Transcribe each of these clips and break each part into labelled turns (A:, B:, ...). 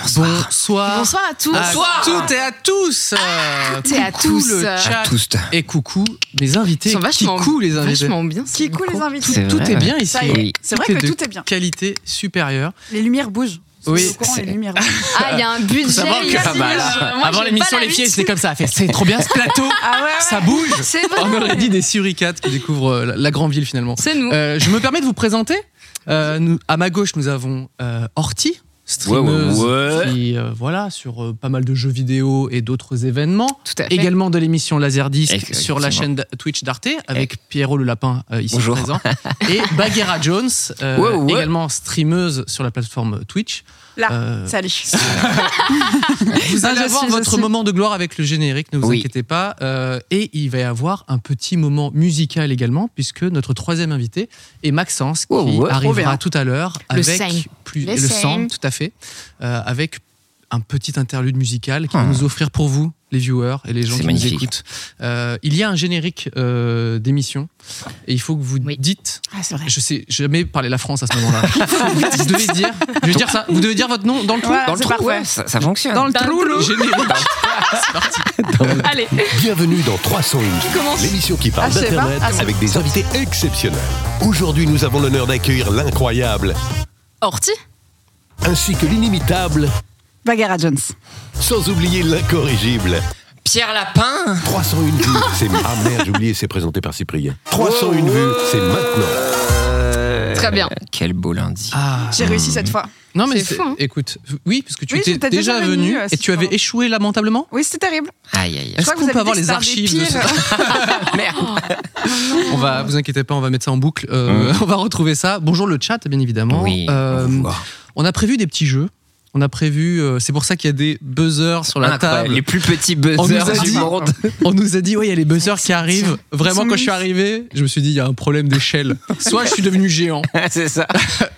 A: Bonsoir.
B: Bonsoir à tous.
A: À toutes et à tous. Euh,
B: toutes et à
A: coucou
B: tous.
A: le chat.
C: À tous.
A: Et coucou mes invités.
B: Ils sont vachement,
A: coucou les invités.
B: vachement bien. ces
D: Qui cool
B: micros.
D: les invités.
A: Tout est bien ici.
D: Ça y est,
C: Oui.
D: c'est vrai que
A: de
D: tout est bien.
A: Qualité supérieure.
D: Les lumières bougent. Vous
A: Oui,
D: êtes au courant,
C: c'est-
D: les lumières bougent.
B: Ah, il y a un budget.
A: savoir
B: il y a
A: que-
B: des
A: bah, là,
B: images. Moi,
A: Avant
B: j'ai
A: l'émission,
B: pas
A: les filles,
B: l'habitude.
A: c'était comme ça. Elles fait, C'est trop bien ce plateau.
D: Ah ouais, ouais.
A: Ça bouge.
B: C'est vrai.
A: On aurait dit des suricates qui découvrent euh, la- la grande ville finalement.
B: C'est nous.
A: Euh, je me permets de vous présenter. Euh, nous- à ma gauche, nous avons euh, Horty, streameuse,
C: Ouais, ouais, ouais.
A: qui euh, voilà sur euh, pas mal de jeux vidéo et d'autres événements.
B: Tout à fait.
A: Également de l'émission Laserdisc
C: Ex-
A: sur la
C: exactement.
A: chaîne d- Twitch d'Arte
B: Eh.
A: avec Pierrot le Lapin euh, ici
C: Bonjour.
A: présent et Bagheera Jones, euh,
C: Ouais, ouais.
A: également streameuse sur la plateforme Twitch.
D: Là,
A: Euh,
D: salut.
A: vous allez
D: Ah, je
A: avoir
D: suis- je
A: votre
D: suis.
A: moment de gloire avec le générique, ne vous
C: Oui.
A: inquiétez pas. Euh, et il va y avoir un petit moment musical également, puisque notre troisième invité est Maxence, qui
C: Oh, ouais. Trop
A: arrivera
D: bien.
A: tout à l'heure
B: Le
A: avec
B: same.
A: plus
B: Le
A: le sang,
B: same.
A: tout à fait, euh, avec un petit interlude musical qu'il va
C: Ah.
A: nous offrir pour vous, les viewers et les gens
C: C'est
A: qui
C: magnifique.
A: nous écoutent. Euh, il y a un générique euh, d'émission, et il faut que vous
B: Oui.
A: dites
D: Ah, c'est vrai.
A: je sais jamais parler la France à ce moment-là. vous devez dire, je vais dire ça. Vous devez dire votre nom dans le trou.
D: Voilà,
C: Dans le
D: c'est parfait.
C: trou, ouais, ça, ça fonctionne.
D: Dans le
B: Dans le
D: trou, loup.
A: Générique.
C: Ah,
A: C'est parti.
B: Allez,
E: Bienvenue dans 301,
B: commence
E: l'émission qui parle
D: Ah, je sais pas.
E: d'Internet
D: Ah, c'est-
E: avec des invités exceptionnels. Aujourd'hui, nous avons l'honneur d'accueillir l'incroyable
B: Horty.
E: ainsi que l'inimitable,
D: Bagheera Jones.
E: sans oublier l'incorrigible.
C: Pierre Lapin
E: 301 vues, c'est Ah merde, j'ai oublié, c'est présenté par Cyprien. 301 vues, c'est maintenant.
B: Très bien.
C: Euh,
B: Ah.
C: Quel beau lundi.
D: J'ai réussi cette fois.
A: Non mais
B: C'est
A: c'est-
B: fou, hein.
A: écoute, oui parce que tu
D: Oui,
A: étais
D: j'étais
A: déjà
D: déjà
A: venu
D: venue, euh,
A: et tu avais
D: Cyprien.
A: échoué lamentablement.
D: Oui, c'était terrible.
C: Aïe, aïe, aïe.
D: Je
A: Est-ce
D: crois que
A: qu'on peut
D: vous
A: avoir
D: avez dit
A: les
D: que c'était un des
A: archives de
D: pires.
A: On va, vous inquiétez pas, on va mettre ça en boucle. Euh, On va retrouver ça. Bonjour le chat, bien évidemment.
C: Oui,
A: Euh,
C: au revoir.
A: on a prévu des petits jeux. On a prévu. euh, c'est pour ça qu'il y a des buzzers sur
F: Ah,
A: la
C: Incroyable.
A: table.
C: Les plus petits
A: On nous
C: buzzers
A: a
C: du
A: dit-
C: monde.
A: On nous a dit, ouais, il y a les buzzers qui arrivent. Vraiment,
D: Ils
A: quand
D: sont
A: je suis
D: mignons.
A: arrivé, je me suis dit, il y a un problème d'échelle. Soit je suis devenu géant.
C: c'est ça.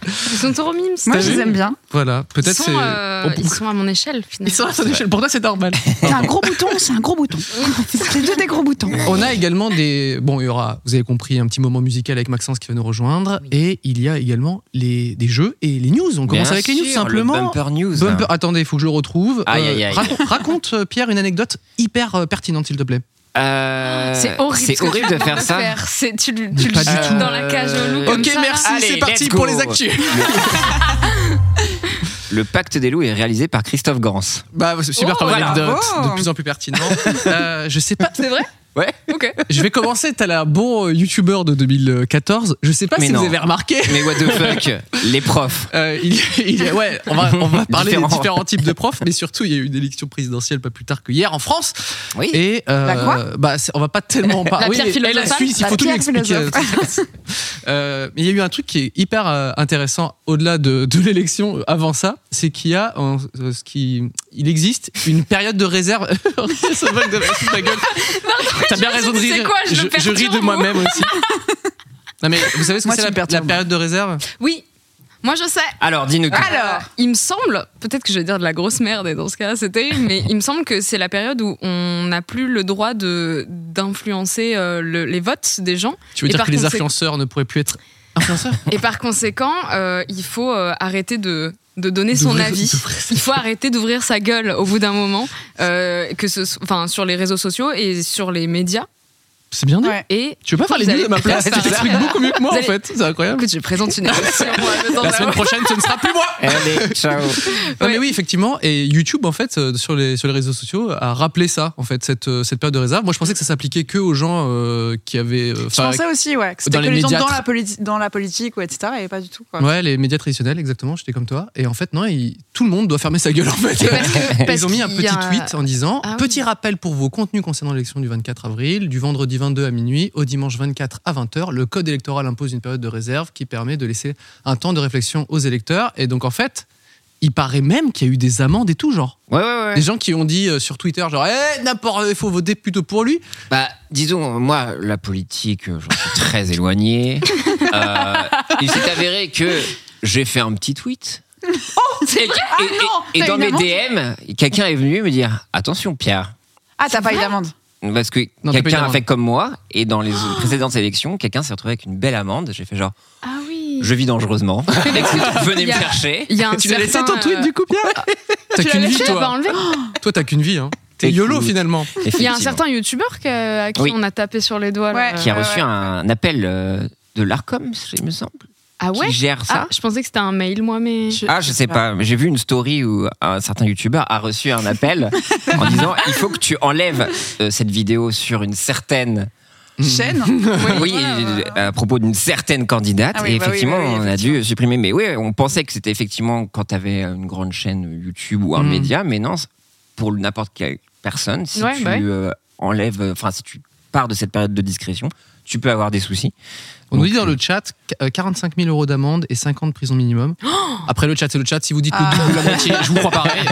B: Ils sont trop mimes.
D: Moi,
A: T'as
D: je
A: vu
D: les aime bien.
A: Voilà, peut-être
B: Ils
A: c'est.
B: sont, euh,
A: on-
B: ils sont à mon échelle finalement.
A: Ils sont à son échelle. Pour toi, c'est normal.
D: C'est un gros bouton, c'est un gros bouton. C'est deux des gros boutons.
A: On a également des. Bon, il y aura, vous avez compris, un petit moment musical avec Maxence qui va nous rejoindre. Et il y a également les, des jeux et les news. On commence
C: Bien
A: avec les news
C: sûr,
A: simplement.
C: Le bumper news.
A: Bumper- Attendez, il faut que je le retrouve.
C: Aïe, aïe, aïe.
A: Raconte, raconte, euh, Pierre, une anecdote hyper euh, pertinente, s'il te plaît.
C: Euh,
B: C'est horrible.
C: C'est horrible de faire ça.
B: C'est tu, le- tu le
A: pas du
B: jettes
A: tout.
B: dans la cage au loup.
C: Euh,
B: comme
A: ok,
B: ça, là.
A: merci,
C: Allez,
A: c'est parti
C: let's go.
A: pour les actus.
C: Le pacte des loups est réalisé par Christophe Gans.
A: Bah, c'est super
B: Oh,
A: comme
B: voilà.
A: anecdote,
D: Oh.
A: de plus en plus pertinent. Euh, je sais pas,
B: C'est vrai
C: Ouais.
B: Ok.
A: je vais commencer. T'as l'air bon euh, youtubeur de 2014. Je sais pas
C: Mais
A: si
C: non.
A: vous avez remarqué.
C: Mais what the fuck Les profs.
A: Euh, il, y a- il y a- ouais, on va, on va parler
C: Différents.
A: des différents types de profs, mais surtout, il y a eu une élection présidentielle pas plus tard que hier en France.
C: Oui.
A: Et euh,
D: La quoi
A: bah, c'est- on va pas tellement en parler.
B: La
A: Oui,
B: pierre
A: mais- et la
B: philosophale
A: Suisse, il
D: La
A: faut tout lui
D: pierre
A: expliquer. Euh, mais il y a eu un truc qui est hyper euh, intéressant au-delà de, de l'élection. euh, Avant ça, c'est qu'il y a en- euh, ce qui, il existe une période de réserve. Ça va que de la suite de ma gueule. T'as bien
B: je
A: raison de
B: sais
A: rire.
B: quoi, je me
A: je ris
B: perturbe,
A: de
B: moi.
A: moi-même aussi. Non mais vous savez ce que
D: Moi,
A: c'est
D: tu me
A: la, la
D: perturbes.
A: période de réserve
B: Oui. Moi je sais.
C: Alors, dis-nous. que-
D: Alors,
B: Il me semble, peut-être que je vais dire de la grosse merde et dans ce cas c'est terrible, mais il me semble que c'est la période où on n'a plus le droit de d'influencer euh, le- les votes des gens.
A: Tu
B: Et
A: veux dire
B: par
A: que les
B: conséquent-
A: influenceurs ne pourraient plus être influenceurs
B: Et par conséquent, euh, il faut euh, arrêter de, de donner son
A: D'ouvrir-
B: avis.
A: d'ouvrir sa-
B: Il faut arrêter d'ouvrir sa gueule au bout d'un moment, euh, que ce, so- enfin sur les réseaux sociaux et sur les médias.
A: C'est bien dit.
D: Ouais.
B: Et
A: Tu veux pas faire les
B: Vous
A: news
B: allez-
A: à ma place
B: Vous
A: Tu t'expliques
B: allez-
A: beaucoup mieux que moi
B: Vous
A: en
B: allez-
A: fait. C'est incroyable.
B: écoute, je présente une émission. euh, dans
A: La
B: la-
A: semaine prochaine, ce ne sera plus moi.
C: Allez, ciao.
A: Non, mais
B: Ouais.
A: oui, effectivement. Et YouTube, en fait, euh, sur les, sur les réseaux sociaux, a rappelé ça, en fait, cette, euh, cette période de réserve. Moi, je pensais que ça s'appliquait que aux gens euh, qui avaient. euh,
D: je
A: enfin,
D: pensais aussi, ouais, que c'était
A: dans
D: que
A: les
D: les gens
A: médias
D: dans
A: tra-
D: la, politi- dans la politique, ou etc. Et pas du tout, quoi.
A: Ouais, les médias traditionnels, exactement, j'étais comme toi. Et en fait, non, il- tout le monde doit fermer sa gueule, en fait.
B: Parce que- parce
A: Ils ont mis un
B: qu'il y
A: petit
B: a-
A: tweet en disant
B: Ah oui.
A: Petit rappel pour vos contenus concernant l'élection du 24 avril, du vendredi 22 à minuit au dimanche 24 à 20h. Le code électoral impose une période de réserve qui permet de laisser un temps de réflexion aux électeurs. Et donc, en fait, il paraît même qu'il y a eu des amendes et tout, genre.
C: Ouais, ouais, ouais.
A: Des gens qui ont dit euh, sur Twitter, genre, eh, n'importe, il faut voter plutôt pour lui.
C: Bah, disons, moi, la politique, euh, j'en suis très éloigné. Euh, il s'est avéré que j'ai fait un petit tweet.
D: Oh,
C: et, et- et- et
D: Ah t'as
C: dans
D: une
C: mes
D: amende
C: DM, quelqu'un est venu me dire Attention, Pierre,
D: Ah, t'as pas eu d'amende.
C: parce que
A: Non, t'as pas eu
C: quelqu'un a
A: d'amende.
C: fait comme moi, et dans les précédentes élections, quelqu'un s'est retrouvé avec une belle amende. J'ai fait genre
B: Ah oui.
C: Je vis dangereusement. Venez
B: Il
C: me
B: y a-
C: chercher.
B: Il y a un
A: tu l'as laissé
B: certain,
A: ton tweet,
B: euh,
A: du coup, Pierre
B: tu
A: T'as
B: l'as
A: qu'une vie,
B: laissé, tu l'as pas
A: toi.
B: enlevé.
A: Toi, t'as qu'une vie, hein. T'es
C: Écoute.
A: YOLO, finalement.
B: Il y a
C: Effectivement.
B: un certain euh, youtubeur que- à qui
C: Oui.
B: on a tapé sur les doigts. là.
D: Ouais.
C: qui a
D: Ouais,
C: reçu
D: ouais.
C: un appel euh, de l'ARCOM, il me semble,
B: Ah ouais
C: qui gère
B: Ah,
C: ça.
B: je pensais que c'était un mail, moi, mais.
C: Ah, je sais pas. mais J'ai vu une story où un certain youtubeur a reçu un appel en disant il faut que tu enlèves euh, cette vidéo sur une certaine.
D: Chaîne.
C: oui, à propos d'une certaine candidate.
D: Ah oui,
C: et
D: bah oui,
C: effectivement,
D: bah oui,
C: on a dû supprimer. Mais oui, on pensait que c'était effectivement quand tu avais une grande chaîne YouTube ou un
A: Mm.
C: média, mais non, c'est pour n'importe quelle personne, si
B: Ouais,
C: tu
B: bah ouais.
C: euh, enlèves, enfin, si tu pars de cette période de discrétion, tu peux avoir des soucis.
A: On nous
C: Donc,
A: dit dans le chat euh, 45 000 euros d'amende et 50 de prison minimum. Après, le chat, c'est le chat. Si vous dites
D: Ah.
A: le double ou la moitié, je vous crois pareil.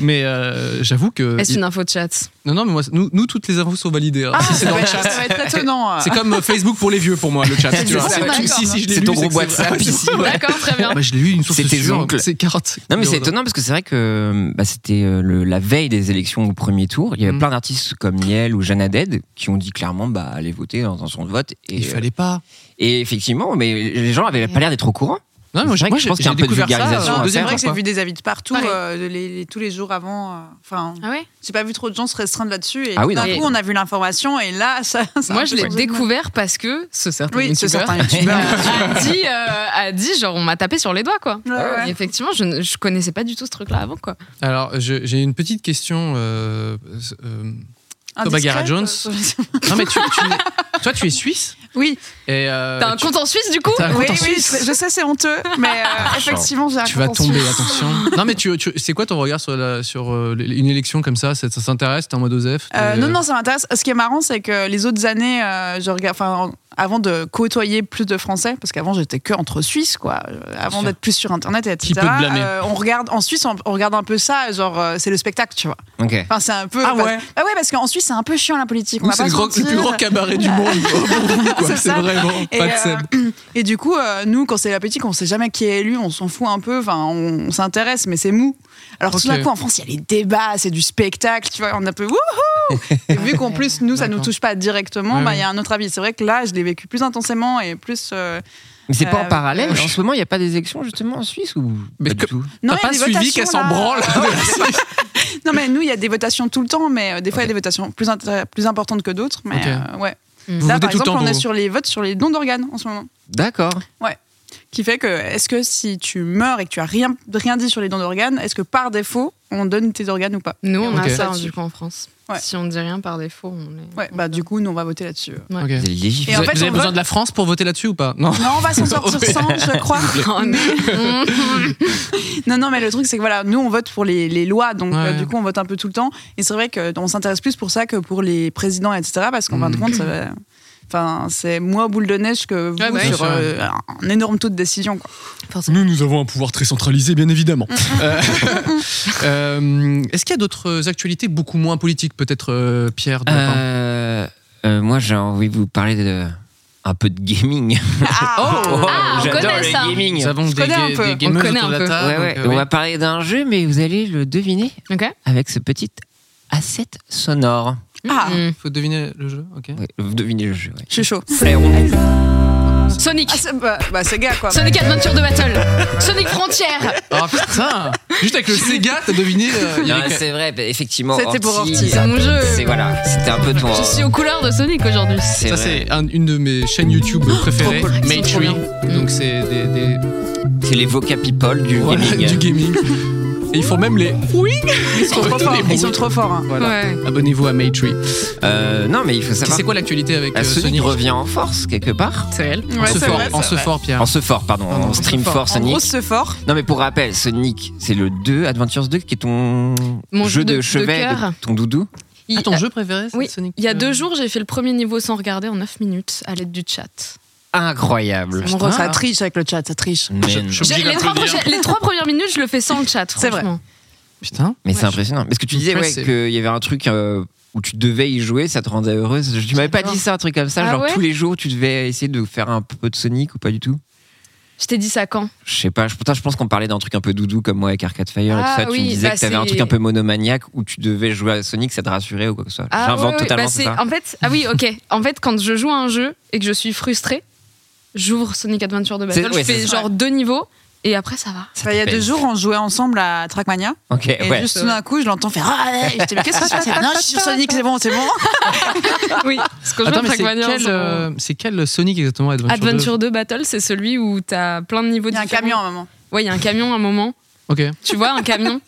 A: Mais euh, j'avoue que.
B: Est-ce une info de chat
A: Non, non, mais moi, nous, nous, toutes les infos sont validées. hein.
D: Ah,
A: Si c'est
D: ça
A: dans
D: va
A: le
D: être-
A: chat.
D: ça va être étonnant.
A: C'est comme euh, Facebook pour les vieux pour moi, le chat. tu vois.
D: C'est
A: C'est un truc-
D: d'accord.
A: si, si, je l'ai
C: C'est
A: lu,
C: ton groupe
A: que c'est vrai.
C: WhatsApp ici.
A: Ouais.
B: D'accord, très bien.
A: Bah, je l'ai lu une source
C: C'est tes
A: sûre,
C: oncles.
A: C'est 40.
C: Non mais c'est étonnant parce que c'est vrai que bah, c'était euh, le- la veille des élections au premier tour, il y avait
A: Mm.
C: plein d'artistes comme Niel ou Jeanne Haddad qui ont dit clairement bah allez voter dans son vote et, euh,
A: Il fallait pas.
C: et effectivement mais les gens avaient pas l'air d'être au courant.
A: Non,
C: c'est
A: moi,
C: vrai que
A: moi,
C: je
A: j'ai-
C: pense qu'il y a
A: j'ai
C: un peu de
A: découvert ça,
C: vulgarisation
A: euh,
C: à
D: Non, c'est
A: deuxième
D: vrai
A: fois,
D: que
A: quoi.
D: j'ai vu des avis de partout,
B: Pareil.
D: euh, de les, les- tous les jours avant. euh, Enfin,
B: Ah ouais
D: j'ai pas vu trop de gens se restreindre là-dessus. Et
C: Ah oui,
D: d'un
C: non,
D: coup,
C: mais-
D: on a vu l'information et là, ça. ça a
B: Moi,
D: un
B: je
D: peu
B: l'ai
D: changé.
B: découvert parce que ce certain
D: Oui, ce
B: youtubeur
D: certain youtubeur.
B: a dit, euh, a dit, genre, on m'a tapé sur les doigts, quoi.
D: Ouais, ouais.
B: Et Effectivement, je, ne- je connaissais pas du tout ce truc-là avant, quoi.
A: Alors, je- j'ai une petite question. euh, euh, Thomas
D: Indiscret,
A: Garrett Jones.
D: euh,
A: Non, mais tu, tu n'es- toi, tu es suisse
D: Oui,
A: et euh,
B: T'as un
A: tu-
B: compte en Suisse, du coup
A: t'as un
D: oui,
A: compte en
D: oui,
A: Suisse.
D: je je sais, c'est honteux, mais euh, effectivement, j'ai un
A: Ah, Tu vas
D: compte en
A: tomber,
D: Suisse.
A: attention. Non, mais tu, tu- c'est quoi ton regard sur, la, sur euh, l- une élection comme ça Ça, ça s'intéresse T'es en mode Osef
D: Euh,
A: t'es-
D: non, non, ça m'intéresse. Ce qui est marrant, c'est que les autres années, euh, je regarde, enfin, avant de côtoyer plus de Français, parce qu'avant j'étais que entre Suisses, quoi. euh, Avant
A: sûr.
D: d'être plus sur Internet, etc.
A: Qui peut te blâmer
D: euh, on regarde en Suisse, on, on regarde un peu ça, genre euh, c'est le spectacle, tu vois.
C: Ok.
D: Enfin, c'est un peu.
A: Ah
D: bah-
A: ouais.
D: Ah ouais, parce qu'en Suisse, c'est un peu chiant la politique. On
A: Nous,
D: va
A: c'est
D: pas
A: le,
D: se
A: grand- le plus
D: mentir.
A: grand cabaret du monde. quoi.
D: C'est
A: C'est
D: ça.
A: vraiment
D: Et,
A: pas de
D: euh,
A: scène.
D: Et du coup, euh, nous, quand c'est la politique, on sait jamais qui est élu, on s'en fout un peu, enfin, on, on s'intéresse, mais c'est mou. Alors tout
A: Ok.
D: d'un coup, en France, il y a les débats, c'est du spectacle, tu vois, on a un peu wouhou Et vu qu'en plus, nous, ça nous
A: D'accord.
D: touche pas directement,
A: Ouais,
D: bah, il
A: ouais.
D: y a un autre avis. C'est vrai que là, je l'ai vécu plus intensément et plus. euh,
C: Mais c'est pas en
D: Euh,
C: parallèle.
D: oui.
C: En ce moment, il n'y a pas des élections justement en Suisse ou
A: Mais
C: pas du
A: que-
C: tout.
D: Non, il
A: T'as
D: y a
A: pas
D: des
A: suivi
D: votations,
A: qu'elle s'en
D: là.
A: branle
D: Non, mais nous, il y a des votations tout le temps, mais euh, des fois, il y a des
C: Ok.
D: votations plus, intér- plus importantes que d'autres. Mais
A: Ok.
D: euh, ouais.
B: Mm.
A: Vous
D: Là, par
A: votez tout le
D: exemple,
A: temps
D: on est
A: vous.
D: sur les votes sur les dons d'organes en ce moment.
C: D'accord.
D: qui fait que est-ce que si tu meurs et que tu as rien, rien dit sur les dons d'organes, est-ce que par défaut on donne tes organes ou pas
B: Nous, on
A: Ok.
B: a ça, hein, du coup, en France.
D: Ouais.
B: Si on dit rien par défaut, on est.
D: Ouais,
B: on
D: bah
B: est-
D: du coup nous on va voter là-dessus. euh.
B: Ouais.
A: Ok.
C: Vous allez légiférer.
D: Et en
A: vous avez-
D: fait,
A: vous avez
D: on
A: besoin
D: vote-
A: de la France pour voter là-dessus ou pas Non.
D: Non, on va s'en sortir
A: Ouais.
D: sans, je crois.
B: Oh,
D: Mais-
B: non.
D: non, non, mais le truc c'est que voilà, nous on vote pour les, les lois, donc
A: Ouais.
D: euh, du coup on vote un peu tout le temps. Et c'est vrai qu'on s'intéresse plus pour ça que pour les présidents, etc. Parce qu'en fin de
A: Mm.
D: compte, ça va- Enfin, c'est moins boule de neige que vous
B: Ouais, bah,
D: sur
A: bien sûr.
D: euh, un énorme taux de décision. quoi. Mm,
A: Nous, nous avons un pouvoir très centralisé, bien évidemment. Euh, euh, Est-ce qu'il y a d'autres actualités beaucoup moins politiques, peut-être, euh, Pierre de Lapin
C: Euh, euh, moi, j'ai envie de vous parler de un peu de gaming. Oh,
D: Ah,
B: on
C: J'adore
B: connaît
C: le
B: ça.
C: gaming.
A: Nous avons
D: Je
A: des,
D: connais un
A: des-
D: peu.
A: des
D: On
A: gameuses
B: connaît
A: autour de
B: un
A: la
B: peu.
A: table,
C: Ouais, ouais.
A: donc, euh,
C: On
A: oui.
C: va parler d'un jeu, mais vous allez le deviner
B: Ok.
C: avec ce petit asset sonore.
D: Ah.
B: Mm.
A: Hmm. Faut deviner le jeu, ok.
C: Ouais, vous devinez le jeu. Ouais.
D: je suis chaud.
B: Sonic.
D: Ah, c'est bah, bah, c'est gars quoi.
B: Sonic Adventure de Battle. Sonic Frontière.
A: Ah putain Juste avec le Sega, t'as deviné euh, il y
C: Non,
A: avait quand-
C: c'est vrai, bah, effectivement.
D: C'était pour Orti.
B: C'est mon jeu.
C: C'est voilà, c'était un peu ton.
B: Je suis aux couleurs de Sonic aujourd'hui.
C: C'est
A: Ça,
C: vrai.
A: Oh. c'est un- une de mes chaînes YouTube préférées,
B: Trop cool. Ils sont trop
A: Maitri.
B: bien.
A: Donc, c'est des, des-
C: C'est les vocab people du
A: voilà,
C: gaming.
A: du gaming. Et ils font même les. Oui Ils sont
D: Trop
A: tous
D: fort,
A: les
D: Ils sont
A: bons.
D: trop forts. hein.
A: Voilà.
B: Ouais.
A: Abonnez-vous à Maitri.
C: Euh, non, mais il faut savoir.
A: C'est quoi l'actualité avec
C: Ah,
A: euh,
C: Sonic
A: Sonic
C: revient en force quelque part.
B: C'est réel.
D: Ouais,
A: En ce
D: c'est
A: fort,
D: vrai,
A: en
D: c'est
A: ce
D: vrai.
A: fort, Pierre.
C: En ce fort, pardon,
A: Pardon, en
C: en stream
A: ce fort.
C: fort
D: En
C: Sonic.
D: gros, ce fort,
C: Non mais pour rappel, Sonic, c'est le 2 Adventures 2 qui est ton
B: Mon
C: jeu
B: jeu
C: de,
B: de- de
C: chevet,
B: cœur.
C: ton doudou.
B: Il-
A: Ah, ton jeu préféré, c'est
B: oui,
A: Sonic
B: il y a
A: euh,
B: deux jours, j'ai fait le premier niveau sans regarder en 9 minutes à l'aide du chat.
C: Incroyable.
B: Mon
A: Putain.
D: Ça triche avec le chat, ça triche.
C: Mais,
A: Je- je-
B: J'ai-
A: Obligé
B: Les trois,
A: d'applaudir.
B: prochaines- les trois premières minutes, je le fais sans le chat.
D: C'est vrai.
B: franchement.
A: Putain.
C: mais c'est
B: Ouais.
C: impressionnant. Parce que tu disais ouais,
A: Impressive.
C: qu'il y avait un truc euh, où tu devais y jouer, ça te rendait heureuse. Tu m'avais pas
B: J'adore.
C: dit ça, un truc comme ça.
B: Ah
C: genre
B: ouais
C: tous les jours, tu devais essayer de faire un peu de Sonic ou pas du tout
B: Je t'ai dit ça quand
C: Je sais pas. je- Pourtant, je pense qu'on parlait d'un truc un peu doudou comme moi avec Arcade Fire et tout
B: Ah
C: ça. tu me
B: oui,
C: disais
B: bah
C: que t'avais un
B: c'est-
C: truc un peu monomaniaque où tu devais jouer à Sonic, ça te rassurait ou quoi que ce soit. J'invente
B: ouais, ouais,
C: totalement
B: bah,
C: c'est
B: c'est-
C: ça.
B: En fait, ah oui, ok. En fait, quand je joue à un jeu et que je suis frustrée, j'ouvre Sonic Adventure de
C: C'est-
B: Battle.
C: ouais,
B: je fais
C: c'est
B: genre deux niveaux et après ça va.
D: Enfin, Bah, il y a deux jours, on jouait ensemble à Trackmania.
C: Ok,
D: Et
C: ouais.
D: juste tout d'un coup, je l'entends faire Ah, ouais. Et j'étais, mais qu'est-ce qui se passe Non, je suis sur Sonic, c'est bon, c'est bon.
B: Oui. Parce que je joue
A: Attends,
B: à
A: mais c'est
B: Trackmania,
A: quel,
B: c'est-
A: euh, c'est quel Sonic exactement Adventure,
B: Adventure 2 Battle, c'est celui où t'as plein de niveaux
D: Il y a un
B: différents.
D: camion à un moment.
B: Ouais, il y a un camion à un moment.
A: Ok.
B: Tu vois, un camion.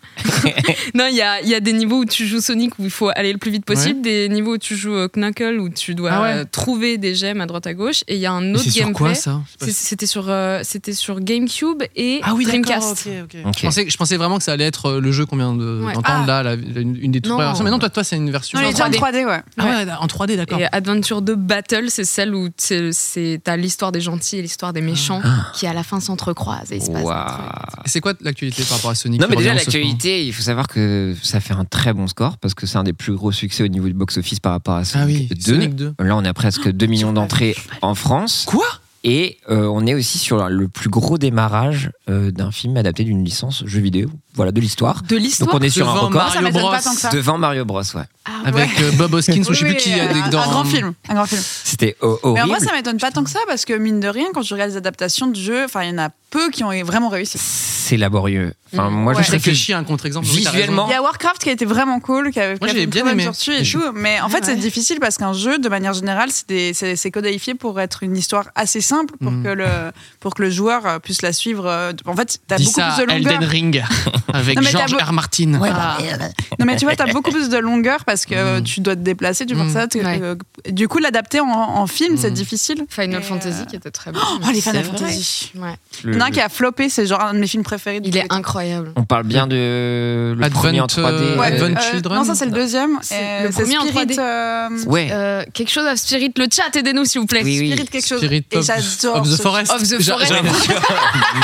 B: non, il y a, il y a des niveaux où tu joues Sonic où il faut aller le plus vite possible, des niveaux où tu joues euh, Knuckle où tu dois
A: Ah ouais.
B: euh, trouver des gemmes à droite à gauche, et il y a un
A: Mais
B: autre
A: C'est sur quoi
B: gameplay.
A: ça Je sais pas
B: C'est-
A: si-
B: C'était sur, euh, c'était sur GameCube et
A: Ah oui, d'accord.
B: Dreamcast.
A: ok, ok.
C: Ok.
A: Je, pensais, je pensais vraiment que ça allait être euh, le jeu qu'on vient de-
B: Ouais.
A: d'entendre
D: Ah.
A: là, la- la- une, une des toutes
B: Non.
A: premières versions. Mais non, toi, toi c'est une version.
D: Non, les
A: en
D: gens en
A: 3D.
D: 3D, ouais. euh,
A: Ah ouais, en 3D, d'accord.
B: Et Adventure 2 Battle, c'est celle où t'es- c'est- t'as l'histoire des gentils et l'histoire des méchants
A: Ah.
B: qui à la fin s'entrecroisent et il se passe. des trucs.
C: Waouh.
A: Et c'est quoi l'actualité par rapport à Sonic
C: Non, mais
A: Reviens
C: déjà,
A: sur ce point.
C: l'actualité, il faut savoir que ça fait un très bon score parce que c'est un des plus gros succès au niveau du box-office par rapport à
A: Ah oui,
C: Sonic 2.
A: Sonic 2.
C: Là, on a
D: Ah,
C: presque 2 millions d'entrées en France.
A: Quoi
C: Et euh, on est aussi sur le plus gros démarrage euh, d'un film adapté d'une licence jeu vidéo, voilà, de l'histoire.
B: De l'histoire.
C: Donc on est sur un
A: Devant
C: record
D: Ah, Ça
A: Mario
D: m'étonne
A: Bros.
D: pas tant que ça.
C: devant Mario Bros. Ouais.
B: Ah ouais.
A: Avec euh, Bob Hoskins, ou je sais
D: Oui,
A: plus qui.
D: oui,
A: a des-
D: un,
A: dans-
D: un grand film. Un grand film.
C: C'était ho-
D: Mais en
C: horrible.
D: vrai, ça m'étonne pas tant que ça parce que mine de rien, quand tu regardes les adaptations de jeux, enfin, il y en a peu qui ont vraiment réussi.
C: c'est laborieux. Enfin, moi,
D: Ouais.
C: je
A: Je
C: sais que
A: réfléchis à un contre-exemple. hein, Oui, t'as raison.
C: Visuellement,
D: Il y a Warcraft qui a été vraiment cool, qui avait qui a
A: j'ai
D: fait une
A: bien
D: très bonne
A: aimé.
D: sortie
A: Et
D: et
A: je-
D: tout. Mais en fait,
B: Ah
D: c'est
B: ouais.
D: difficile parce qu'un jeu, de manière générale, c'est des- c'est c'est codifié pour être une histoire assez simple pour,
A: Mhm.
D: que, le, pour que le joueur euh, puisse la suivre. euh, En fait, t'as
A: Dis
D: beaucoup
A: ça
D: plus de
A: à
D: longueur.
A: Elden Ring Ah. avec
D: Non, mais t'as
A: George
D: beau-
A: R. Martin.
D: euh, Non, mais tu vois, t'as beaucoup plus de longueur parce que euh,
A: Mhm.
D: tu dois te déplacer, tu penses
A: Mhm.
D: ça. t'es-
B: Ouais.
D: euh, Du coup, l'adapter en, en film, c'est
A: Mhm.
D: difficile.
B: Final
D: Et,
B: Fantasy
D: euh,
B: qui était très bon.
D: Oh, les Final
C: C'est
D: Fantasy.
B: Ouais.
D: Il y
C: le-
D: en a un qui a floppé, c'est genre un de mes films préférés. de
B: Il
D: tous les
B: est incroyable.
C: on parle bien de le
A: Advent,
C: premier en 3D.
A: euh,
D: Ouais,
C: euh,
A: Advent
D: euh,
A: Children
D: Non, ça c'est le deuxième.
B: C'est
D: Euh,
B: le premier en
D: Spirit,
B: 3D.
D: euh,
C: ouais.
B: Euh, quelque chose à Spirit, le chat, aidez-nous s'il vous plaît.
C: Oui, oui.
D: Spirit quelque chose.
A: Spirit
D: Et
A: of-
D: j'adore.
A: Of the
D: ce-
A: Forest.
B: Of the
A: J'a-
B: Forest.
A: j'avais-
C: Oui,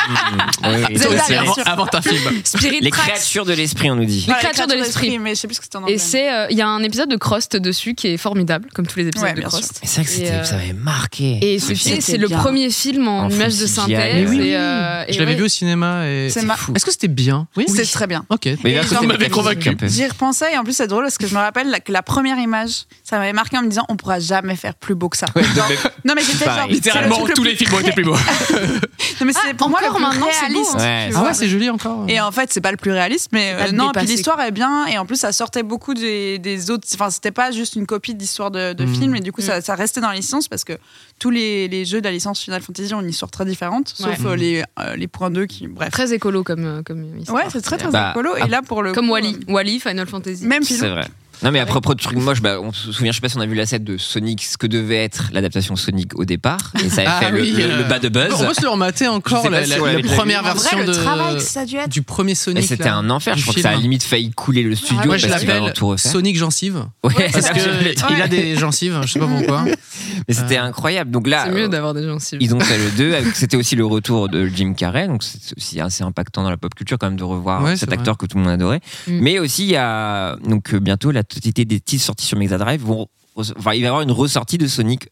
C: oui.
D: Zelda,
A: Ouais, c'est
D: bien
A: avant,
D: sûr.
A: avant ta film.
B: Spirit
C: Les
B: Tracks.
C: créatures de l'esprit, on nous dit.
D: Voilà,
B: Les créatures de l'esprit.
D: Mais je sais plus ce que c'était en anglais.
B: Et c'est, euh, il y a un épisode de Crost dessus qui est formidable, comme tous les épisodes
D: Ouais,
B: de
D: bien
B: Crost.
C: C'est vrai que
B: Et,
C: c'était-
B: euh,
C: ça avait marqué.
B: Et
C: Ce
B: ce
C: film.
B: film, c'est le
D: bien.
B: premier film en,
C: En full
B: images de
C: CGI,
B: synthèse.
C: ouais.
B: et, euh, et
A: Je l'avais
B: ouais.
A: vu au cinéma. Et...
D: C'est ma-
C: fou.
A: Est-ce que c'était bien Oui.
D: C'était très bien.
A: Ok.
C: Mais
D: Et genre,
C: vers côté
D: vous m'avez
C: métaphysique,
A: convaincu.
C: un peu.
D: J'y repensais et en plus c'est drôle parce que je me rappelle la- que la première image, ça m'avait marqué en me disant on pourra jamais faire plus beau que ça. Genre- non mais c'était
C: Pareil.
D: genre
A: Littéralement,
D: c'est le truc le
A: tous les films ont été plus beaux.
D: plus- Non mais c'est
B: Ah,
D: pour moi le
B: encore
D: plus
B: maintenant, c'est beau,
D: réaliste.
B: hein.
C: Ouais,
D: tu
A: Ah
D: vois.
A: ouais, c'est joli encore.
D: Et en fait, c'est pas le plus réaliste, mais
B: C'est pas
D: euh, non,
B: dépassé,
D: puis l'histoire est bien, et en plus, ça sortait beaucoup des, des autres. Enfin, c'était pas juste une copie d'histoire de, de
A: Mhm.
D: film, et du coup,
B: Mhm.
D: ça, ça restait dans la licence parce que tous les, les jeux de la licence Final Fantasy ont une histoire très différente, sauf
A: Ouais.
D: euh, les, euh, les points 2 qui. Bref.
B: Très écolo comme, euh, comme histoire.
D: ouais, c'est très très
C: Bah,
D: écolo,
A: ah,
D: et là, pour le.
B: Comme
D: coup,
B: Wally. Wally, Final Fantasy.
D: euh, Même
C: C'est
D: film.
C: vrai. Non mais à propos de trucs moches, bah, on se souvient, je sais pas si on a vu la scène de Sonic, ce que devait être l'adaptation Sonic au départ, et ça a
A: Ah
C: fait le-
A: oui,
C: le,
A: euh,
C: le bas de
A: On
C: buzz.
A: peut se le remater
C: Je
A: encore
C: sais pas
A: la,
C: si
A: la-
C: on
A: la
C: l'avait déjà
A: première
C: vu.
D: En
A: version
D: vrai, le travail
A: de
D: que ça a dû être.
A: du premier
C: Et
A: Sonic.
C: c'était
A: là.
C: un enfer, je
A: Du
C: crois que ça a
A: film.
C: limite failli couler le studio
B: Ah ouais,
A: Moi, je
C: parce qu'il va
A: l'appelle
C: tout refaire.
A: Sonic gencive
C: Ouais,
A: parce
C: c'est vrai.
A: que il a des gencives. Je sais pas pourquoi. Euh,
C: Mais c'était incroyable. Donc là,
B: C'est mieux
C: euh,
B: d'avoir des gens si.
C: ils ont fait le 2, avec- c'était aussi le retour de Jim Carrey, donc c'est aussi assez impactant dans la pop culture quand même de revoir
A: Ouais,
C: cet
A: c'est
C: acteur que tout le monde adorait.
B: Mm.
C: Mais aussi, il y a donc, euh, bientôt la totalité des titres sortis sur Mega Drive vont. re- Enfin, il va y avoir une ressortie de Sonic,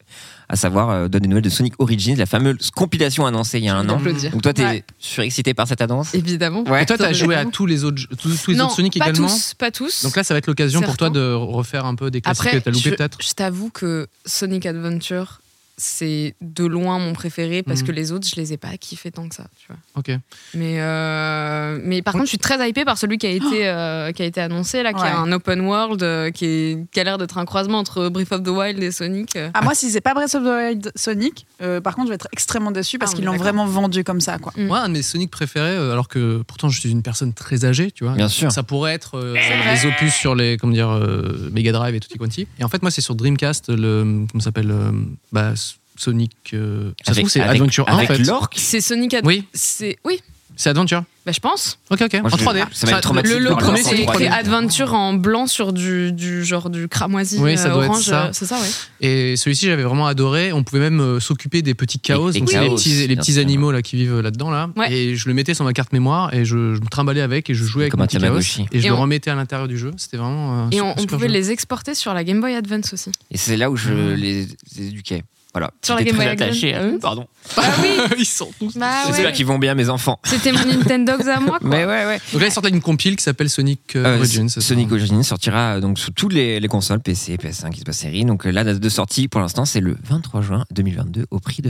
C: à savoir euh, donne des nouvelles de Sonic Origins, la fameuse compilation annoncée il y a un an.
B: Applaudir.
C: Donc toi, t'es
D: Ouais.
C: surexcité par cette annonce
B: Évidemment.
A: Et toi,
B: Sur
A: t'as
B: le
A: joué à
B: jeu.
A: tous les autres, jeux- tous, tous les
B: non,
A: autres Sonic
B: pas
A: également.
B: tous, pas tous.
A: Donc là, ça va être l'occasion pour toi
B: Certains.
A: de refaire un peu des classiques
B: Après,
A: que t'as loupé
B: je,
A: peut-être.
B: je t'avoue que Sonic Adventure, c'est de loin mon préféré parce
A: Mhm.
B: que les autres, je les ai pas kiffés tant que ça. Tu vois.
A: Ok.
B: Mais, euh, mais par
A: Oui.
B: contre, je suis très hypée par celui qui a été, euh, qui a été annoncé, là, qui
D: Oh Ouais.
B: a un open world, euh, qui, est- qui a l'air d'être un croisement entre Brief of the Wild et Sonic. euh.
D: Ah, moi, si c'est pas Breath of the Wild Sonic, euh, par contre, je vais être extrêmement déçu parce
B: Ah, on
D: qu'ils
B: est
D: l'ont
B: d'accord.
D: vraiment vendu comme ça, quoi.
B: Mm.
A: Moi, un de mes Sonic préférés, euh, alors que pourtant je suis une personne très âgée, tu vois.
C: Bien sûr.
A: Ça pourrait être euh, les opus sur les comment dire euh, Mega Drive et tutti quanti. Et en fait, moi, c'est sur Dreamcast le comment ça s'appelle euh, bah, S- Sonic. euh, ça se
C: Avec-
A: trouve c'est
C: avec-
A: Adventure 1 en
C: avec
A: fait.
C: l'orque
B: C'est Sonic Ad-
A: Oui.
B: c'est Oui,
A: C'est Adventure.
B: Bah, je pense.
A: Ok, ok.
C: Moi,
A: en
C: je-
A: 3D.
C: ça va être
B: Le
C: traumatisé. Mathilde,
A: le
B: logo,
C: par exemple,
A: premier,
C: en
B: c'est
A: c'est
C: 3D.
B: écrit Adventure en blanc sur du, du genre du cramoisi
A: Oui, ça
B: euh,
A: doit être
B: orange.
A: ça.
B: euh, C'est ça, ouais.
A: Et celui-ci, j'avais vraiment adoré. On pouvait même euh, s'occuper des petits chaos,
C: Les- les
A: donc c'est les
C: chaos,
A: petits, les
C: bien
A: petits
C: sûr.
A: animaux là qui vivent là-dedans là.
B: Ouais.
A: Et je le mettais sur ma carte mémoire et je, je me trimballais avec et je jouais avec
C: Comme
A: mon
C: un
A: petit chaos
C: Tamagotchi.
A: et je
B: Et
A: le
B: on-
A: remettais à l'intérieur du jeu. C'était vraiment. euh,
B: Et
A: su-
B: on, on
A: super
B: pouvait
A: jeu.
B: les exporter sur la Game Boy Advance aussi.
C: Et c'est là où je les les éduquais. Voilà.
B: Sur la
C: J'étais
B: Game
C: très
B: Boy Advance.
C: attaché à eux, Pardon.
B: Ah oui
A: Ils sont tous.
B: Bah
C: J'espère
B: ouais.
C: qu'ils vont bien, mes enfants.
B: C'était mon Nintendo à moi, quoi.
C: Mais ouais, ouais.
A: Donc là, ils sortent une compile qui s'appelle Sonic euh,
C: Euh,
A: Origins. c'est ça
C: Sonic Origins sortira euh, donc sur toutes les, les consoles PC, PS5, Xbox Series. Donc euh, la date de sortie pour l'instant c'est le 23 juin 2022 au prix de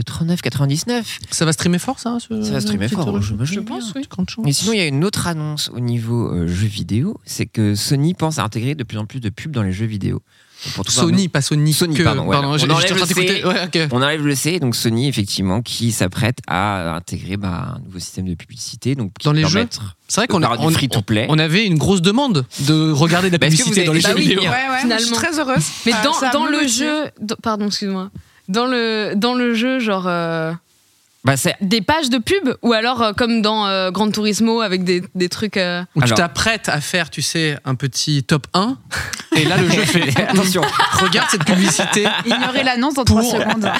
C: 39,99.
A: Ça va streamer fort, ça hein, ce-
C: Ça va streamer
A: petit
C: fort, hein,
A: truc
C: j'imagine
A: Je
C: bien.
A: pense, oui. Grande chance.
C: Et sinon il y a une autre annonce au niveau euh, jeux vidéo, c'est que Sony pense à intégrer de plus en plus de pubs dans les jeux vidéo. Donc, pour tout faire,
A: Sony, pas Sonic.
C: Sony,
A: euh,
C: pardon, ouais. On
A: j'ai-
C: enlève
A: j'étais en train
C: le
A: d'écouter.
C: C.
A: Ouais, ok.
C: On enlève le C, donc Sony effectivement qui s'apprête à intégrer bah, un nouveau système de publicité, donc qui
A: Dans les jeux
C: permettre
A: C'est vrai
C: de
A: qu'on a-
C: faire du
A: Bah, on-
C: free to play.
A: on avait une grosse demande de regarder de la
C: Bah, est-ce que vous
A: publicité
C: avez-
A: dans les
C: bah
A: jeux
C: oui,
A: vidéo.
D: Ouais, ouais,
B: Finalement.
D: je suis très heureuse.
B: Mais
D: Euh,
B: dans,
D: ça
B: dans
D: me
B: le
D: motive.
B: jeu. dans- pardon, excuse-moi. Dans le, dans le jeu, genre. euh,
C: Bah, c'est-
B: des pages de pub ou alors euh, comme dans euh, Gran Turismo avec des, des trucs euh,
A: Où tu
C: Alors-
A: t'apprêtes à faire, tu sais, un petit top 1. Et là, le jeu fait
C: Attention,
A: regarde cette publicité.
D: Ignorez l'annonce dans
A: Pour- Ah,
D: 3 secondes.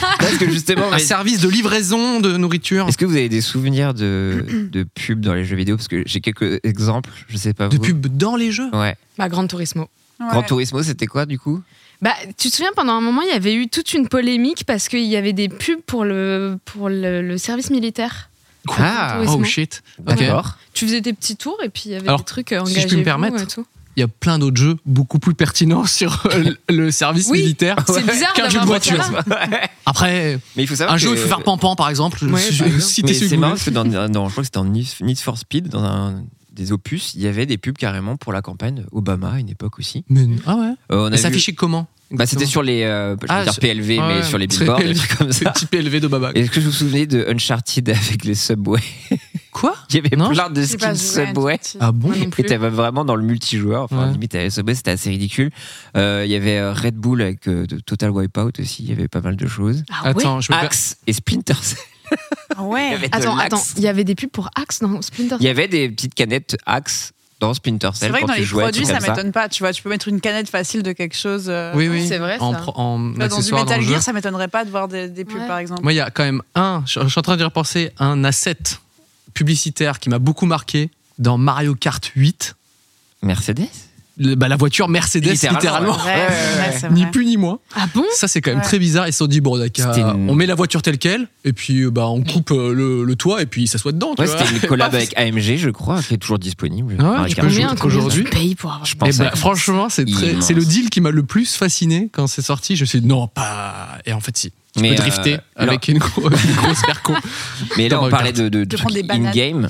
C: parce que justement,
A: Un service de livraison de nourriture.
C: Est-ce que vous avez des souvenirs de, de pubs dans les jeux vidéo Parce que j'ai quelques exemples, je sais pas
A: De
C: vous.
A: pub dans les jeux.
C: Ouais.
B: bah, Gran Turismo.
C: Grand
D: Ouais.
C: Turismo, c'était quoi du coup
B: Bah, tu te souviens pendant un moment il y avait eu toute une polémique parce qu'il y avait des pubs pour le pour le, le service militaire.
C: Ah,
B: Gran Turismo.
A: Oh shit. Ok.
C: D'accord.
B: Tu faisais des petits tours et puis il y avait
A: Alors,
B: des trucs euh,
A: si je puis me
B: engagés.
A: permettre, Il y a plein d'autres jeux beaucoup plus pertinents sur euh, le service
B: Oui.
A: militaire
B: C'est bizarre
A: qu'un jeu de
B: d'avoir pensé à
A: voiture.
B: ça.
A: Après,
C: Mais il faut savoir
A: un
C: que-
A: jeu où il faut faire pampan, par exemple.
B: Ouais,
A: si
B: par exemple.
C: Mais
A: celui
C: c'est
A: que vous
C: marrant
A: voulez.
C: parce que dans, dans- je crois que c'était dans Need for Speed, dans un des opus, il y avait des pubs carrément pour la campagne Obama à une époque aussi.
A: Mais non. Ah ouais.
C: Euh, on a
A: Et ça
C: vu-
A: affichait comment
C: Bah, c'était sur les euh, je veux
A: Ah,
C: dire
A: sur-
C: PLV,
A: Ouais,
C: mais
A: ouais.
C: sur les
A: Sur les
C: billboards, des
A: PLV.
C: trucs comme
A: Exactement.
C: ça.
A: C'est petit PLV de Baba.
C: Est-ce que vous vous souvenez de Uncharted avec les Subway
A: Quoi
C: Il y avait
A: Non.
C: plein de
D: J'ai pas
C: skins
D: joué à
C: Subway.
D: Uncharted.
A: Ah bon
B: Moi non plus.
C: Et t'avais vraiment dans le multijoueur, enfin
A: Ouais.
C: limite à SOB, c'était assez ridicule. Euh, Il y avait euh, Red Bull avec euh, de Total Wipeout aussi, il y avait pas mal de choses.
B: Ah ouais
A: Attends, je me perds.
C: Axe et Splinter Cell.
D: Ah
C: Il y
D: ouais.
C: avait de
B: Attends,
C: l'Axe.
B: attends, il y avait des pubs pour Axe dans Splinter.
C: Il y avait des petites canettes Axe dans Splinter Cell.
D: C'est vrai que
C: quand
D: dans
C: tu
D: les
C: jouais à des
D: produits,
C: trucs
D: ça
C: comme
D: m'étonne pas. Tu vois, tu peux mettre une canette facile de quelque chose. euh,
A: Oui, oui.
B: C'est vrai,
A: En,
B: ça.
A: pro- en
D: Bah, dans du
A: accessoire dans
D: Metal
A: le jeu.
D: Gear, ça m'étonnerait pas de voir des, des pubs,
B: Ouais.
D: par exemple.
A: Moi, il y a quand même un, je, je suis en train d'y repenser, un asset publicitaire qui m'a beaucoup marqué dans Mario Kart 8.
C: Mercedes
A: Le- bah, la voiture Mercedes, littéralement.
C: Littéralement,
D: Ouais, ouais, ouais, c'est
A: Ni
D: vrai.
A: plus ni moins.
B: Ah bon
A: Ça, c'est quand même
D: Ouais.
A: très bizarre. Ils se sont dit, bon, d'accord,
C: C'était une-
A: on met la voiture telle qu'elle, et puis euh, bah, on coupe euh, le, le toit, et puis ça soit dedans. tu
C: Ouais,
A: vois.
C: c'était une collab avec AMG, je crois, qui est toujours disponible.
A: Ah ouais,
C: Mario
A: tu
C: Kart
A: peux jouer
C: Shoot.
A: encore. aujourd'hui-
B: tu payes pour avoir
C: Je
A: Et
C: pense
A: bah,
C: à-
A: franchement, c'est très-
C: Immense.
A: c'est le deal qui m'a le plus fasciné quand c'est sorti. Je me suis dit, non, pas. Et en fait, si. Tu
C: Mais,
A: peux drifter
C: euh,
A: avec une, gro- une grosse perco.
C: Mais là,
A: Dans
C: on
A: Mario
C: parlait de, de,
D: De
C: trucs
D: prendre des bananes.
C: in-game,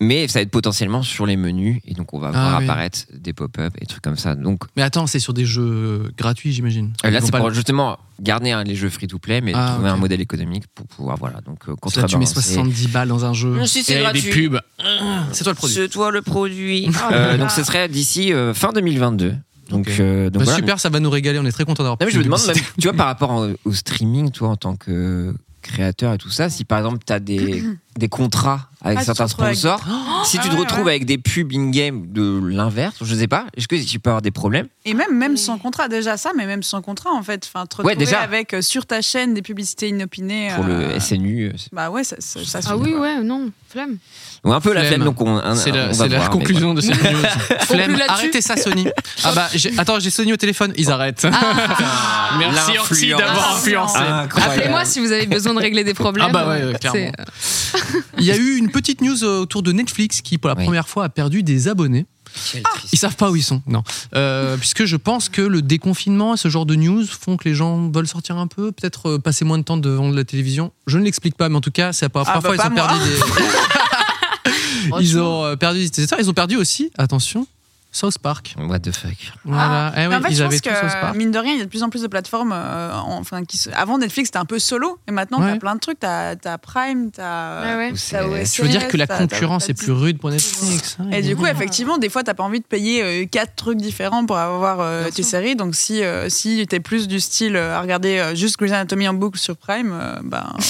C: mais ça va être potentiellement sur les menus, et donc on va voir
A: Ah oui.
C: apparaître des pop-up et trucs comme ça. Donc
A: Mais attends, c'est sur des jeux gratuits, j'imagine.
C: Euh, Là,
A: Ah, Ils vont
C: c'est
A: pas
C: pour
A: le-
C: justement garder hein, les jeux free-to-play, mais
A: Ah,
C: trouver
A: ok.
C: un modèle économique pour pouvoir, voilà, donc euh,
A: Parce que là, tu mets
C: contrebalancer.
A: 70 balles dans un jeu.
C: Si
A: et
C: c'est
A: des
C: gratuit.
A: pubs. Ah. C'est toi le produit.
C: C'est toi le produit.
D: Oh
C: Euh, donc, ce serait d'ici euh, fin 2022. Donc,
A: Ok.
C: euh, donc
A: Bah,
C: voilà.
A: Super, ça va nous régaler. On est très content d'avoir.
C: Non, mais
A: pu
C: je me demande même,
A: publicité.
C: tu vois, par rapport en- au streaming, toi, en tant que créateur et tout ça, si par exemple, tu as des, des contrats avec
D: Ah, tu te
C: certains
D: retrouves avec-
C: sponsors, si
D: Ah
C: tu te
D: ouais,
C: retrouves
D: ouais.
C: avec des pubs in-game de l'inverse, je sais pas, est-ce que tu peux avoir des problèmes
D: Et même, même sans contrat, déjà ça, mais même sans contrat, en fait. Enfin, te
C: Ouais,
D: retrouver
C: déjà.
D: avec euh, sur ta chaîne des publicités inopinées.
C: pour
D: euh,
C: le SNU euh,
D: Bah ouais, ça, ça, ça se
B: Ah
D: fait.
B: oui, ouais, non, flemme.
C: ou un peu la
A: Flemme.
C: flemme, donc on, un-
A: C'est
C: on
A: la,
C: va voir,
A: c'est la
C: mais voilà.
A: conclusion de cette news. Flemme.
B: Conclue là-dessus.
A: Arrêtez ça, Sony. Ah bah, j'ai- attends, j'ai Sony au téléphone. Ils arrêtent.
B: Ah.
A: Merci Orti
C: L'influence.
A: d'avoir influencé.
C: Incroyable.
B: Appelez-moi si vous avez besoin de régler des problèmes.
A: Ah bah ouais, ouais, clairement.
B: C'est-
A: Il y a eu une petite news euh, autour de Netflix qui, pour la
C: Oui.
A: première fois, a perdu des abonnés. Ah,
C: Quelle
A: Ils savent pas où ils sont. Non. Euh, puisque je pense que le déconfinement et ce genre de news font que les gens veulent sortir un peu, peut-être euh, passer moins de temps devant de la télévision. Je ne l'explique pas, mais en tout cas, c'est la première
D: Ah
A: fois
D: bah,
A: ils ont
D: pas
A: perdu des. ils ont euh, perdu des auditeurs. Ils ont perdu aussi, attention, South Park.
C: What the fuck
A: Voilà. Eh oui,
D: Ah. Mais en fait,
A: ils
D: je
A: avaient
D: pense
A: tout South
D: que,
A: Park.
D: mine de rien, il y a de plus en plus de plateformes. euh, en- enfin, qui se- Avant, Netflix, c'était un peu solo. Et maintenant,
A: Ouais.
D: t'as plein de trucs. T'as as Prime, t'as.
B: Ah ouais.
C: Ou c'est-
D: t'as OSS,
A: Je veux dire que la
D: t'as- t'as-
A: concurrence
D: t'as
A: est plus rude pour Netflix. hein,
D: Et du coup,
A: évidemment.
D: effectivement, des fois, t'as pas envie de payer euh, quatre trucs différents pour avoir euh,
B: Bien
D: tes
B: sûr.
D: séries. Donc, si, euh, si t'es plus du style euh, à regarder euh, juste Grey's Anatomy en boucle sur Prime, euh, ben.
A: Et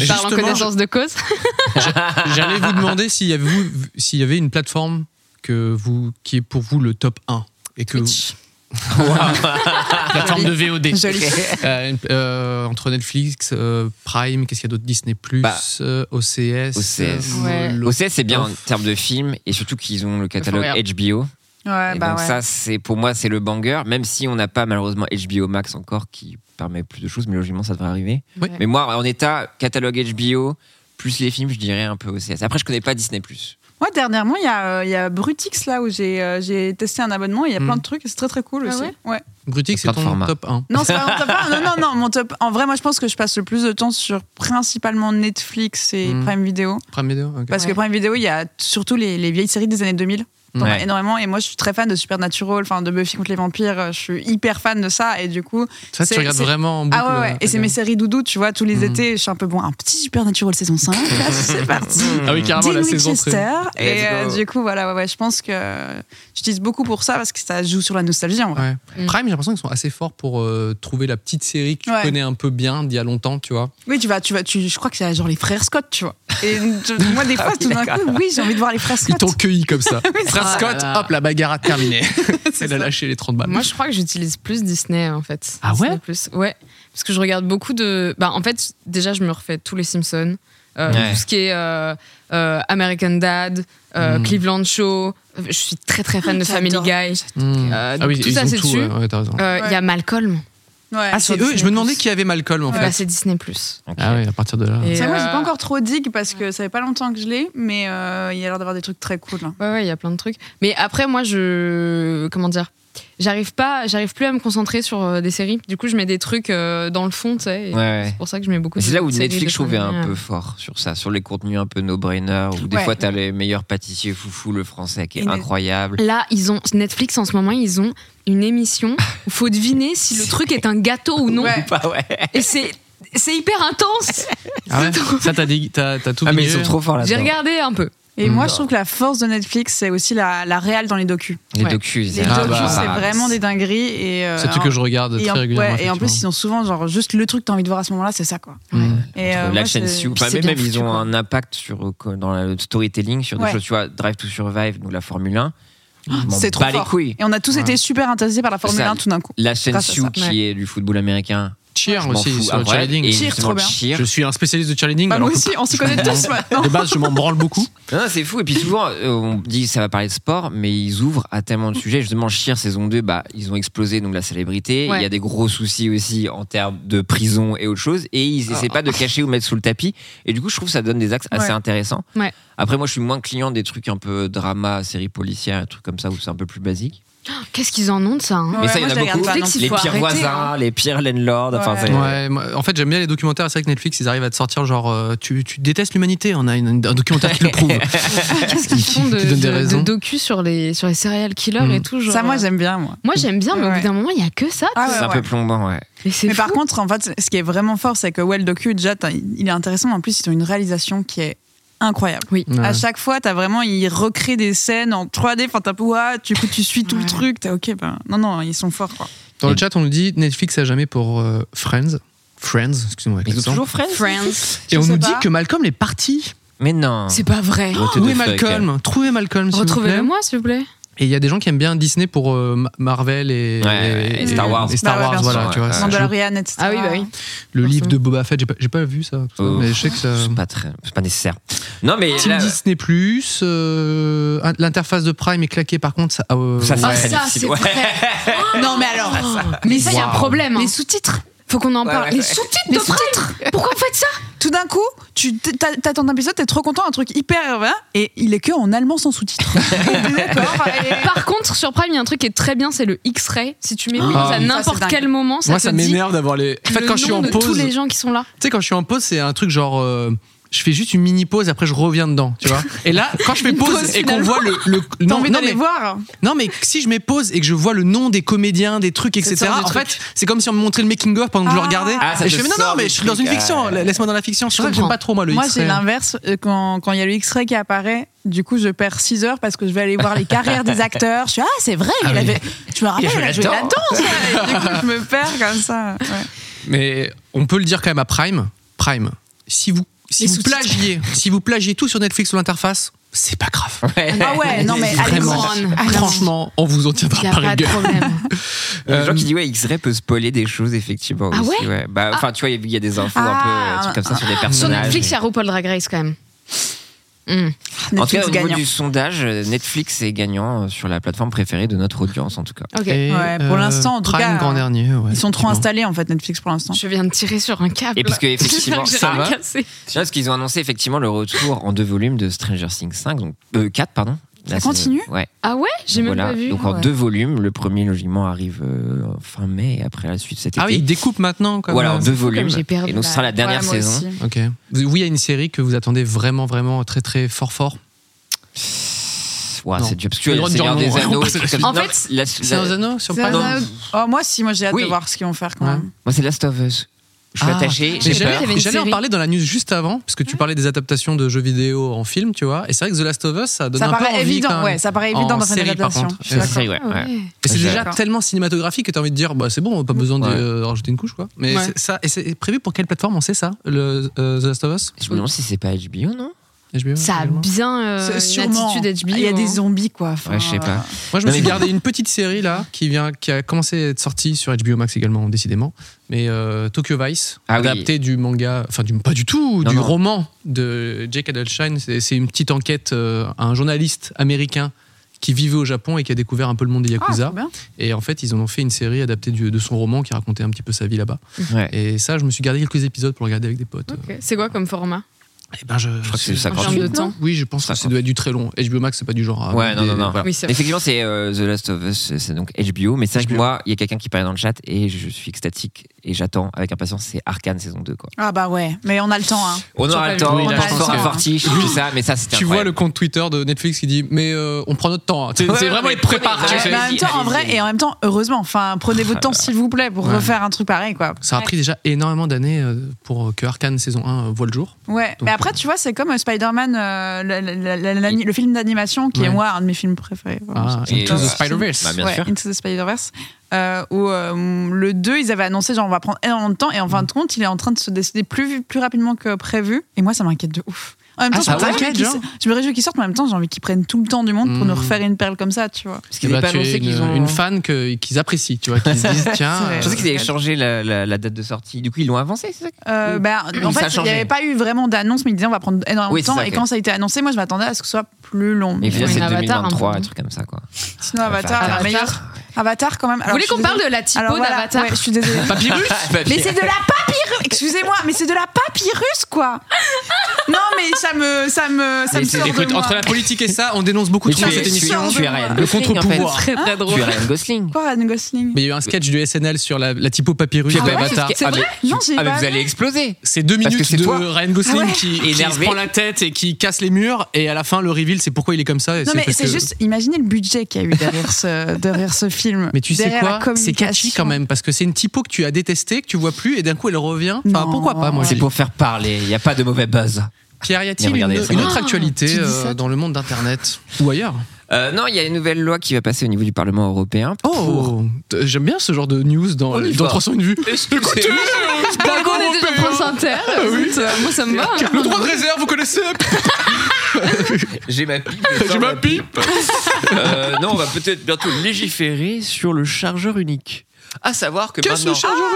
B: Je parle en
A: justement,
B: connaissance de cause.
A: J'allais vous demander s'il y, avait vous- s'il y avait une plateforme que vous, qui est pour vous le top 1. Et que
B: Twitch.
A: plateforme de VOD.
D: Joli.
A: Euh, une- euh, entre Netflix, euh, Prime, qu'est-ce qu'il y a d'autre Disney,
C: Bah,
A: euh, OCS.
C: OCS.
A: euh,
B: Ouais.
A: Lo-
C: OCS, c'est bien en
A: Off.
C: termes de films et surtout qu'ils ont le catalogue
B: Faut
C: HBO.
D: Ouais,
C: et
D: bah
C: donc,
D: ouais.
C: ça, c'est, pour moi, c'est le banger, même si on n'a pas malheureusement HBO Max encore qui permet plus de choses, mais logiquement, ça devrait arriver.
A: Oui.
C: Mais moi, en état, catalogue HBO, plus les films, je dirais un peu OCS. Après, je connais pas Disney.
D: Moi, dernièrement, il y, a, euh, il y a Brutix là où j'ai euh, j'ai testé un abonnement. Il y a
A: Hmm.
D: plein de trucs. et C'est très très cool
B: Ah
D: aussi.
B: ouais
D: ouais.
A: Brutix, c'est
C: Plein de
A: ton
C: formats.
A: top 1.
D: Non, c'est pas mon top un. Non, non, non. Mon top... En vrai, moi, je pense que je passe le plus de temps sur principalement Netflix et
A: Hmm.
D: Prime Video.
A: Prime Video ok.
D: Parce que
B: Ouais.
D: Prime Video, il y a t- surtout les, les vieilles séries des années 2000. T'en
C: Ouais.
D: as énormément. Et moi, je suis très fan de Supernatural, enfin de Buffy contre les vampires. euh, Je suis hyper fan de ça. Et du coup.
A: Ça, tu
D: c'est-
A: regardes
D: c'est-
A: vraiment en boucle.
D: Ah ouais, ouais.
A: euh,
D: Et c'est
A: ok.
D: mes séries doudou, tu vois, tous les
A: Hmm.
D: étés. Je suis un peu bon. Un petit Supernatural saison 5. là, c'est parti.
A: Ah oui, carrément,
D: Dean
A: la saison très-
D: Winchester.
C: Let's
D: Et euh,
C: go.
D: du coup, voilà, ouais, ouais, je pense que j'utilise beaucoup pour ça parce que ça joue sur la nostalgie en vrai.
A: Ouais.
B: Mm.
A: Prime, j'ai l'impression qu'ils sont assez forts pour euh, trouver la petite série que tu
D: Ouais.
A: connais un peu bien d'il y a longtemps, tu vois.
D: Oui, tu vas, tu vas, tu, je crois que c'est genre les frères Scott, tu vois. Et je- moi, des
A: Ah
D: fois, tout d'un coup, oui, j'ai envie de voir les frères
A: Ils
D: Scott.
A: t'ont cueilli comme ça. Frère
C: Ah
A: Scott,
C: là là.
A: hop, la bagarre a terminé. Elle
D: ça.
A: a lâché les 30 balles.
B: euh, Moi, je crois que j'utilise plus Disney en fait.
A: Ah ouais
B: Disney plus. Ouais. Parce que je regarde beaucoup de. Bah, en fait, déjà, je me refais tous les Simpsons. euh,
C: Ouais.
B: Tout ce qui est euh, euh, American Dad, euh,
A: Mm.
B: Cleveland Show. Je suis très très fan de Family
D: Ah, J'adore.
B: Guy.
A: Mm.
B: Euh,
A: ah oui,
B: tout
A: ils
B: ça,
A: ont
B: c'est
A: tout,
B: dessus.
A: ouais, ouais, t'as raison.
B: Euh, Il y a Malcolm.
D: Ouais.
A: ah, c'est
B: sur
A: eux Je me
B: Disney+.
A: demandais qui avait Malcolm, en
D: Ouais.
B: Bah,
A: fait.
B: c'est Disney Plus.
C: Ok.
A: Ah oui, à partir de là.
D: C'est vrai, moi, j'ai
B: euh,
D: pas encore trop dig parce que ça fait pas longtemps que je l'ai, mais euh, il y a l'air d'avoir des trucs très cool. hein.
B: Ouais, ouais, il y a plein de trucs. Mais après, moi, je. Comment dire J'arrive pas, j'arrive plus à me concentrer sur euh, des séries. Du coup, je mets des trucs euh, dans le fond, tu sais. et
C: Ouais, ouais.
B: C'est pour ça que je mets beaucoup.
C: Mais
B: de
C: c'est là où
B: séries, de euh.
C: Netflix, je trouve, est un
B: films,
C: peu fort sur ça, sur les contenus un peu no-brainer, où des
D: hein. Ouais.
C: fois, t'as les meilleurs pâtissiers foufou, le français qui est
D: Et des-
C: incroyable.
B: Là, ils ont Netflix en ce moment, ils ont une émission où faut deviner si le truc est un gâteau ou non.
D: Ouais.
C: Bah ouais.
B: Et c'est c'est hyper intense.
A: Ah ouais
B: C'est tout.
A: Ça, t'as dit- t'as t'as tout
C: Ah, mais ils
A: oublié.
C: sont trop forts là
B: J'ai regardé un peu.
D: Et
A: Mm.
C: Mmh.
D: moi, je trouve que la force de Netflix, c'est aussi la, la réal dans les docus.
C: Les
B: Ouais.
C: docus,
D: Les
A: Ah
D: docus,
A: bah.
D: c'est vraiment des dingueries. Et, euh,
A: C'est le truc que je regarde
D: et
A: très
D: en, ouais,
A: régulièrement.
D: et en plus, ils ont souvent genre juste le truc que t'as envie de voir à ce moment-là, c'est ça quoi.
C: Mmh.
A: effectivement. Mm.
D: Et euh, moi,
C: la chaîne
D: c'est- hein.
C: Sioux.
B: puis
C: Enfin,
B: c'est
C: même,
B: bien
C: ils
B: foutu,
C: ont
B: quoi.
C: un impact sur, euh, dans le storytelling, sur
D: Ouais. Oh,
C: des choses, tu vois, Drive to Survive, nous, la Formule 1. Bon,
D: C'est trop
C: pas les
D: fort.
C: couilles.
D: Et on a tous
A: Ouais.
D: été super intéressés par la Formule
C: Ça,
D: 1 tout d'un coup.
C: La chaîne
D: Grâce à
C: Sioux,
D: ça.
C: qui
B: Ouais.
C: est du football américain.
A: Cheer
C: Je m'en
A: aussi,
C: fous.
A: sur le
C: incroyable.
A: cheerleading.
C: Et
D: Cheer,
C: justement,
D: trop
C: le
D: bien.
C: cheer.
A: Je suis un spécialiste de cheerleading.
D: Bah,
A: alors
D: moi
A: que
D: aussi, on s'y connaît tous maintenant.
A: De base, Eh ben, je m'en branle beaucoup.
C: Non, c'est fou. Et puis souvent, euh, on dit ça va parler de sport, mais ils ouvrent à tellement de sujets. Justement, Cheer saison 2, bah, ils ont explosé donc la célébrité.
B: Ouais.
C: Il y a des gros soucis aussi en termes de prison et autre chose. Et ils essaient pas de cacher ou mettre sous le tapis. Et du coup, je trouve que ça donne des axes assez
D: Ah. Ouais.
C: intéressants.
B: Ouais.
C: Après, moi, je suis moins client des trucs un peu drama, séries policières, des trucs comme ça où c'est un peu plus basique.
B: Qu'est-ce qu'ils en ont de ça hein
D: Ouais,
C: mais ça,
D: moi,
C: il y
D: je
C: en a
D: les regarde
C: beaucoup.
D: pas non
B: Netflix,
D: plus.
B: il
C: les
B: faut
C: pires
B: arrêter,
C: voisins,
B: hein.
C: les pires landlords. Enfin,
D: Ah Ouais.
C: c'est-
A: Ouais, moi, en fait, j'aime bien les documentaires. C'est vrai que Netflix, ils arrivent à te sortir genre, euh, tu, tu détestes l'humanité. On a une- un documentaire qui le prouve.
B: Qu'est-ce qu'ils font de,
A: Qui donne des
B: de- de
A: raisons.
B: docu sur les sur les serial killers
A: Mm.
C: Hmm.
B: et tout genre,
D: Ça, moi,
B: euh,
D: j'aime bien, moi.
B: moi, j'aime bien, mais au
D: Ouais.
B: bout d'un moment, il y a que ça.
D: Ah
C: C'est
D: ouais,
C: un
D: ouais.
C: peu plombant, ouais.
B: Mais c'est
D: Mais par
B: fou.
D: contre, en fait, ce qui est vraiment fort, c'est que ouais, le docu, déjà, t'as- il est intéressant. En plus, ils ont une réalisation qui est incroyable.
A: Ouais.
D: À chaque fois, t'as vraiment, ils recréent des scènes en 3D. Enfin, t'as ouah, du coup, tu suis tout le
B: Ouais.
D: truc. T'as ok, ben non, non, ils sont forts, quoi.
A: Dans le chat, on nous dit Netflix à jamais pour euh, Friends. Friends, excusez-moi. avec
C: Ils ont
A: l'accent.
C: toujours Friends
B: Friends.
A: Et on
D: Je sais
A: nous
D: pas.
A: dit que Malcolm est parti.
C: Mais non.
B: C'est pas vrai.
C: What the
A: Où est
C: fuck,
A: Malcolm Trouvez Malcolm, s'il vous plaît.
B: Retrouvez-le moi, s'il vous plaît.
A: Et il y a des gens qui aiment bien Disney pour euh, Ma- Marvel et,
C: Ouais, et Star Wars.
A: et Star
D: Bah ouais,
A: Wars,
D: bien
A: voilà,
C: sûr,
A: tu vois.
C: ouais.
A: ça joue.
D: Mandalorian, etc.
B: Ah oui, bah oui.
A: Le livre
B: Forcément.
A: de Boba Fett, j'ai pas, j'ai pas vu ça, tout ça,
C: Oh.
A: mais je sais que ça.
C: C'est pas très, c'est pas nécessaire. Non mais
A: Team
C: là,
A: Disney Plus, euh, l'interface de Prime est claquée par contre. Ça, ah, ouais,
C: ça
A: ouais.
C: c'est
B: Ah,
C: très
B: ça,
C: difficile.
B: c'est
C: Ouais. Ah,
B: vrai. Oh,
D: Non, mais alors,
B: Mais ça, il y a un
A: Wow.
B: problème. hein.
D: les sous-titres.
B: Faut qu'on en parle.
C: ouais,
B: Les
C: ouais.
B: sous-titres de Prime. Pourquoi vous faites ça
D: Tout d'un coup, tu t- t'as- t'as ton épisode, t'es trop content, un truc hyper, hein, et il est que en allemand sans sous-titres. D'accord. et-
B: Par contre, sur Prime, il y a un truc qui est très bien, c'est le X-ray. Si tu mets Windows
A: Ah,
B: à
D: oui.
B: n'importe
D: Ça, c'est
B: quel moment, ça
A: Moi,
B: te
A: ça
B: dit
A: m'énerve d'avoir les. En fait,
B: le
A: quand je suis
B: nom
A: en
B: de tous
A: pause,
B: les
A: tu
B: gens qui sont là.
A: sais, quand je suis en pause, c'est un truc genre. euh, je fais juste une mini pause, après je reviens dedans, tu vois. Et là, quand je fais pause,
D: pause,
A: et qu'on
D: finalement.
A: voit le, le-
D: T'as
A: non,
D: envie
A: non,
D: d'aller
A: mais,
D: voir
A: non, mais si je mets pause et que je vois le nom des comédiens, des trucs, etc.
B: sort
A: En
B: des trucs.
A: fait, c'est comme si on me montrait le making of pendant que je le
D: Ah.
A: regardais.
C: Ah, ça
A: et je
C: te
A: fais mais non,
C: sort
A: non, mais
C: des
A: je suis dans
C: trucs,
A: une fiction.
C: euh,
A: Laisse-moi dans la fiction. C'est pour ça que j'aime
B: comprends.
A: pas trop moi le
D: Moi,
A: X-ray. hein.
D: c'est l'inverse. Euh, Quand quand il y a le X-ray qui apparaît, du coup, je perds 6 heures parce que je vais aller voir les carrières des acteurs. Je suis ah, c'est vrai, il avait. Tu me rappelles,
C: joué
D: il a joué
C: là-dedans.
D: là-dedans. ça. Et Du coup, je me perds comme ça. ouais.
A: Mais on peut le dire quand même à Prime. Prime. Si vous si
B: Les
A: vous
B: sous-titres.
A: plagiez, si vous plagiez tout sur Netflix ou l'interface, c'est pas grave.
D: Ah ouais, non mais allez
A: Vraiment.
D: voir.
B: Grande. Ah non.
A: Franchement, on vous en tiendra
B: Il a
A: Oh, par
B: pas
A: la
B: de
A: gueule.
B: problème.
C: Il y a des gens
A: Euh,
C: qui disent ouais, X-Ray peut spoiler des choses effectivement.
B: Ah
C: aussi,
B: ouais
C: Bah, enfin, tu vois, il y a des infos un peu
D: Ah,
C: euh, trucs comme ça sur des personnages.
B: Sur Netflix, il y a RuPaul Drag Race quand même. Hmm.
C: En tout
D: Netflix hein.
C: cas, au niveau
D: gagnant.
C: du sondage, euh, Netflix est gagnant euh, sur la plateforme préférée de notre audience, en tout cas.
B: Ok.
A: et, euh,
D: Ouais, pour l'instant, en tout
A: Prime
D: cas, euh,
A: grand dernier. ouais,
D: Ils sont trop
A: effectivement.
D: installés en fait Netflix pour l'instant.
B: Je viens de tirer sur un câble.
C: Et parce que,
B: J'espère
C: effectivement,
B: que j'ai
A: ça
B: rien
A: va.
B: cassé.
C: Tu vois, parce qu'ils ont annoncé effectivement le retour en deux volumes de Stranger Things 5, donc euh, 4, pardon.
D: Ça
C: Là, c'est-
D: continue
C: Ouais.
B: Ah ouais, j'ai même
C: Voilà.
B: pas vu.
C: Donc
B: Ah
C: en
B: ouais.
C: deux volumes, le premier logiquement arrive euh, fin mai et après la suite cet
A: Ah oui,
C: été.
A: ils découpent maintenant. Comme
B: Ah,
C: voilà, en deux volumes.
B: j'ai perdu
C: Et donc ce
B: la-
C: sera la dernière
D: Ouais, moi
C: saison.
D: aussi.
A: Ok. Vous- Oui, il y a une série que vous attendez vraiment, vraiment très, très fort, fort.
C: Ouais,
A: Non.
C: c'est dur. Parce que le
A: Le droit de
C: Seigneur
A: dire non,
C: des
A: hein, on
C: Anneaux,
A: passe à la
C: trucs comme
A: suite.
C: ça.
B: En
C: Non,
B: fait,
C: la-
A: C'est
C: la-
A: dans un an sur
D: Ça,
A: Prime
D: ça- Oh, moi, si, moi j'ai hâte
C: Oui.
D: de voir ce qu'ils vont faire quand
A: Ouais.
D: même.
C: Moi, c'est Last of Us. Je suis
A: Ah,
C: attaché,
A: mais
C: j'ai
B: jamais
C: peur.
B: t'avais- une
A: J'allais en
B: série.
A: parler dans la news juste avant, parce que tu parlais des adaptations de jeux vidéo en film, tu vois. Et c'est vrai que The Last of Us, ça donne
D: Ça
A: un peu
D: paraît
A: envie.
D: évident,
A: quand même.
D: ouais, ça paraît
A: En
D: évident d'en faire une
A: série, par
D: adaptation.
A: contre.
D: Je suis
C: C'est
D: d'accord.
C: vrai,
A: Euh,
C: ouais,
B: Ah
C: ouais.
B: ouais.
A: Et c'est
C: Ouais.
A: déjà
D: D'accord.
A: tellement cinématographique que tu as envie de dire, bah, c'est bon, on n'a pas besoin
C: Ouais.
A: de euh, rajouter une couche, quoi. Mais
B: Ouais.
A: c'est- ça, et c'est prévu pour quelle plateforme on sait ça, le euh, The Last of Us
C: Je me demande si c'est pas HBO, non
A: HBO,
B: Ça a
A: également
B: bien
D: C'est
B: euh, une
D: sûrement.
B: attitude HBO.
D: Il y a des
B: hein.
D: zombies quoi. enfin,
C: Ouais, je sais pas.
A: Moi, je me
C: Non,
A: suis
C: mais-
A: gardé une petite série là qui vient, qui a commencé à être sortie sur HBO Max également, décidément. Mais euh, Tokyo Vice,
C: Ah oui.
A: adapté du manga, enfin du pas du tout,
C: Non,
A: du
C: non.
A: roman de Jake Adelstein. C'est c'est une petite enquête euh, à un journaliste américain qui vivait au Japon et qui a découvert un peu le monde des
D: Ah, trop
A: yakuza.
D: bien.
A: et en fait, ils en ont fait une série adaptée du- de son roman qui racontait un petit peu sa vie là-bas.
C: Mmh. Ouais.
A: Et ça, je me suis gardé quelques épisodes pour le regarder avec des potes.
B: Ok. C'est quoi comme format
A: Et ben, je,
C: crois que c'est
B: en termes
C: 58.
B: de temps
A: Oui, je pense que ça
C: 50.
A: doit être du très long. HBO Max, c'est pas du genre. à-
C: Ouais, non,
A: Ah, des-
C: non, non.
A: voilà.
B: Oui, c'est vrai.
C: Effectivement, c'est euh, The Last of Us, c'est donc HBO. Mais sache que
A: HBO.
C: moi, il y a quelqu'un qui parlait dans le chat et je suis extatique et j'attends avec impatience. C'est Arcane saison 2. Quoi.
D: Ah bah ouais, mais on a le temps. Hein.
C: On
B: Toujours
C: aura
B: pas
C: le
B: vu.
C: temps,
A: Oui,
C: on
A: là,
C: a
A: je pense
C: encore
A: que-
C: Fortiche, tout ça, mais ça, c'était
A: Oh, Tu vois le
C: incroyable.
A: compte Twitter de Netflix qui dit mais euh, on prend notre temps. hein. C'est
C: Ouais,
A: c'est
C: ouais,
A: vraiment
C: mais
A: ils préparent.
C: prenez
A: tu
C: votre
A: sais.
D: Mais en
C: Allez-y,
D: même temps, en vrai,
C: allez-y.
D: et en même temps, heureusement. Enfin, prenez votre
C: Ah
D: temps
C: là.
D: s'il vous plaît pour
A: Ouais.
D: refaire un truc pareil quoi.
A: Ça a pris déjà énormément d'années euh, pour que Arkane saison 1 voit le jour.
D: Ouais,
A: Donc,
D: mais après, tu vois, c'est comme euh, Spider-Man, euh, la- la- la- la- l'ani- le film d'animation qui
A: Ouais.
D: est moi un de mes films préférés.
A: Ah,
D: Voilà, c'est
C: Et,
A: Into
D: top.
A: the
C: euh,
A: Spider-Verse.
C: bah, bien
D: Ouais,
C: sûr.
D: Into the Spider-Verse, euh, où euh, le 2, ils avaient annoncé genre on va prendre énormément de temps, et en fin de compte, il est en train de se décider plus, plus rapidement que prévu, et moi ça m'inquiète de ouf. En même
A: Ah,
D: temps,
A: ça
D: je, me réjouis
A: t'inquiète,
D: qu'ils-
A: genre
D: je me réjouis qu'ils sortent, mais en même temps, j'ai envie qu'ils prennent tout le temps du monde pour nous
A: Mm.
D: refaire une perle comme ça, tu vois.
C: Parce
A: Tu
C: qu'ils n'avaient
A: vois,
C: pas
A: Eh ben, bah, tu es
C: annoncé qu'ils
A: une,
C: ont.
A: une fan que- qu'ils apprécient, tu vois, qu'ils se disent tiens.
D: vrai.
A: euh,
C: Je pensais qu'ils avaient changé la, la- la date de sortie. Du coup, ils l'ont avancé, c'est ça
D: Euh,
C: Mm.
D: bah, en
C: Ça a
D: fait, il n'y
C: changé.
D: avait pas eu vraiment d'annonce, mais ils disaient on va prendre énormément
C: Oui,
D: de
C: c'est
D: temps,
C: ça,
D: et
C: ok.
D: quand ça a été annoncé, moi je m'attendais à ce que ce soit plus long.
C: Mais
D: Mais
C: finalement,
B: Oui,
C: c'est
B: un avatar, un
C: 2023,
B: peu,
C: un
B: non
C: truc comme ça. Quoi.
D: sinon, Avatar,
C: Avatar.
D: la meilleure. Avatar quand même.
B: Vous
D: Alors,
B: voulez
D: je suis
B: qu'on parle
D: désolée.
B: de la typo
D: Alors, voilà,
B: d'Avatar
D: ouais, je suis désolée.
A: Papyrus
D: Mais c'est de la papyrus Excusez-moi, mais c'est de la papyrus, quoi Non, mais ça me, ça me, ça
C: Mais
D: me
C: c'est-
D: sort de
A: Écoute,
D: moi.
A: entre la politique et ça, on dénonce beaucoup
C: Mais
A: trop
C: tu, es,
A: cette
D: c'est
C: tu,
A: émission.
D: sûr.
C: tu es Ryan
A: Le
C: Gosling. en fait.
A: contre-pouvoir.
B: Très très
C: Tu es
B: drôle.
C: Ryan Gosling.
D: Quoi, Ryan Gosling
A: Mais il y a eu un sketch du SNL sur la, la typo papyrus
C: Ah ouais,
A: d'Avatar.
C: parce que- ah, mais-
D: Non, j'ai
C: Ah,
D: pas
C: mais vous
D: vu. Ah
C: allez exploser.
A: C'est deux
C: Parce que
A: minutes
C: c'est
A: de
C: toi.
A: Ryan Gosling qui, qui se
C: Énervé.
A: prend la tête et qui casse les murs et à la fin le reveal c'est pourquoi il est comme ça. et
D: Non, mais
A: parce
D: c'est
A: que-
D: juste, imaginez le budget qu'il y a eu derrière ce, derrière ce film.
A: Mais tu sais
D: derrière la
A: quoi C'est catchy
D: communication.
A: quand même parce que c'est une typo que tu as détestée, que tu vois plus et d'un coup elle revient. Enfin,
D: Non.
A: pourquoi pas moi je
C: C'est
A: dis.
C: pour faire parler. Il n'y a pas de mauvais buzz.
A: Pierre, y a-t-il
C: Mais regardez,
A: une,
C: ça
A: une
C: va.
A: autre
B: Ah,
A: actualité
B: tu dis
A: euh,
B: ça.
A: dans le monde d'Internet ou ailleurs
C: Euh, non, il y a une nouvelle loi qui va passer au niveau du Parlement européen. pour-
A: Oh, t- j'aime bien ce genre de news dans, euh,
C: On y
A: dans
C: va.
A: 301 vues.
B: Bah, qu'on est déjà France Inter, écoute, euh, moi ça me va.
A: Ah
C: hein.
A: Le droit de réserve, vous connaissez
C: J'ai ma pipe.
A: J'ai ma pipe.
C: Euh, non, on va peut-être bientôt légiférer sur le chargeur unique. À savoir que
A: Qu'est-ce que
C: maintenant.
A: le chargeur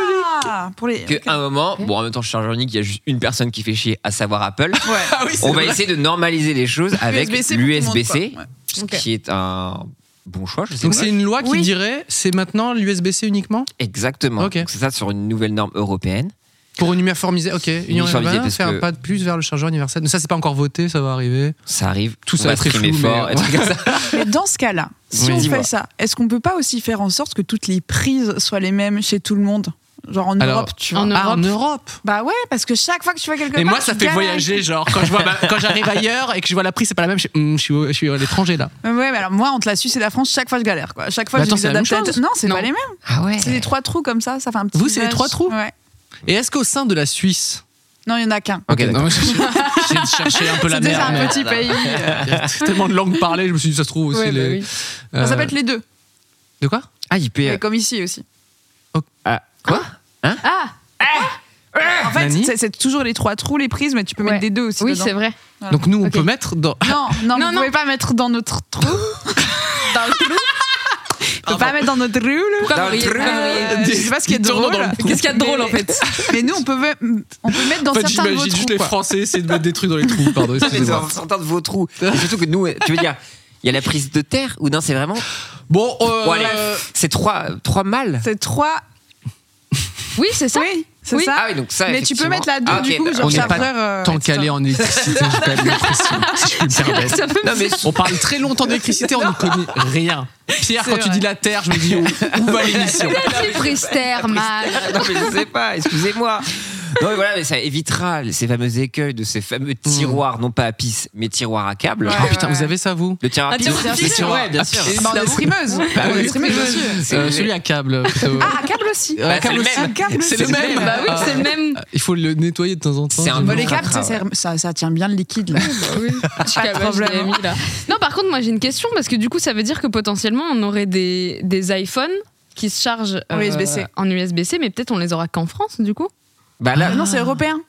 D: Ah, pour les.
C: qu'à un moment, bon, en même temps, le chargeur unique, il y a juste une personne qui fait chier, à savoir Apple.
D: Ouais.
A: Ah oui, c'est
C: On va
A: vrai.
C: essayer de normaliser les choses avec
D: USB-C pour tout le monde,
C: l'USB-C,
D: quoi. Ouais.
C: ce
D: Ok.
C: qui est un bon choix, je sais
A: Donc
C: pas.
A: c'est une loi qui
D: Oui.
A: dirait c'est maintenant l'USB-C uniquement
C: Exactement.
A: Ok.
C: Donc C'est ça sur une nouvelle norme européenne.
A: pour uniformiser. Ok,
C: Uniformiser,
A: uniformiser,
C: parce
A: faire un
C: que-
A: pas de plus vers le chargeur universel. Mais ça c'est pas encore voté, ça va arriver.
C: Ça arrive,
A: Tout
C: tout
A: ça
C: ça
A: est
C: va
A: très
C: streamer
A: flou,
C: fort,
A: mais-
C: et trucs comme ça.
D: Mais dans ce cas-là, si
C: Oui.
D: on
C: Dis-moi.
D: fait ça, est-ce qu'on peut pas aussi faire en sorte que toutes les prises soient les mêmes chez tout le monde Genre en
A: Alors,
D: Europe, tu vois.
B: en
A: Ah, en
B: Europe.
A: Europe
D: Bah ouais, parce que chaque fois que tu vas quelque part.
A: Et moi, ça
D: tu
A: fait
D: galères.
A: voyager, genre, quand je vois ma- quand j'arrive ailleurs et que je vois la prix, c'est pas la même. Je, hum, je suis, au- je suis à l'étranger là.
D: Ouais, mais alors moi, entre la Suisse et la France, chaque fois je galère quoi. Chaque fois
A: Mais
D: je
A: Bah, attends,
D: vais
A: c'est la même chose.
D: Non, c'est
B: Non.
D: pas les mêmes.
C: Ah ouais.
D: C'est des trois trous comme ça, ça fait un petit.
A: Vous, c'est les
D: village.
A: trois trous
D: Ouais.
A: Et est-ce qu'au sein de la Suisse.
D: Non, il y en a qu'un.
C: Ok, d'accord.
A: non, J'ai j'ai cherché un peu la
D: C'est déjà
A: merde.
D: un
A: mais-
D: petit pays. euh,
A: Il y a tellement de langues parlées, je me suis dit, ça se trouve aussi.
D: Ouais, bah
A: les-
D: oui.
A: Euh,
D: Ça peut être les deux,
A: De quoi
C: Ah, il peut.
D: mais comme ici aussi.
C: Ah, quoi
B: Ah,
D: En fait,
A: Hein Nani
D: c'est- c'est toujours les trois trous, les prises, mais tu peux
B: Eh Ouais.
D: mettre des deux aussi.
B: oui,
D: dedans.
B: c'est vrai.
A: Donc nous, on
B: Ok.
A: peut mettre dans.
D: Non, non,
B: Non,
D: vous
B: non.
D: pouvez pas mettre dans notre trou. dans le trou. Vous pouvez pas mettre dans notre trou. là.
B: Pourquoi
C: Dans
B: vous
C: le
B: riez
C: trou.
B: Ah,
D: Euh, je sais pas ce qui est
A: Des tournants
D: drôle.
A: dans le trou.
B: Qu'est-ce qu'il y a de drôle en fait
D: Mais nous, on peut, on peut mettre dans
A: En fait,
D: certains de vos
A: j'imagine
D: trous.
A: juste les
D: quoi.
A: Français essayer de mettre des trucs dans les trous, pardon,
C: Non, mais dans
A: excusez-moi.
C: certains de vos trous. Et surtout que nous, tu veux dire, il y a la prise de terre ou non, c'est vraiment.
A: Bon, euh,
C: Bon, allez, c'est trois, trois mâles.
D: C'est trois.
B: Oui, c'est ça.
D: Oui, c'est
B: Oui.
D: ça.
C: Ah oui, donc ça.
D: mais tu peux
C: effectivement.
D: mettre la deux
C: Ah,
D: du
C: ok,
D: coup, genre
C: on n'est pas
D: serveur. euh,
A: tant
D: etc.
A: qu'aller en électricité, j'ai quand même l'impression. si je puis me permettre.
B: Ça peut
C: Non, mais
A: On parle très longtemps d'électricité, on n'y connaît rien. Pierre,
D: C'est
A: quand tu
D: vrai.
A: dis la Terre, je me dis où, où va l'émission
B: C'est Frister, mal.
C: non, mais je sais pas, excusez-moi. Non, mais voilà, mais ça évitera ces fameux écueils de ces fameux tiroirs, non pas à pisse, mais tiroirs à câble.
A: Oh Hmm. putain, vous avez ça, vous
C: Le tiroir à
B: Ah,
C: pisse,
B: tiroir à
C: le
B: pisse,
C: tiroir,
A: ouais, bien
C: à
A: sûr.
C: pisse.
D: Bah, on est
B: Évidemment.
D: streameuse.
A: Bah
D: on
A: oui.
D: est streameuse aussi.
C: C'est
A: Euh,
C: le-
A: Celui à câble, plutôt.
D: Ah, câble aussi.
A: Euh,
C: Bah, c'est le
A: câble-
C: même.
D: câble,
A: C'est le même. Ah.
B: Bah oui, c'est le même.
A: Il faut le nettoyer de temps en temps.
C: C'est un
A: j'avoue.
D: Bon, les
C: Bon,
D: câbles,
C: ça,
D: tu sais, ça, ça tient bien le liquide là.
B: Jusqu'à
D: de
B: bah, je l'ai
D: problème.
B: mis, là. Non, par contre, moi j'ai une question parce que du coup, ça veut dire que potentiellement on aurait des, des iPhones qui se chargent euh,
D: En USB-C.
B: en USB-C, mais peut-être on les aura qu'en France du coup.
C: Bah là,
D: Ah non, c'est européen.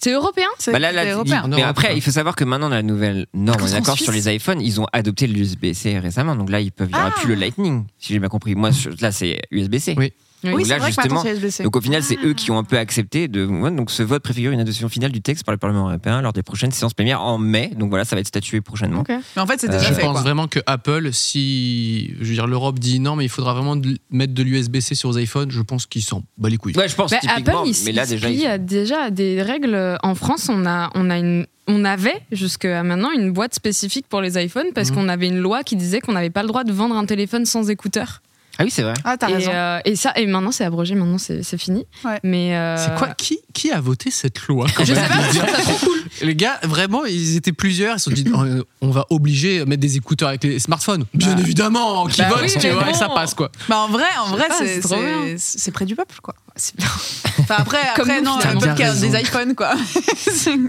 B: C'est européen
D: C'est
C: Bah là, là,
D: c'est européen. Ah,
A: il-
C: mais
A: Europe, hein.
C: après,
A: ouais.
C: il faut savoir que maintenant, la nouvelle norme, on est
D: Parce qu'en
C: d'accord sur
D: Suisse-
C: les iPhones, ils ont adopté l'USB-C récemment. Donc là, ils peuvent, il n'y aura
D: Ah.
C: plus le Lightning, si j'ai bien compris. Moi, je- là, c'est USB-C.
A: Oui.
D: Oui,
C: Donc
D: c'est
C: là,
D: vrai que maintenant
C: justement,
D: c'est USB-C.
C: Donc au final, c'est eux
D: Ah.
C: qui ont un peu accepté. De... ouais, Donc ce vote préfigure une adoption finale du texte par le Parlement européen lors des prochaines séances plénières en mai. Donc voilà, ça va être statué prochainement.
B: Ok.
D: Mais en fait, c'est
C: Euh,
D: déjà
A: Je
D: fait.
A: pense
D: quoi.
A: vraiment que Apple, si je veux dire l'Europe dit non, mais il faudra vraiment de- mettre de l'USB-C sur les iPhones, je pense qu'ils s'en bat les couilles.
C: Ouais, je pense
B: Bah,
C: typiquement,
B: Apple, il,
C: mais là
B: il se
C: déjà,
B: plie
C: ils-
B: à déjà des règles. En France, on a, on a une, on avait jusqu'à maintenant une boîte spécifique pour les iPhones parce
A: Mhm.
B: qu'on avait une loi qui disait qu'on n'avait pas le droit de vendre un téléphone sans écouteur.
C: Ah oui, c'est vrai.
D: Ah, t'as
B: et,
D: raison.
B: euh, et ça, et maintenant c'est abrogé, maintenant c'est c'est fini.
D: Ouais.
B: Mais euh,
A: C'est quoi qui, qui a voté cette loi quand
B: Je
A: même
B: sais pas, mais je trouve ça trop cool.
A: Les gars, vraiment, ils étaient plusieurs. Ils se sont dit, euh, on va obliger à mettre des écouteurs avec les smartphones. Bien évidemment, qui
B: bah
A: vote,
B: oui,
A: tu
B: mais
A: vois,
B: bon.
A: et ça passe quoi.
D: Bah, en vrai, en
B: Je sais
D: vrai,
B: pas,
D: c'est-
B: c'est trop
D: c'est
B: bien.
D: c'est près du peuple quoi.
B: C'est-
D: Enfin après,
B: Comme
D: après
B: nous,
D: non,
A: t'as
D: le
A: bien
D: peuple qui a
A: raison.
D: des iPhones quoi. C'est-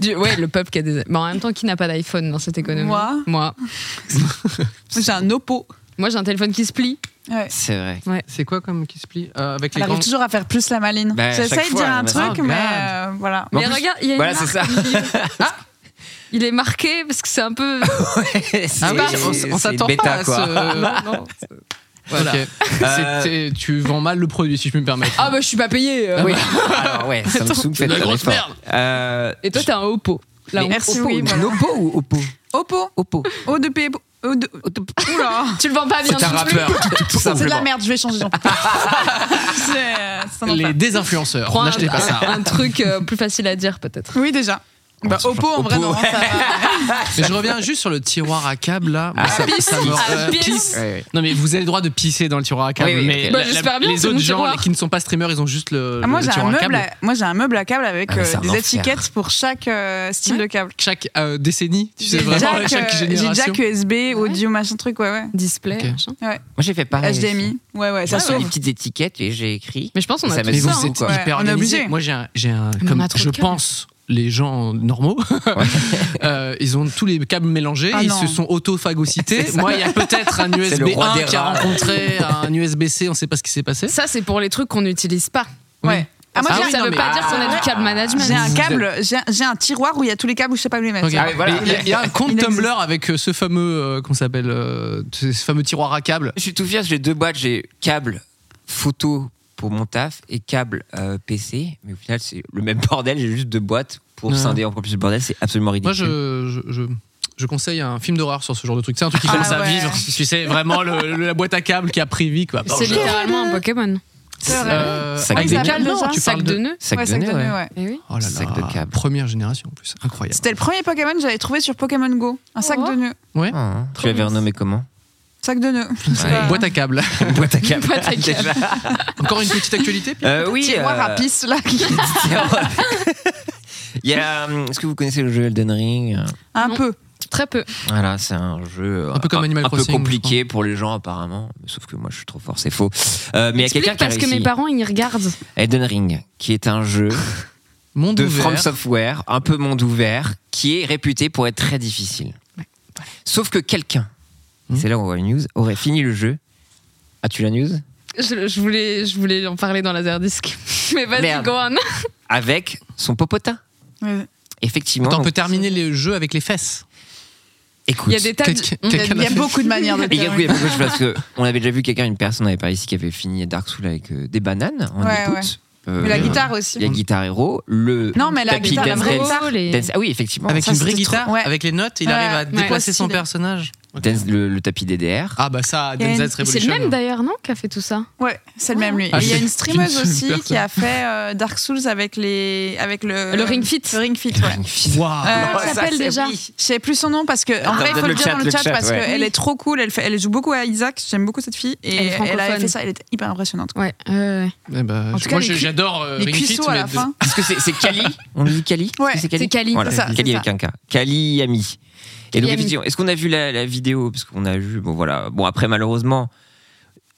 B: Du- ouais, le peuple qui a des. Bon, en même temps, qui n'a pas d'iPhone dans cette économie
D: Moi.
B: Moi.
D: J'ai un Oppo.
B: Moi, j'ai un téléphone qui se plie.
D: Ouais.
C: C'est vrai.
A: C'est quoi comme qui se plie euh, avec
D: Elle arrive toujours à faire plus la maline.
A: Ben,
C: Bah, chaque
D: J'essaye de
C: fois,
D: dire un
C: mais-
D: truc,
A: Ah,
D: mais
A: grave.
D: euh, voilà.
C: Mais en
B: Mais
C: plus,
B: regarde, il y a une
C: voilà,
B: marque.
C: c'est ça.
B: Il est marqué parce que c'est un peu.
A: Ah oui,
C: C'est-
A: on- on
C: c'est
A: s'attend
C: bêta,
A: pas à
C: quoi.
A: ce.
B: Non.
A: Voilà. Ok.
C: Euh,
A: C'était- Tu vends mal le produit, si je peux me permettre.
B: Ah bah je suis pas payé. euh.
C: Oui. Alors ouais, Samsung fait
A: la
C: un
A: grosse
C: effort.
A: merde.
C: Euh,
B: Et toi, t'es un Oppo. Là,
C: mais-
B: on-
D: merci,
C: Oppo,
D: oui, voilà.
C: Oppo ou Oppo
D: Oppo,
C: Oppo.
D: O de P. O de... Oula.
B: Tu le vends pas bien.
C: C'est un
B: non plus.
C: rappeur, tout
D: C'est de la
C: simplement.
D: merde, je vais changer. j'en peux plus. c'est euh, c'est un enfer.
A: Les désinfluenceurs,
B: Prends un,
A: n'achetez pas ça.
B: un- un truc euh, plus facile à dire peut-être.
D: Oui, déjà. Bah, Oppo, en vrai,
C: Oppo.
D: non, ça va.
A: Mais je reviens juste sur le tiroir à câble là. Moi,
C: Ah,
A: ça-
C: pisse.
A: ça me- euh,
B: pisse.
A: pisse.
C: Ouais, ouais.
A: Non mais vous avez le droit de pisser dans le tiroir à câble,
C: Oui, oui,
A: mais
C: ok.
B: Bah,
A: la- la-
B: j'espère bien,
A: les
B: c'est
A: autres
B: mon
A: gens
B: tiroir.
A: les- qui ne sont pas streamers, ils ont juste le,
D: Ah, moi,
A: le
D: j'ai
A: tiroir
D: un,
A: à Euh, câble.
D: meuble à- moi, j'ai un meuble à câble avec
C: Ah, mais
D: euh,
C: c'est un
D: des
C: enfer.
D: étiquettes pour chaque euh, style de câble.
A: Chaque euh, décennie, tu sais
D: J'ai
A: vraiment
D: jack,
A: chaque
D: euh, J'ai
A: génération.
D: jack USB, audio, machin truc, ouais, ouais.
B: Display.
A: Ok.
B: machin.
C: Moi j'ai fait pareil.
D: HDMI. Ouais, ouais, ça
C: Ça sur
D: sauve.
C: les petites étiquettes et j'ai écrit.
B: Mais je pense qu'on a
C: Ça
B: tous
A: Mais
C: met
B: ça.
A: vous
C: hein,
A: êtes
C: quoi.
D: Ouais,
A: hyper
D: on est
A: organisés.
D: obligé.
A: Moi j'ai un, j'ai un-
B: on
A: comme
B: a trop de
A: je
B: câbles.
A: pense les gens normaux, euh, ils ont tous les câbles mélangés,
D: Ah
A: ils
D: non.
A: se sont autophagocytés. Moi il y a peut-être un
C: C'est le
A: USB
C: roi
A: 1
C: des
A: qui a
C: rats.
A: rencontré un USB C, on sait pas ce qui s'est passé.
B: Ça, c'est pour les trucs qu'on n'utilise pas.
D: Ouais. Ah, moi,
B: Parce
D: j'ai
B: que
D: un-
B: ça
A: non,
B: veut
A: mais-
B: pas dire qu'on a du câble
D: j'ai
B: management.
D: un
C: Vous
D: câble, j'ai j'ai un tiroir où il y a tous les câbles où je sais pas où les mettre.
A: Ok.
C: Ah oui, voilà.
A: Mais Il y a- il y a un compte
D: Il existe.
A: Tumblr avec euh, ce fameux, euh, qu'on s'appelle, euh, ce fameux tiroir à câble.
C: Je suis tout fier, j'ai deux boîtes, j'ai câble photo pour mon taf et câble euh, PC, mais au final c'est le même bordel, j'ai juste deux boîtes pour
A: Ouais.
C: scinder encore plus le bordel, c'est absolument
A: Moi,
C: ridicule.
A: je, je, je, je conseille un film d'horreur sur ce genre de truc. C'est un truc qui
D: Ah
A: commence à
D: ouais.
A: vivre. Tu sais, vraiment le- le- la boîte à câbles qui a pris vie. Quoi.
B: C'est littéralement un Pokémon.
D: C'est vrai.
A: Euh,
C: Sac
A: avec
D: de
A: des
D: câbles,
A: câbles,
D: déjà
A: tu
B: Sac
A: parles de...
B: de nœuds.
C: Sac
D: hein. Ouais,
C: de
D: sac de
C: nœuds, ouais.
D: nœuds, ouais.
B: Eh oui.
A: Oh là là,
C: Sac de câbles.
A: première génération en plus, incroyable.
D: C'était le premier Pokémon que j'avais trouvé sur Pokémon Go, un sac
B: Oh.
D: de nœuds.
C: Ah, hein. Tu l'avais renommé comment
D: Sac de nœuds. Je sais
C: Ouais.
D: pas.
A: Boîte à câble.
C: Boîte à câble.
B: Boîte à câble.
C: Déjà.
A: Encore une petite actualité puis-
C: Euh, oui.
D: Tiroir à
C: euh,
D: Ah, pisse, là. qui-
C: Il y a. hum, Est-ce que vous connaissez le jeu Elden Ring
D: Un
B: Non.
D: peu.
B: Très peu.
C: Voilà, c'est un jeu euh,
A: Un peu comme Animal
C: un peu
A: Crossing,
C: compliqué pour les gens apparemment, sauf que moi je suis trop fort, c'est faux. Euh, mais il y a
B: Explique
C: quelqu'un qui a
B: parce que mes
C: réussi.
B: parents ils regardent.
C: Elden Ring, qui est un jeu
A: Monde
C: de
A: ouvert.
C: From Software, un peu monde ouvert, qui est réputé pour être très difficile. Sauf que quelqu'un,
A: Hmm.
C: c'est là où on voit une news, aurait fini le jeu. As-tu la news
B: Je, je voulais, je voulais en parler dans Laserdisc. Mais vas-y,
C: Merde.
B: go on.
C: Avec son popotin.
D: Ouais.
C: Effectivement.
A: Attends, on
C: donc-
A: peut terminer le jeu avec les fesses.
C: Écoute.
B: Il y a des tas de.
A: Quelqu'un-
D: Il y a-
A: Quelqu'un
D: il y a
A: l'a fait.
D: beaucoup de manières de
C: Et il y a-
D: faire.
C: oui, il y a beaucoup de choses, parce que on avait déjà vu quelqu'un, une personne avait parlé ici qui avait fini Dark Souls avec euh, des bananes en
D: Ouais,
C: input.
D: ouais.
C: Euh,
D: Mais la guitare
C: Il y
D: aussi.
C: a Guitar Hero, le
D: Non, mais la
C: tapis
D: guitare, la
C: Dance
D: vraie
C: Dance-
D: guitare.
B: les-
C: Dance- ah oui, effectivement.
A: Avec
D: Ça,
A: une vraie
D: c'était trop-
A: guitare,
D: ouais.
A: avec les notes, il
D: Ouais.
A: arrive à
B: Ouais.
A: déplacer son
D: Stylé.
A: personnage.
C: Dance- le, le tapis DDR.
A: Ah bah ça,
D: Il y a
A: Dance
D: une-
A: Dance
B: C'est
A: Revolution.
B: le même d'ailleurs, non, qui a fait tout ça
D: Ouais, c'est le même lui.
A: Ah,
D: Et il y a
A: c'est-
D: une streameuse
A: c'est une
D: aussi
A: personne.
D: qui a fait euh, Dark Souls avec les avec le
B: Le Ring Fit.
D: Le Ring Fit, ouais.
A: Waouh.
D: Euh,
B: Comment elle
D: ça-
B: s'appelle
C: Ah, c'est-
B: déjà
C: oui.
D: je sais plus son nom parce que en
C: Attends,
D: vrai il faut le
C: donne le
D: dire
C: chat,
D: dans le
C: le
D: chat,
C: chat,
D: parce
C: ouais.
D: qu'elle est trop cool, elle, fait, elle joue beaucoup à Isaac, j'aime beaucoup cette fille et
B: Elle est
D: elle, avait
B: francophone.
D: fait ça, elle était hyper impressionnante.
B: Ouais. ouais.
A: Eh
D: En
A: bah,
D: tout
A: moi
D: cas, les
A: je-
D: cu-
A: j'adore euh,
D: Les
A: Ring Fit,
D: cuissots à
A: mais
D: la
A: de-
D: fin.
C: Est-ce que c'est c'est Kali On dit Kali
D: Ouais,
C: Est-ce que
B: c'est Kali,
C: Voilà,
D: c'est ça,
C: Kali
D: c'est
C: avec un K. Kali Ami. Et donc,
B: Ami.
C: effectivement, est-ce qu'on a vu la, la vidéo Parce qu'on a vu, bon voilà. Bon, après, malheureusement,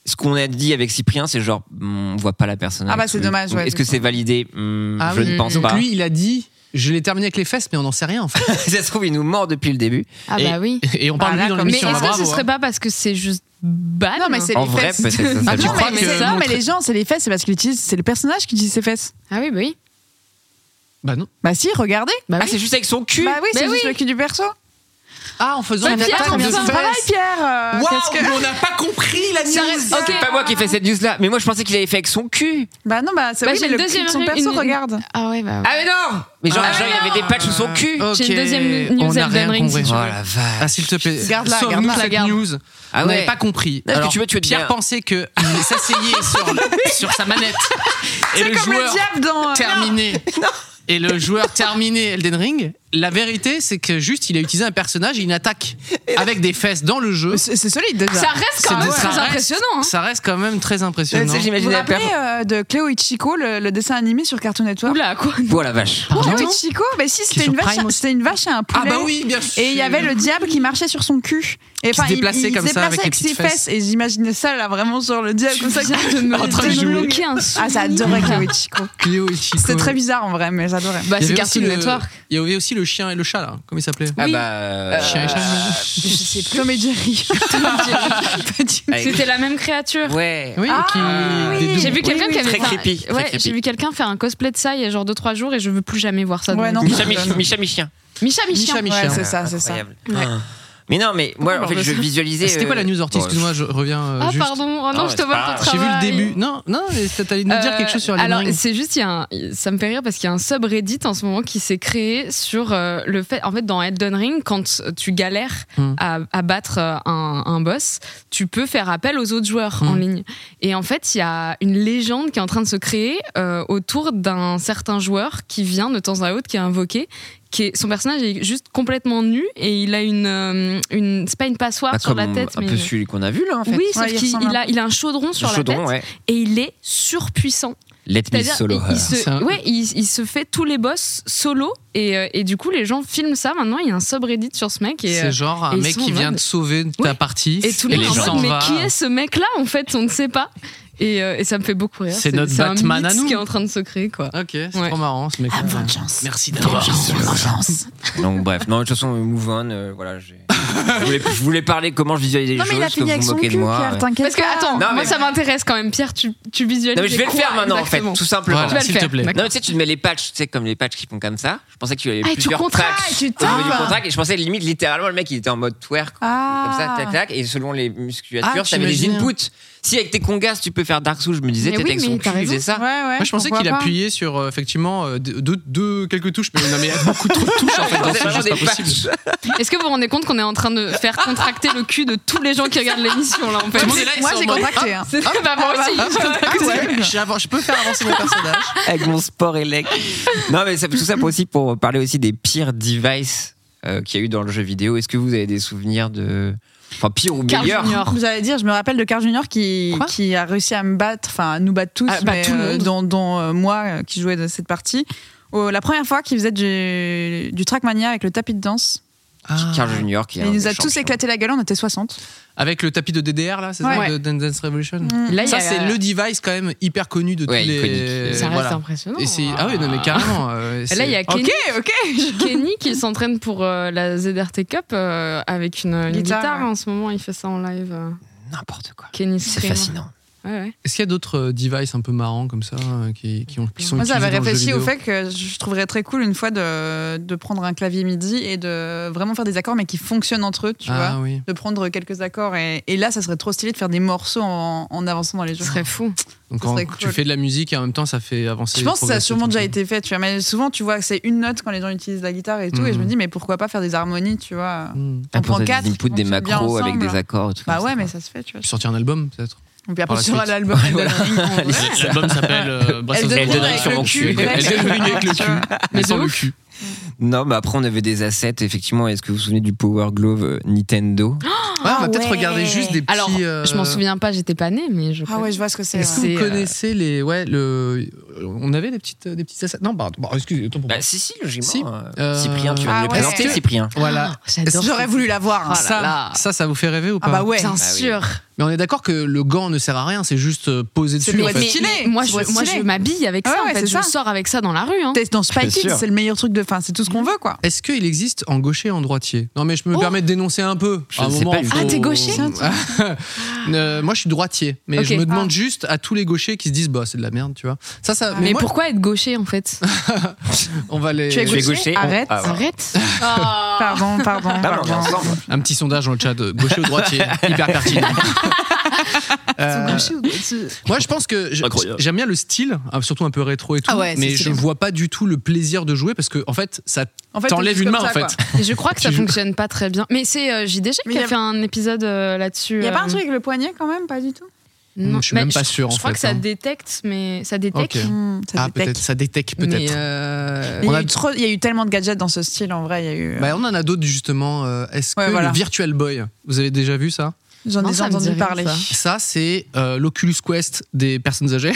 C: ce qu'on a dit avec Cyprien, c'est genre, hmm, on voit pas la personne.
D: Ah
C: avec
D: bah, c'est
C: lui.
D: dommage,
C: Donc,
D: ouais,
C: Est-ce que c'est validé Hmm,
A: Ah
C: Je
A: oui.
C: ne pense
A: Donc
C: pas.
A: lui, il a dit, je l'ai terminé avec les fesses, mais on n'en sait rien en fait.
C: ça se trouve, il nous mord depuis le début.
B: Ah
A: Et-
B: bah oui.
A: Et on parle
D: Voilà,
A: de lui dans
D: comme-
B: Mais
A: l'émission,
B: est-ce
A: là,
B: que
A: bravo.
B: ce serait
A: hein.
B: pas parce que c'est juste ban
D: Non mais c'est
C: En
D: les
C: vrai,
D: fesses.
C: peut-être que ça
D: Ah
C: s'appelle-
D: non,
C: Je crois
D: mais,
A: que-
D: c'est- non, mais les gens, c'est les fesses, c'est parce qu'ils utilisent, c'est le personnage qui utilise ses fesses.
B: Ah oui, bah oui.
A: Bah non.
D: Bah si, regardez.
B: Bah
C: Ah,
B: oui.
C: c'est juste avec son cul
D: Bah oui,
B: Mais
D: c'est juste
B: oui.
D: le cul du perso.
A: Ah, en faisant
B: Bah,
A: une
B: Pierre,
A: attaque
B: on
A: de
D: Bien
B: vient
D: son
B: de
D: travail,
A: fesses.
D: Pierre. euh, qu'est-ce que-
A: Waouh, mais on n'a pas compris la
B: Ça
A: news.
B: reste- Ok.
C: C'est pas moi qui ai fait cette news-là, mais moi je pensais qu'il l'avait fait avec son cul.
D: Bah non, bah c'est
B: Bah,
D: oui,
B: j'ai
D: mais
B: une
D: le cul de son
B: deuxième-
D: perso,
B: une-
D: regarde.
B: Ah ouais, bah. ouais.
C: Ah mais non Mais genre,
A: Ah,
C: genre, il
A: non.
C: avait des patchs sous son cul.
A: Ok.
B: J'ai une deuxième news
A: On n'a rien
B: Elden Ring,
A: compris.
B: si tu veux.
C: Oh la vache.
A: Ah s'il te plaît,
D: Garde-la,
A: sauve-nous
D: garde-la.
A: cette
B: Garde.
A: news.
C: Ah
A: on n'avait
C: ouais.
A: pas compris.
C: Est-ce que
A: Alors,
C: tu veux, tu veux te
A: Pierre
C: dire-
A: pensait que euh, il s'asseyait sur, sur sa manette et
D: C'est
A: le
D: comme le
A: joueur
D: diable dans. euh,
A: terminé. Et le joueur terminé Elden Ring, la vérité c'est que juste il a utilisé un personnage et une attaque avec des fesses dans le jeu.
D: C'est c'est solide déjà.
B: Ça reste quand
A: C'est
B: même
A: des-
B: très
A: ça reste-
B: impressionnant. hein.
A: Ça reste quand même très
C: Tu
A: impressionnant.
C: sais,
D: Vous
C: J'imagine
D: vous
C: la
D: rappelez
C: perf-
D: euh, de Cléo et Chico, le, le dessin animé sur Cartoon Network
B: Oula, quoi
C: Oh la vache.
A: Pardon
D: Cléo et Chico, bah si, c'était
A: sur
D: une, vache,
A: Prime
D: à-
A: aussi.
D: c'était une vache à un poulet.
A: Ah bah oui, bien sûr.
D: Et il y avait le diable qui marchait sur son cul. Et
A: Qui se
D: enfin, il-
A: déplaçait
D: il
A: comme
D: se
A: ça avec
D: déplaçait
A: les
D: avec ses
A: petites
D: fesses.
A: fesses.
D: Et j'imaginais ça là vraiment sur le diable comme ça.
B: de me
A: En train de jouer.
B: débloquer un
D: Ah, ça adorait
B: souvenir.
D: Cléo et Chico.
A: Cléo et Chico.
D: C'était très bizarre en vrai, mais j'adorais.
B: Bah,
A: Il y
B: c'est
A: avait
B: Cartoon
A: aussi le-
B: Network.
A: Il y avait aussi le chien et le chat là, comment il s'appelait
C: Ah
B: Oui.
C: bah. euh,
A: Chien et chat.
D: Je sais plus. Tom et Jerry. Pas du tout.
C: avec-
B: C'était la même créature.
C: Ouais.
A: Oui,
D: Ah,
A: qui
D: oui.
A: des doubles-
B: J'ai vu quelqu'un
D: oui,
B: qui avait
C: très
B: fait un-
C: creepy, très
B: ouais,
C: creepy.
B: j'ai vu quelqu'un faire un cosplay de ça il y a genre 2-3 jours et je veux plus jamais voir ça. de ma
D: Ouais, non.
B: vie.
C: Micha, Mich- Micha Michien.
B: Micha, Micha.
A: Micha, Micha.
D: Ouais, c'est ça, c'est ça.
C: Incroyable.
B: Ouais.
C: Ah. Mais non, mais moi,
B: Pourquoi
C: en fait,
B: on parle
C: je
B: de ça
C: visualisais.
A: C'était quoi la
C: euh,
A: news Horty
C: bon,
A: Excuse-moi, je reviens euh,
B: Ah
A: juste.
B: pardon, oh non,
C: Ah,
B: je te
C: c'est
B: vois
C: pas
B: ton
C: grave.
A: J'ai vu le
B: travail.
A: début. Non, non, mais t'allais nous dire
B: Euh,
A: quelque chose sur Elden
B: Alors,
A: Ring.
B: c'est juste, il y a un- ça me fait rire parce qu'il y a un subreddit en ce moment qui s'est créé sur euh, le fait. En fait, dans Elden Ring, quand tu galères
A: Hmm.
B: à, à battre euh, un, un boss, tu peux faire appel aux autres joueurs en
A: Hmm.
B: ligne. Et en fait, il y a une légende qui est en train de se créer euh, autour d'un certain joueur qui vient de temps à autre, qui est invoqué. Qui est, son personnage est juste complètement nu et il a une. euh, une c'est pas une passoire
C: bah,
B: sur la
C: comme
B: tête,
C: Un
B: mais.
C: peu celui qu'on a vu là, en fait.
B: oui,
D: Ouais,
B: sauf
D: il
B: qu'il
D: ressemble
B: il
D: un
B: a, il a un chaudron sur la
C: Chaudron,
B: tête
C: ouais.
B: et il est surpuissant.
C: Let me
B: C'est-à-dire,
C: solo
B: il, il
C: her.
A: C'est
B: se,
A: un-
B: ouais, il, il se fait tous les boss solo et, euh, et du coup les gens filment ça maintenant. Il y a un subreddit sur ce mec et,
A: C'est
B: euh,
A: genre un
B: et ils
A: mec
B: sont
A: qui
B: en
A: vient
B: mode-
A: de sauver ta
B: Oui.
A: partie.
B: et tout le monde
A: il
B: est en
A: s'en
B: mode mais
A: va.
B: qui est ce mec là en fait on ne sait pas et, euh, et ça me fait beaucoup rire.
A: C'est notre
B: un
A: Batman
B: mythe
A: à nous.
B: qui est en train de se créer quoi.
A: Ok, c'est
B: Ouais.
A: trop marrant ce mec.
D: Ah, bonne chance.
A: Merci d'avoir.
D: Vengeance.
C: Donc, bref. Non, de toute façon, move on. euh, voilà, j'ai- je, voulais, je voulais parler comment je visualisais les
D: Non, mais il a
C: choses, que
D: fini
C: vous
D: avec
C: vous
D: son
C: moquez
D: cul,
C: de moi.
D: Pierre,
C: ouais.
D: t'inquiète
B: Parce que
D: pas.
B: attends,
C: Non,
B: moi
C: mais-
B: ça m'intéresse quand même Pierre tu, tu visualises.
C: Non, mais je vais le
B: quoi
C: faire maintenant, en
B: exactement
C: fait, tout simplement.
A: Voilà,
B: Tu vas
A: s'il
B: le
A: te
B: faire,
A: plaît.
B: d'accord.
C: Non, mais tu sais, tu mets les patchs, tu sais, comme les patchs qui font comme ça. Je pensais que tu avais
B: Ah, et tu
C: plusieurs
B: contractes,
C: patchs.
B: tu
C: au niveau du
B: tapes.
C: contract, et je pensais limite littéralement le mec il était en mode twerk comme
D: Ah.
C: ça, tac, tac, et selon les
A: Ah,
C: musculatures, t'avais des
A: t'imaginais.
C: inputs. Si avec tes congas, tu peux faire Dark Souls, je me disais,
B: Mais
C: peut-être
B: oui,
C: avec
B: mais
C: son
B: t'as
C: cul, il faisait
B: raison.
C: ça.
D: Ouais, ouais,
A: Moi, je pensais
D: pourquoi
A: qu'il
D: pas.
A: appuyait sur euh, effectivement euh, deux, deux- deux- quelques touches, mais non, mais il y a beaucoup trop de touches en fait dans
C: C'est
A: ce jeu,
C: vraiment
A: c'est pas
C: des
A: possible.
C: patchs.
B: Est-ce que vous vous rendez compte qu'on est en train de faire contracter le cul de tous les gens qui regardent l'émission là en fait
A: Tout le monde est là, ils
D: Moi,
A: sont en
D: j'ai
A: mode,
D: contacté. hein.
B: C'est- bah, moi aussi.
A: Ah, ah,
D: ouais.
A: ouais. J'ai avan- Je peux faire avancer mon personnage.
C: avec mon sport élect. Non, mais ça- tout ça pour aussi pour parler aussi des pires devices euh, qu'il y a eu dans le jeu vidéo. Est-ce que vous avez des souvenirs de. Enfin, pire ou
B: Carl
C: meilleur
B: Junior.
D: Vous allez dire, je me rappelle de Carl Junior qui,
B: Quoi
D: qui a réussi à me battre, enfin à nous battre tous,
B: Ah, bah,
D: mais,
B: tout le
D: euh,
B: monde.
D: dont, dont, euh, moi euh, qui jouais de cette partie. Oh, la première fois qu'il faisait du, du Trackmania avec le tapis de danse,
A: Ah.
C: Carl Junior qui est
D: il
C: un
D: nous
C: des
D: a tous
C: champions.
D: éclaté la gueule, on était 60.
A: Avec le tapis de DDR, là, c'est ça
B: Ouais.
A: De Dance Dance Revolution
D: Mm.
B: Là, il y
A: Ça,
B: a-
A: c'est le device quand même hyper connu de
C: Ouais,
A: tous les.
C: iconique.
B: Ça reste
A: voilà.
B: impressionnant.
A: Et c'est-
D: hein.
A: Ah oui, non, mais carrément. euh, c'est-
B: Là, il y a
A: Oh,
B: Kenny,
D: ok
B: Kenny qui s'entraîne pour euh, la ZRT Cup euh, avec une, une
D: Guitare,
B: guitare. hein.
D: ouais.
B: Ah, En ce moment, il fait ça en live. euh,
C: N'importe quoi.
B: Kenny
C: C'est
B: Scream.
C: fascinant.
B: Ouais, ouais.
A: Est-ce qu'il y a d'autres euh, devices un peu marrants comme ça euh, qui, qui, ont, qui sont
D: Moi,
A: utilisés
D: j'avais
A: dans le jeu
D: réfléchi au
A: vidéo
D: fait que je trouverais très cool une fois de, de prendre un clavier MIDI et de vraiment faire des accords, mais qui fonctionnent entre eux, tu
A: Ah
D: vois.
A: oui.
D: De prendre quelques accords. Et, et là, ça serait trop stylé de faire des morceaux en, en avançant dans les jeux.
B: Ce serait fou.
A: Donc
D: Ça
A: en-
D: serait
A: tu
D: cool.
A: fais de la musique et en même temps ça fait avancer.
D: Je
A: les
D: pense que ça a
A: progrès,
D: sûrement
A: tout
D: déjà
A: ça.
D: été fait, tu vois. Mais souvent, tu vois que c'est une note quand les gens utilisent la guitare et tout. Et je me
A: Mhm.
D: dis, mais pourquoi pas faire des harmonies, tu vois
A: Hmm.
D: On prend
C: Apporter
D: quatre,
C: des inputs,
D: on
C: des
D: fait bien
C: macros avec
D: ensemble.
C: des accords. et tout
D: Bah
C: comme
D: ouais,
C: ça.
D: mais ça se fait, tu vois.
A: Puis sortir un album peut-être.
D: Et puis
A: Par la
D: après, tu auras
A: suite.
D: l'album.
C: Voilà.
D: Ouais.
C: C'est ça.
A: L'album s'appelle euh, Breath of the
C: Elle
A: Wild.
C: donne avec le cul.
A: Elle donne une avec le
D: Tu vois.
A: cul. Mais sans le cul.
C: Non, mais après, on avait des assets, effectivement. Est-ce que vous vous souvenez du Power Glove euh, Nintendo
A: Ouais, Ah, on va peut-être regarder juste des petits.
B: Alors, je m'en
A: euh,
B: souviens pas, j'étais pas née, mais je.
D: Ah ouais, je vois ce que c'est.
A: Est-ce que
D: ouais.
B: C'est,
A: vous
B: euh,
A: connaissez les ouais le on avait des petites euh, des petites assassins. Non pardon. Bon, excusez autant pour moi.
C: Bah, si, si, logiquement.
A: Si.
C: euh,
A: Euh,
C: Cyprien, tu vas
D: ah
C: nous les
D: ouais.
C: présenter,
D: Est-ce que-
C: Cyprien.
A: Voilà.
B: j'adore.
D: J'aurais voulu l'avoir. hein.
B: Ah là
A: Ça,
B: là.
A: ça ça vous fait rêver ou pas
D: Ah bah ouais.
B: Bien
C: oui.
B: sûr.
A: Mais on est d'accord que le gant ne sert à rien, c'est juste euh, posé
D: C'est
A: dessus
D: pour
A: en
D: être
A: fait.
D: stylé.
B: Moi,
D: Tu vois,
B: je, moi,
D: stylé.
B: je m'habille avec
D: Ouais,
B: ça.
D: ouais,
B: en fait,
D: c'est
B: je
D: ça.
B: sors avec ça dans la rue. hein.
D: T'es dans Spy
C: Bien
D: Kids,
C: sûr.
D: c'est le meilleur truc de fin. C'est tout ce qu'on veut, quoi.
A: Est-ce qu'il existe en gaucher et en droitier Non mais je me
B: Oh.
A: permets de dénoncer un peu.
C: Je
A: À un
C: ne sais
A: moment,
C: pas du
A: faut-
B: Ah, t'es gaucher
A: Euh, Moi je suis droitier, mais
B: Ok.
A: je me demande
D: Ah.
A: juste à tous les gauchers qui se disent bah c'est de la merde, tu vois. Ça ça
B: Mais
A: moi,
B: pourquoi être gaucher en fait
A: on va les
D: Tu es
C: Tu es
D: Gaucher,
C: gaucher
D: arrête.
C: Ah, ouais.
B: Arrête
D: Pardon, pardon.
C: Ah, non, on est
D: pardon.
C: ensemble.
A: un petit sondage dans le chat euh, gaucher ou droitier, hyper pertinent. Euh, Moi, je pense que je-
C: Incroyable.
A: j'aime bien le style, hein, surtout un peu rétro et tout,
D: Ah ouais, c'est
A: mais je
D: stylé.
A: vois pas du tout le plaisir de jouer parce que, en fait, ça
D: En fait,
A: t'enlève
D: t'es
A: une
D: comme
A: main,
D: ça,
A: en
D: quoi.
A: fait.
B: Et je crois que ça
A: Tu-
B: fonctionne pas très bien. Mais c'est euh, JDG
D: Mais
B: qui
D: y
B: a
D: a-
B: fait un épisode euh, là-dessus.
D: Il a pas
B: euh,
D: un truc avec le poignet quand même, pas du tout.
B: non.
A: Je suis même
B: Mais
A: pas sûr, en
B: Je crois
A: fait,
B: que ça
A: hein.
B: détecte, mais ça détecte.
A: Ok.
D: Hmm, ça
A: Ah,
D: détecte.
A: peut-être, ça détecte peut-être.
B: Mais, euh,
D: Mais Il y,
A: On
D: a
A: a-
D: eu trop- il y a eu tellement de gadgets dans ce style en vrai. Il y a eu. euh,
A: Bah, on en a d'autres justement. euh, Est-ce
D: Ouais,
A: que
D: voilà.
A: le Virtual Boy, vous avez déjà vu ça
D: J'en ai
B: non, ça
D: déjà
B: me dit
D: entendu
B: rien,
D: parler.
B: ça.
A: Ça, c'est euh, l'Oculus Quest des personnes âgées.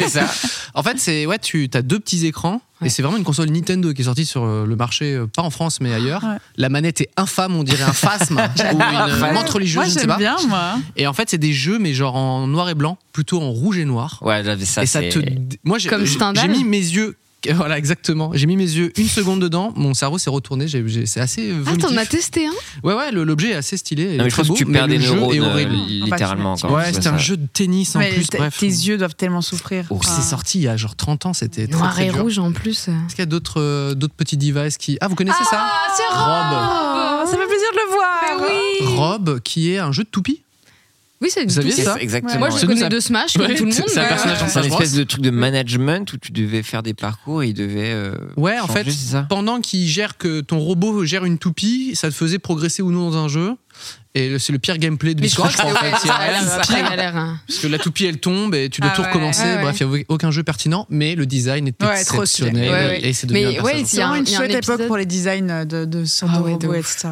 C: C'est ça.
A: en fait, c'est ouais, tu as deux petits écrans
B: Ouais.
A: et c'est vraiment une console Nintendo qui est sortie sur euh, le marché, euh, pas en France mais ailleurs.
D: Ouais.
A: La manette est infâme, on dirait un phasme ou une euh, montre religieuse,
D: moi
A: je ne sais
D: j'aime
A: pas.
D: bien moi.
A: Et en fait, c'est des jeux mais genre en noir et blanc, plutôt en rouge et noir.
C: Ouais, j'avais ça.
A: et ça
C: c'est-
A: te. dé- Moi, j'ai
B: Comme
A: j'ai-
B: Stendhal.
A: j'ai mis mes yeux. Voilà, exactement. J'ai mis mes yeux une seconde dedans, mon cerveau s'est retourné. j'ai- j'ai- C'est assez.
B: Ah,
A: Vomitif.
B: t'en as testé un
A: Ouais, ouais, le- l'objet est assez stylé. et
C: Non, mais je
A: très
C: pense que
A: beau,
C: tu
A: mais
C: perds
A: le
C: des
A: jeu
C: neurones
A: est
C: euh,
A: horrible.
C: littéralement. quand
A: Ouais,
C: tu vois
A: c'est un
C: ça.
A: jeu de tennis en
D: Mais
A: plus.
D: t-
A: Bref.
D: Tes yeux doivent tellement souffrir.
C: Oh,
D: Enfin,
A: C'est sorti il y a genre 30 ans, c'était très,
B: Noir
A: très
B: et
A: dur.
B: rouge en plus.
A: Est-ce qu'il y a d'autres euh, d'autres petits devices qui. Ah, vous connaissez ça
D: Oh, ça fait plaisir de le voir.
A: Rob. Rob, qui est un jeu de toupie.
B: Ah Oui, c'est
A: Vous saviez
B: c'est-
A: ça
C: C'est Exactement.
B: Moi,
A: Ouais.
B: je
A: C'est nous,
B: connais
A: ça-
B: de Smash, comme
A: Ouais,
B: tout le
A: c'est-
B: monde.
A: c'est un
B: mais,
A: personnage
B: euh,
A: dans
C: C'est un
A: Smash Bros.
C: espèce de truc de management où tu devais faire des parcours et il devait. euh,
A: Ouais, en
C: changer,
A: fait,
C: c'est ça
A: pendant qu'il gère que ton robot gère une toupie, ça te faisait progresser ou non dans un jeu. Et le- c'est le pire gameplay de
B: Mais je crois
A: l'histoire,
B: que
A: je crois, en fait. Il y a rien de
B: c'est
A: pire.
B: la galère. hein.
A: Parce que la toupie elle tombe et tu dois
D: Ah
A: tout
D: ouais,
A: recommencer.
B: ouais, ouais.
A: Bref, il n'y avait aucun jeu pertinent, mais le design était
D: Ouais, trop stylé.
A: exceptionnel.
B: Ouais, ouais.
A: Et c'est devenu
B: Mais
A: un
B: ouais,
A: personnage.
B: c'est-
D: C'est vraiment
B: un-
D: une
B: il y a un
D: chouette époque
B: épisode.
D: pour les designs de, de sortes
B: Ah
D: de
B: ouais, de
D: robots,
B: ouf.
D: etc.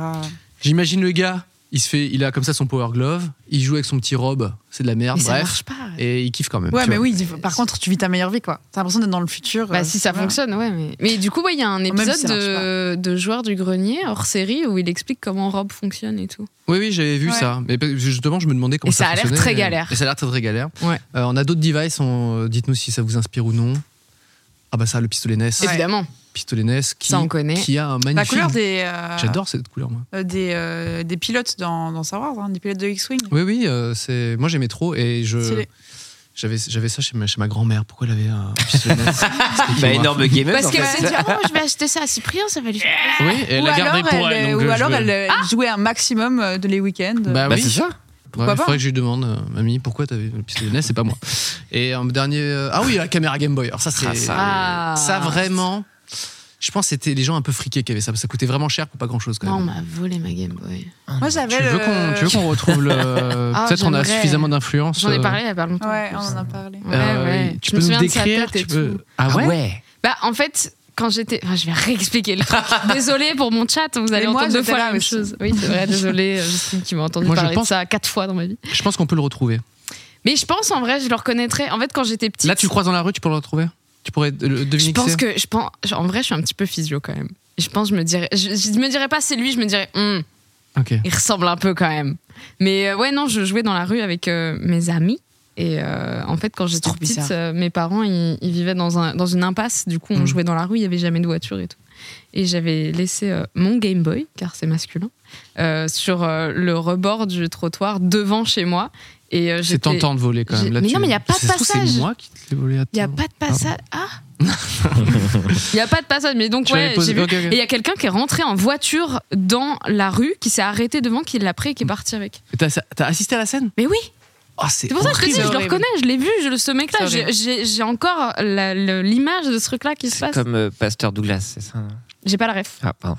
A: J'imagine le gars, il se fait, il a comme ça son power glove, il joue avec son petit robe, c'est de la merde,
B: Mais ça
A: bref,
B: marche pas.
A: et il kiffe quand même.
D: Ouais,
A: tu
D: mais
A: vois.
D: oui, dis- par contre, tu vis ta meilleure vie, quoi. T'as l'impression d'être dans le futur. euh,
B: Bah, si ça
D: voilà.
B: fonctionne, ouais. Mais, mais du coup, ouais, il y a un
D: Même si
B: épisode
D: ça marche
B: de, de Joueurs du Grenier hors série où il explique comment Rob fonctionne et tout.
A: Oui, oui, j'avais vu
D: Ouais.
A: ça. Mais parce que justement, je me demandais comment
B: Et ça a l'air
A: fonctionnait,
B: très
A: et-
B: galère.
A: Et ça a l'air très très galère.
B: Ouais.
A: Euh, on a d'autres devices. on- euh, Dites-nous si ça vous inspire ou non. Ah bah ça, le pistolet NES.
D: Ouais.
B: Évidemment,
A: Pistolet NES qui,
B: ça on connaît.
A: qui a un magnifique.
D: La couleur des. euh,
A: J'adore cette couleur moi.
D: euh, des, euh, des pilotes dans, dans Star Wars, hein, des pilotes de X-Wing.
A: Oui, oui, euh, c'est. Moi j'aimais trop et je.
D: Stylé.
A: J'avais j'avais ça chez ma, chez ma grand-mère. Pourquoi elle avait un pistolet E NES
C: Bah,
A: Expliquez-moi.
C: énorme gamer.
B: Parce
C: en
B: qu'elle
C: fait.
B: s'est dit, oh, je vais acheter ça à Cyprien, ça va lui faire. plaisir.
A: Oui, et elle
D: ou
A: la
D: alors,
A: gardée pour
D: elle,
A: elle.
D: euh,
A: donc
D: ou
A: je-
D: alors
A: je-
D: elle, elle
B: Ah
D: jouait un maximum euh, de les week-ends.
C: Bah,
A: Bah, oui.
C: c'est ça.
A: Ouais,
D: Pourquoi
A: il
D: pas
A: faudrait que je lui demande, euh, mamie, pourquoi t'avais le pistolet NES C'est pas moi. Et en dernier. euh, Ah oui, la caméra Game Boy. Alors ça, c'est.
C: Ah, ça.
B: Ah.
A: Ça vraiment. Je pense que c'était les gens un peu friqués qui avaient ça. parce que Ça coûtait vraiment cher pour pas grand chose quand
B: Non, on
A: même.
B: m'a volé ma Game Boy.
D: Moi j'avais
A: tu veux
D: le-
A: qu'on tu veux qu'on retrouve le.
B: Ah,
A: euh, Peut-être on a
B: j'aimerais.
A: suffisamment d'influence.
B: J'en ai
A: euh,
B: parlé il y a pas longtemps.
D: Ouais, on en a parlé.
B: Ouais,
A: euh,
B: ouais.
A: oui. Tu
B: Je me
A: peux nous
B: souviens de sa
A: décrire
B: tête et
A: tu peux-
B: tout.
A: Ah ouais
B: Bah, en fait, quand j'étais. Enfin, je vais réexpliquer le truc. Désolée pour mon chat, vous allez
D: Mais moi,
B: entendre deux
D: j'étais
B: fois
D: là
B: la même
D: aussi.
B: chose. Oui, c'est vrai, désolée, Justine qui m'a entendu
A: Moi, je
B: parler
A: pense-
B: de ça quatre fois dans ma vie.
A: Je pense qu'on peut le retrouver.
B: Mais je pense en vrai, je le reconnaîtrais. En fait, quand j'étais petite.
A: Là, tu le croises dans la rue, tu peux le retrouver Tu pourrais euh, le- deviner
B: Je
A: qui
B: pense
A: c'est
B: que. Je pense, en vrai, je suis un petit peu physio quand même. Je pense, je me dirais. Je, je me dirais pas c'est lui, je me dirais. Hum,
A: Ok.
B: il ressemble un peu quand même. Mais euh, ouais, non, je jouais dans la rue avec euh, mes amis. Et euh, en fait, quand j'étais
D: trop
B: petite,
D: bizarre.
B: euh, mes parents, ils, ils vivaient dans, un, dans une impasse. Du coup, on
A: Mhm.
B: jouait dans la rue, il n'y avait jamais de voiture et tout. Et j'avais laissé euh, mon Game Boy, car c'est masculin, euh, sur euh, le rebord du trottoir devant chez moi. Et euh,
A: C'est
B: j'étais-
A: tentant de voler quand
B: j'ai-
A: même. Là,
B: Mais
A: tu-
B: non, mais y a pas de
A: Ça se trouve,
B: passage.
A: C'est moi qui te l'ai volé à
B: Il n'y a
A: toi.
B: pas de passage. Ah Il n'y a pas de passage, mais donc,
A: Tu
B: ouais,
A: l'avais posé-
B: j'ai vu.
A: ok, ok.
B: Et il y a quelqu'un qui est rentré en voiture dans la rue, qui s'est arrêté devant, qui l'a pris et qui est parti avec.
A: T'as t'as assisté à la scène
B: Mais oui
A: Ah, Mm. C'est
B: C'est pour ça que je te dis,
A: horrible.
B: je le
D: horrible.
B: reconnais, je l'ai vu, je le ce mec-là,
D: C'est horrible.
B: j'ai- j'ai j'ai encore la- le- l'image de ce truc-là qui se
C: C'est
B: passe.
C: comme euh, Pasteur Douglas, c'est ça non
B: J'ai pas la ref.
C: Ah, pardon.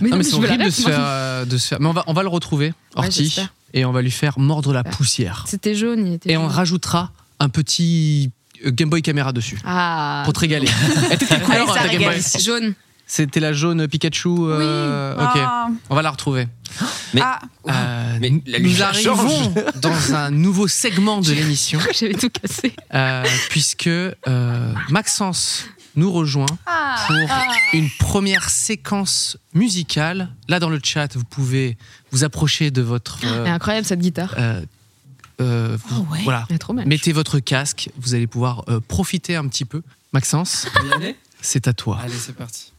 B: Mais
A: Non, mais
B: je
A: c'est
B: veux la
A: horrible de
B: ref,
A: se,
B: moi.
A: faire, euh, de se faire- Mais on va, on va le retrouver, Horty,
B: j'espère.
A: et on va lui faire mordre la
B: J'espère.
A: poussière.
B: C'était jaune, il était.
A: Et on
B: jaune.
A: rajoutera un petit euh, Game Boy caméra dessus.
B: Ah.
A: Pour te régaler. Elle était de quelle couleur,
D: Allez, ça
A: ta Game Boy
D: régale.
B: Jaune.
A: C'était la jaune Pikachu. euh, Ok,
B: bah.
D: Ah,
A: on va la retrouver.
C: Mais-
D: ah,
A: Euh,
C: Mais la lumière
A: nous arrivons dans un nouveau segment de l'émission,
B: J'avais tout cassé.
A: euh, puisque euh, Maxence nous rejoint
B: Ah,
A: pour une première séquence musicale. Là, dans le chat, vous pouvez vous approcher de votre. euh,
B: Mais Ah, incroyable Ah cette guitare.
A: euh, euh, vous-
D: ouais.
A: Voilà.
B: Elle est trop belle.
A: Mettez votre casque, vous allez pouvoir euh, profiter un petit peu. Maxence,
G: On peut y aller
A: c'est à toi.
G: Allez, c'est parti.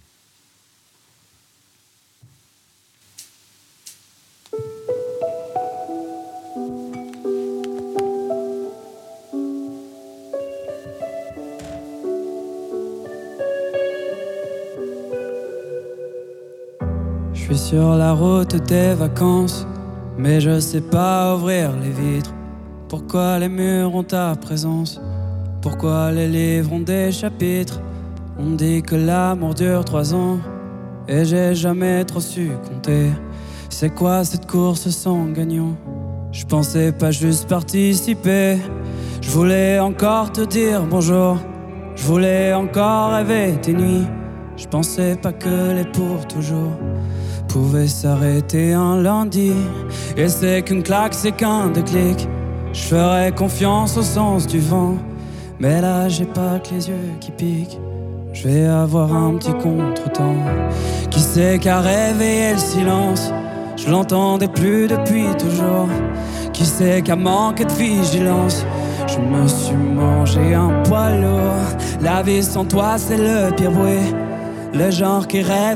G: Je suis sur la route des vacances, mais je sais pas ouvrir les vitres. Pourquoi les murs ont ta présence Pourquoi les livres ont des chapitres on dit que l'amour dure trois ans et j'ai jamais trop su compter. C'est quoi cette course sans gagnant Je pensais pas juste participer. Je voulais encore te dire bonjour. Je voulais encore rêver tes nuits. Je pensais pas que les pour toujours pouvaient s'arrêter un lundi. Et c'est qu'une claque, c'est qu'un déclic. Je ferais confiance au sens du vent. Mais là, j'ai pas que les yeux qui piquent. Je vais avoir un petit contretemps. Qui sait qu'a réveillé le silence Je l'entendais plus depuis toujours. Qui sait qu'a manqué de vigilance Je me suis mangé un poids lourd. La vie sans toi, c'est le pire bruit. Le genre qui rêve.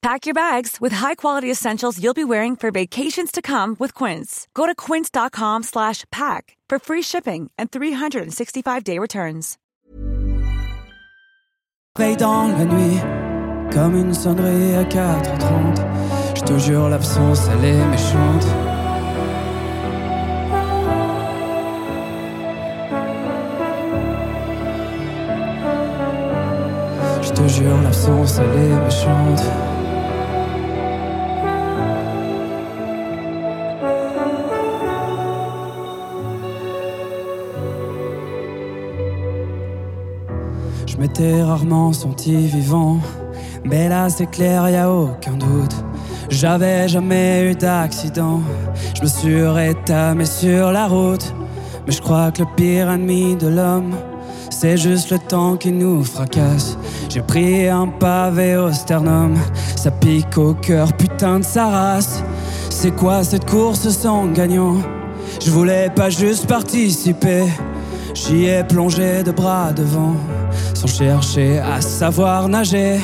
H: Pack your bags with high-quality essentials you'll be wearing for vacations to come with Quince. Go to quince.com slash pack for free shipping and 365-day returns.
G: Veille dans la nuit, comme une sonnerie à 4h30. Je te jure, l'absence, elle est méchante. Je te jure, l'absence, elle est méchante. Je m'étais rarement senti vivant, mais là c'est clair, y a aucun doute. J'avais jamais eu d'accident, je me suis rétamé sur la route. Mais je crois que le pire ennemi de l'homme, c'est juste le temps qui nous fracasse. J'ai pris un pavé au sternum, ça pique au cœur, putain de sa race. C'est quoi cette course sans gagnant Je voulais pas juste participer, j'y ai plongé de bras devant sans chercher à savoir nager.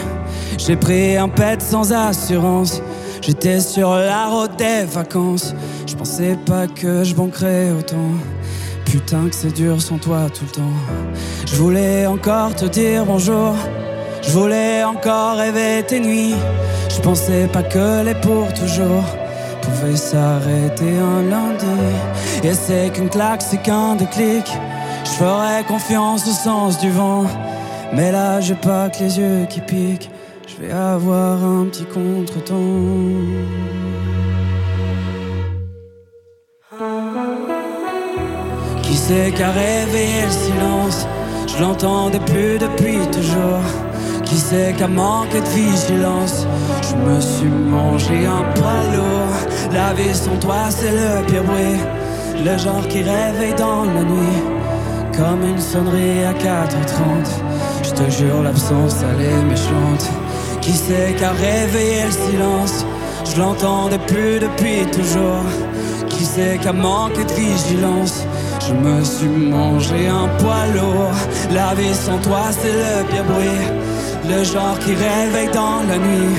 G: J'ai pris un pet sans assurance. J'étais sur la route des vacances. Je pensais pas que je banquerais autant. Putain que c'est dur sans toi tout le temps. Je voulais encore te dire bonjour. Je voulais encore rêver tes nuits. Je pensais pas que les pour toujours pouvait s'arrêter un lundi. Et c'est qu'une claque, c'est qu'un déclic. Je ferais confiance au sens du vent. Mais là, j'ai pas que les yeux qui piquent. Je vais avoir un petit contretemps. Qui c'est qui a réveillé le silence Je l'entendais plus depuis toujours. Qui c'est qui a manqué de vigilance Je me suis mangé un poids lourd. La vie sans toi, c'est le pire bruit. Le genre qui réveille dans la nuit. Comme une sonnerie à 4h30. Je te jure, l'absence, elle est méchante. Qui c'est qui a réveillé le silence Je l'entendais plus depuis toujours. Qui c'est qui a manqué de vigilance Je me suis mangé un poids lourd. La vie sans toi, c'est le pire bruit. Le genre qui réveille dans la nuit.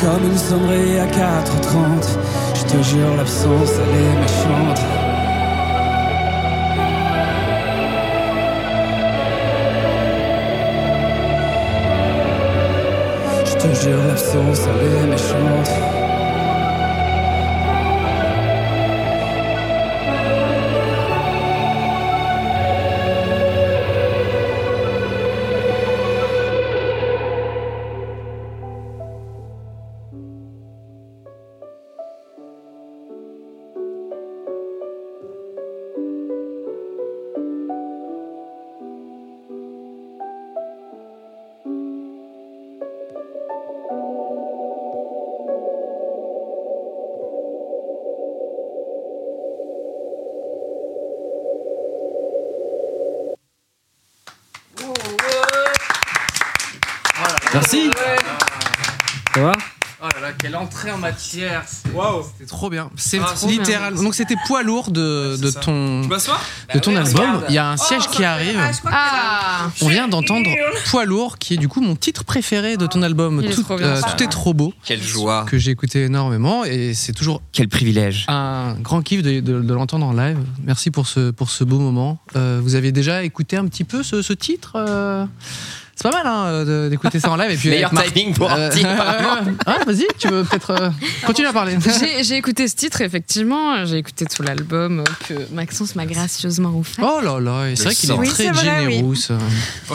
G: Comme une sonnerie à 4h30. Je te jure, l'absence, elle est méchante. Je te jure, l'absence, elle est méchante.
F: Oh
A: Merci.
I: Ça va
A: Oh là là, quelle entrée en matière.
F: Waouh
A: C'était trop bien. C'est
F: Ah, c'est
A: littéralement.
F: bien.
A: Donc c'était poids lourd de, de
F: ça.
A: ton,
F: Tu m'assois
A: de ton
C: oui,
A: album.
C: regarde.
A: Il y a
B: Oh,
A: un siège qui arrive.
B: Ah,
A: On vient d'entendre Poids lourd, qui est du coup mon titre préféré de ton album.
B: Ah, Il est
A: Tout,
B: trop bien,
A: euh,
B: ça.
A: Tout est trop beau,
C: Quelle joie.
A: que j'ai écouté énormément et c'est toujours
C: Quel privilège.
A: un grand kiff de, de- de l'entendre en live. Merci pour ce, pour ce beau moment. Euh, vous avez déjà écouté un petit peu ce, ce titre euh, C'est pas mal hein, de- d'écouter ça en live. Et puis
C: Meilleur
A: avec Marc-
C: timing pour
A: Euh,
C: un titre, apparemment.
A: ah, vas-y, tu veux peut-être euh, continuer à parler.
B: J'ai j'ai écouté ce titre, effectivement. J'ai écouté tout l'album euh, que Maxence m'a gracieusement offert.
A: Oh là là, et c'est
C: Le
A: vrai qu'il est
C: sang.
D: Oui,
A: très
D: c'est vrai, oui.
A: généreux.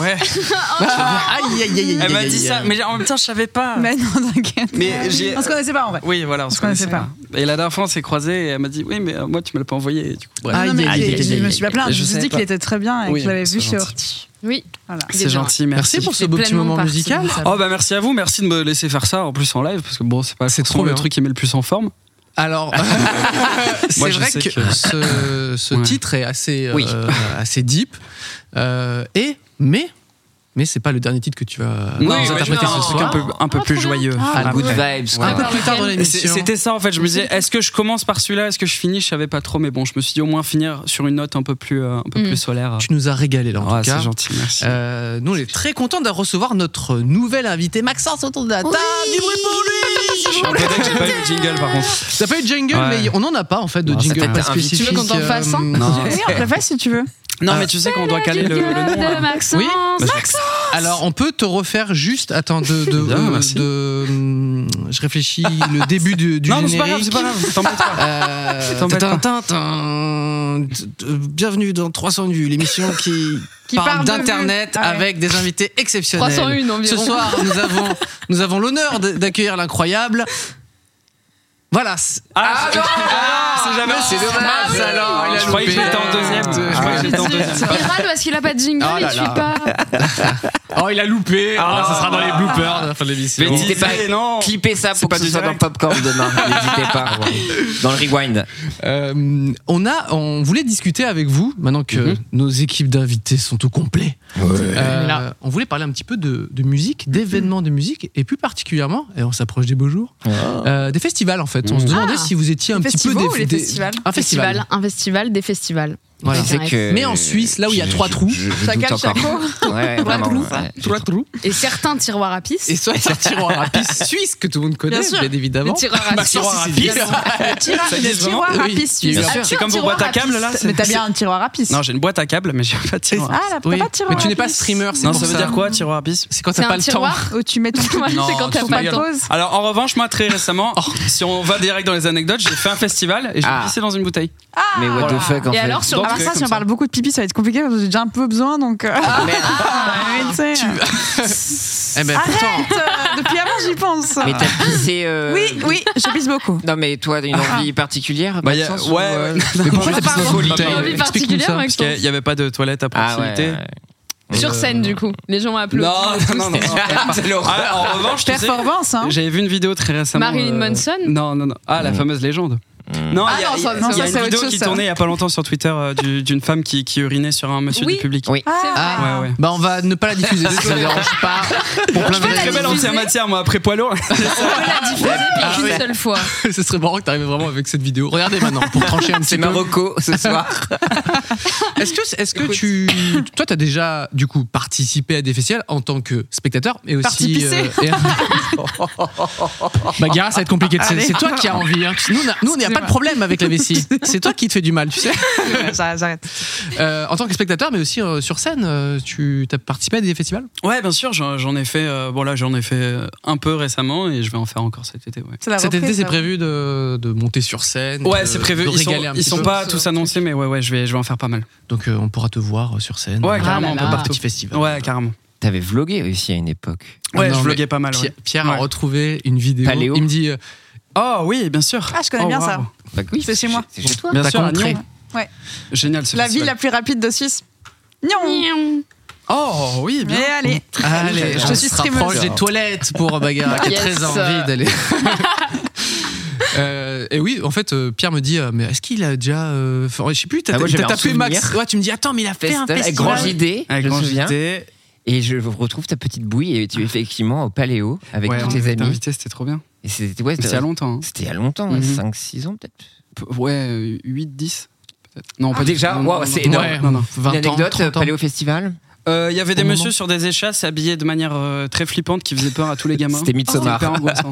F: Ouais.
B: Oh,
A: Bah, Aïe, aïe, aïe,
F: Elle m'a dit ça, mais en même temps, je savais pas.
D: Mais non, t'inquiète.
F: Mais j'ai-
D: On se connaissait pas en vrai.
F: Oui, voilà, on, se
D: On se
F: connaissait
D: connaissait
F: pas. Et la dernière fois, on s'est croisés et elle m'a dit Oui, mais euh, moi, tu me l'as pas envoyé. Et Du coup, bref.
D: Ah, Non, non, mais
C: aïe,
D: j'ai-
C: aïe,
D: je
C: aïe,
D: me suis pas plainte.
F: aïe.
D: Je me
F: Je
D: suis
F: savais
D: dit qu'il
F: pas.
D: était très bien et
F: Oui,
D: que je l'avais
F: c'est
D: vu sur.
F: gentil.
B: Oui.
D: Voilà.
B: Il est
F: C'est
B: bien.
F: gentil, merci.
A: Merci pour
B: Il
A: ce
B: fait
A: beau petit
B: pleinement
A: moment
B: partie
A: musical.
B: de mon album.
F: Oh bah merci à vous, merci de me laisser faire ça en plus en live parce que bon c'est pas
A: C'est
F: forcément
A: trop bien.
F: le truc qui met le plus en forme.
A: Alors, c'est
F: Moi, je
A: vrai que,
F: sais que-
A: ce, ce
F: Ouais.
A: titre est assez, euh,
C: Oui.
A: assez deep. Euh, et, mais, mais c'est pas le dernier titre que tu vas
F: Oui,
A: nous
C: ouais,
A: interpréter
C: non.
A: ce
F: C'est un
A: soir.
F: peu un peu
B: Ah,
F: plus
B: trop bien.
F: joyeux.
A: Ah,
F: Voilà.
C: Good vibes.
A: Un
C: quoi.
A: peu plus tard dans
F: Et
A: l'émission.
F: c'est- C'était ça en fait. Je me disais, est-ce que je commence par celui-là Est-ce que je finis Je savais pas trop, mais bon, je me suis dit au moins finir sur une note un peu plus, euh, un peu
B: Mm.
F: plus solaire.
A: Tu nous as régalé là en
F: Ah,
A: tout cas.
F: c'est gentil, merci.
A: Euh, nous, on est très contents de recevoir notre nouvel invité, Maxence, autour de la table. Du bruit pour lui
F: Je suis un peu dingue, j'ai pas eu le jingle par contre.
A: T'as pas eu de jingle,
F: Ouais.
A: mais on en a pas en fait de
F: Ah,
C: Non, ça
A: jingle
C: peut
A: pas
C: être un vite-
A: spécifique.
B: Tu veux qu'on t'en
A: euh,
B: fasse un
F: Non,
D: Oui, on peut le faire si tu veux.
F: non mais tu sais qu'on doit caler le, le nom.
B: de
F: là.
B: Maxence.
A: Oui.
F: Maxence
A: Alors, on peut te refaire juste. Attends, de. de,
F: Bien,
A: euh,
F: merci.
A: de- hum, je réfléchis le début du, du
F: Non, mais c'est
A: générique.
F: pas grave, c'est pas grave. T'embête pas.
A: Euh,
F: T'embête
A: tin,
F: pas.
A: tin, tin, t- euh, Bienvenue dans 300 vues, l'émission qui,
D: Qui
A: parle
D: parle de vues.
A: d'internet
D: Ah ouais.
A: avec des invités exceptionnels.
B: 301 environ.
A: Ce soir, nous avons nous avons l'honneur de- d'accueillir l'incroyable. Voilà. c'est-
F: Ah, c'est- ah, c'est jamais.
A: c'est dommage.
B: Ah oui.
A: alors, il a
F: Je croyais que
A: loupé.
F: j'étais en deuxième. Je croyais que j'étais en deuxième.
B: Il râle parce qu'il a pas de jingle
A: Ah
B: et
A: là
B: tu
A: là.
B: pas.
A: Oh, il a loupé.
F: Ah.
A: ça sera dans les bloopers à la fin de l'émission.
C: Mais n'hésitez pas
F: Disney, non.
C: à clipper ça
F: C'est
C: pour
F: pas
C: que ce
F: du
C: soit dans
F: direct.
C: Popcorn demain. N'hésitez pas. Dans le rewind.
A: Euh, on a, on voulait discuter avec vous maintenant que
F: Mhm.
A: nos équipes d'invités sont au complet. Euh, on voulait parler un petit peu de, de musique, d'événements de musique, et plus particulièrement, et on s'approche des beaux jours,
F: Ah.
A: euh,
F: Mhm.
A: des festivals en fait. On se demandait
B: Ah.
A: si vous étiez un
D: Les
A: petit peu
D: festivals
A: des,
D: ou les
A: des-
D: festivals
A: un festival.
B: un festival, des festivals.
A: Voilà.
C: Tu sais que-
A: Mais en Suisse, là où il y a
C: je-
A: trois
C: je-
A: trous,
C: je- je Chacun doute encore. chaco. Ouais,
A: Trois
C: vraiment,
A: trous.
C: ouais.
A: Trois trous.
B: Et certains tiroirs à pisse.
A: Et soit un tiroir à pisse suisse que tout le monde connaît,
B: Bien sûr.
A: bien, évidemment.
B: Le tiroir à
A: Maxence
B: tiroir à
A: Sicilien.
B: pisse. Le Euh, tiroir-
A: Ça
D: le
A: existe
D: tiroir
A: vraiment
D: à
A: Oui,
D: pisse
A: bien
D: suisse.
A: sûr.
D: Ah,
F: C'est comme vos boîtes à câbles là.
D: Mais t'as
F: c'est-
D: bien un tiroir à pisse.
F: Non, j'ai une boîte à câbles, mais j'ai pas de tiroir.
D: Ah là, t'as
F: Oui.
D: pas de tiroir
F: Mais tu
D: à
F: n'es pas
D: pisse.
F: streamer, c'est Non, pour ça veut ça. dire quoi, tiroir à pisse
A: C'est quand
D: C'est
A: t'as
D: un
A: pas le temps.
D: tiroir où tu mets ton truc.
F: Non,
D: C'est quand t'as
F: tu
D: pas
F: te
D: de
F: régales.
D: pause. Oh.
F: Alors en revanche, moi très récemment, si on va direct dans les anecdotes, j'ai fait un festival et j'ai
C: Ah.
F: pissé dans une bouteille.
C: Mais what the fuck en fait
D: Ah bah ça, si on parle beaucoup de pipi, ça va être compliqué parce que j'ai déjà un peu besoin donc. euh, mais tu sais.
A: Eh ben,
D: Arrête euh, Depuis avant, j'y pense.
C: Mais t'as pissé. euh,
D: Oui, oui, je pisse beaucoup. Ah.
C: Non, mais toi, une envie particulière
F: Bah, y a-
C: Maxence,
F: ouais,
C: ou,
F: ouais.
C: euh,
F: Mais pourquoi
C: t'as pissé dans une bouteille
B: Envie particulière,
D: hein,
F: Parce
B: Maxence.
F: qu'il n'y avait pas de toilette à
C: Ah, ouais,
F: proximité.
C: ouais. Euh,
B: Sur scène, du coup. Les gens applaudissent.
F: Non, non, non, non.
C: C'est l'horreur.
F: Ah, en revanche, tu sais,
D: Performance, hein.
F: j'avais vu une vidéo très récemment. euh,
B: Marilyn Manson
F: Non, non, non. Ah,
A: Mm.
F: la fameuse légende. Non,
D: Ah
F: il y a,
D: non, ça-
F: il y a
D: non, ça, c'est
F: une
D: autre
F: vidéo
D: chose,
F: qui
D: ça.
F: tournait il n'y a pas longtemps sur Twitter euh, du- d'une femme qui, qui urinait sur un monsieur
B: Oui.
F: du public.
C: Oui.
A: Ah.
F: Ouais, ouais.
A: Bah on va ne pas la diffuser si ça ne dérange pas. Pour plein de
B: peux la
F: Très
A: raisons.
F: belle
B: diffuser.
F: anti-matière, moi, après
B: On
F: poilot.
B: l'a diffusé
A: Ah
B: une
A: ouais.
B: seule fois.
A: Ce serait marrant que t'arrives vraiment avec cette vidéo. Regardez maintenant pour trancher un petit
C: C'est
A: peu.
C: Marocco ce soir.
A: Est-ce que, est-ce que tu, toi, t'as déjà du coup participé à des festivals en tant que spectateur, mais aussi. euh,
D: Participé.
A: et- bah, Gara, ça va être compliqué. C'est,
D: Allez.
A: c'est toi qui as envie. hein. Nous, on a- nous, on n'a pas de problème avec la vessie. C'est toi qui te fais du mal, tu sais.
D: J'arrête. j'arrête.
A: Euh, en tant que spectateur, mais aussi euh, sur scène, euh, tu as participé à des festivals.
F: Ouais, bien sûr, j'en j'en ai fait. euh, bon, là, j'en ai fait euh, un peu récemment et je vais en faire encore cet été. Ouais,
D: C'est la
A: Cet
D: reprise,
A: été, c'est
D: ça.
A: prévu de, de monter sur scène.
F: ouais
A: de-
F: c'est prévu.
A: de
F: Ils sont,
A: régaler un
F: ils
A: petit
F: sont
A: peu.
F: pas tous annoncés, mais ouais, ouais, je vais, je vais en faire pas mal.
A: Donc, euh, on pourra te voir euh, sur scène.
D: Ah
F: Ouais, carrément,
A: on
F: un peu partout.
A: Petit festival.
F: Ouais, carrément.
C: T'avais vlogué aussi à une époque.
F: Ouais,
A: Non,
F: je
A: mais
F: vloguais pas mal.
A: Pierre,
F: Ouais.
A: Pierre a
F: Ouais.
A: retrouvé une vidéo.
C: Paléo.
A: Il me dit. euh,
F: Oh oui, bien sûr.
D: Ah, je connais bien ça.
F: bravo.
C: Bah oui,
D: C'est chez moi.
C: C'est chez toi.
F: Bien
A: T'as
F: sûr, à
A: compris.
F: Nyon.
D: Ouais.
F: Génial ce
D: La ville
F: festival.
D: la plus rapide de Suisse. Non.
F: Oh oui, bien.
D: Mais allez.
A: Allez,
D: Je
A: on
D: suis
A: se
D: streameuse.
A: rapproche des toilettes pour Bagara qui a
B: Yes.
A: très envie d'aller. Euh, et oui, en fait, euh, Pierre me dit, euh, mais est-ce qu'il a déjà, euh, fait- je sais plus, t'as
C: Ah, moi,
A: t'as
C: j'avais un
A: tapé Max,
C: souvenir.
A: ouais, tu me dis, attends, mais il a fait un
C: Festival, avec
A: festival.
C: Grand JD,
F: Avec
C: je me
F: Grand
C: souviens.
F: JT.
C: Et je retrouve ta petite bouille et tu es effectivement au Paléo avec
F: Ouais,
C: tous
F: on
C: tes
F: était
C: amis.
F: invités, c'était trop bien.
C: Et c'était ouais, euh,
F: Mais C'était il y a longtemps. hein.
C: C'était il y a longtemps,
F: Mhm.
C: 5-6 ans peut-être.
F: P- Ouais, euh, 8, 10. Non,
C: Ah, déjà
F: Non, non,
C: Waouh,
F: non,
C: c'est
F: non,
C: énorme.
F: non, non.
A: 20
C: Une
A: ans,
C: anecdote,
A: 30 ans.
C: Paléo Festival.
F: Euh, Il y avait des
A: Au
F: messieurs
A: moment.
F: sur des échasses habillés de manière euh, très flippante qui faisaient peur à tous les gamins.
C: C'était Midsommar.
F: Ah, hyper angoissant.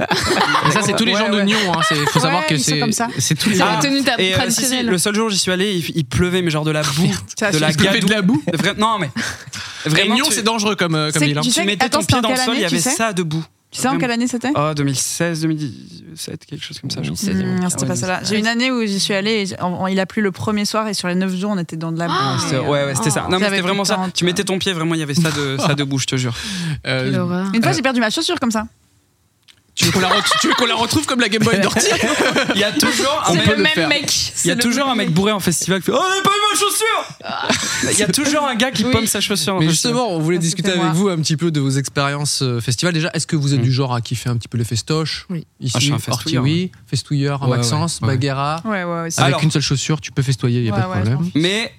A: Et ça, c'est tous les
F: Ouais,
A: gens de
F: ouais.
A: Nyon. Hein, c'est- faut savoir
D: Ouais,
A: que
D: ils sont
A: c'est,
D: comme ça.
A: c'est tous les
B: C'est
A: gens.
B: la tenue ta-
F: Et euh, si, si,
B: traditionnelle.
F: le seul jour où j'y suis allé, il, il pleuvait, mais genre de la boue,
D: Ça,
F: de la
A: Il pleuvait
F: gadoue.
A: de la boue.
F: Vra- Non, mais vraiment,
A: et Nyon,
F: tu,
A: c'est dangereux comme, euh, comme
D: C'est-
A: ville. hein.
D: tu
F: tu
D: sais-
F: mettais
D: attends,
F: ton
D: c'était
F: pied
D: en
F: dans le
D: quelle
F: sol, il y
D: année, tu
F: avait
D: sais
F: ça debout.
D: Tu sais en quelle année c'était
F: Oh, 2016, 2017, quelque chose comme ça. Je crois.
C: 2016,
D: Hmm, non,
F: ouais,
D: c'était pas
F: mais
D: ça là. J'ai une année où j'y suis allée, et j- on- on- il a plu le premier soir et sur les 9 jours on était dans de la boue.
F: C'était- Ouais, ouais, c'était ça. Non, mais
D: J'avais
F: c'était vraiment
D: plus de
F: ça.
D: temps,
F: Tu mettais ton pied, vraiment, il y avait ça de, ça de bouche, je te jure.
A: Euh,
B: Quelle horreur.
D: Une fois j'ai perdu ma chaussure comme ça.
A: tu, veux qu'on la re- tu veux qu'on la retrouve comme la Game Boy d'Orti
F: Il y a toujours un
A: On
B: C'est
F: mec,
A: peut
B: le
A: le
B: même
A: faire.
B: mec.
F: il y
B: C'est
F: a
B: le
F: toujours un
B: même
F: mec bourré en festival qui fait Oh, j'ai pas eu ma chaussure Il y a toujours un gars qui
B: Oui.
F: pomme sa chaussure. en
A: Mais
F: festival.
A: justement, on voulait
D: Ça,
A: discuter
D: c'était
A: avec
D: moi.
A: vous un petit peu de vos expériences euh, festival. Déjà, est-ce que vous êtes du genre à kiffer un petit peu les festoches
B: Oui.
A: Ici,
F: Mm. Ah, je suis un
A: Orti,
F: festouilleur,
A: oui. Festouilleur,
F: Ouais,
A: Maxence,
F: ouais, ouais.
A: Bagheera.
D: Ouais, ouais, ouais. c'est-
A: Avec
F: Alors-
A: une seule chaussure, tu peux festoyer, il n'y a
D: Ouais,
A: pas de
D: ouais, je
A: problème.
D: m'en fiche.
F: Mais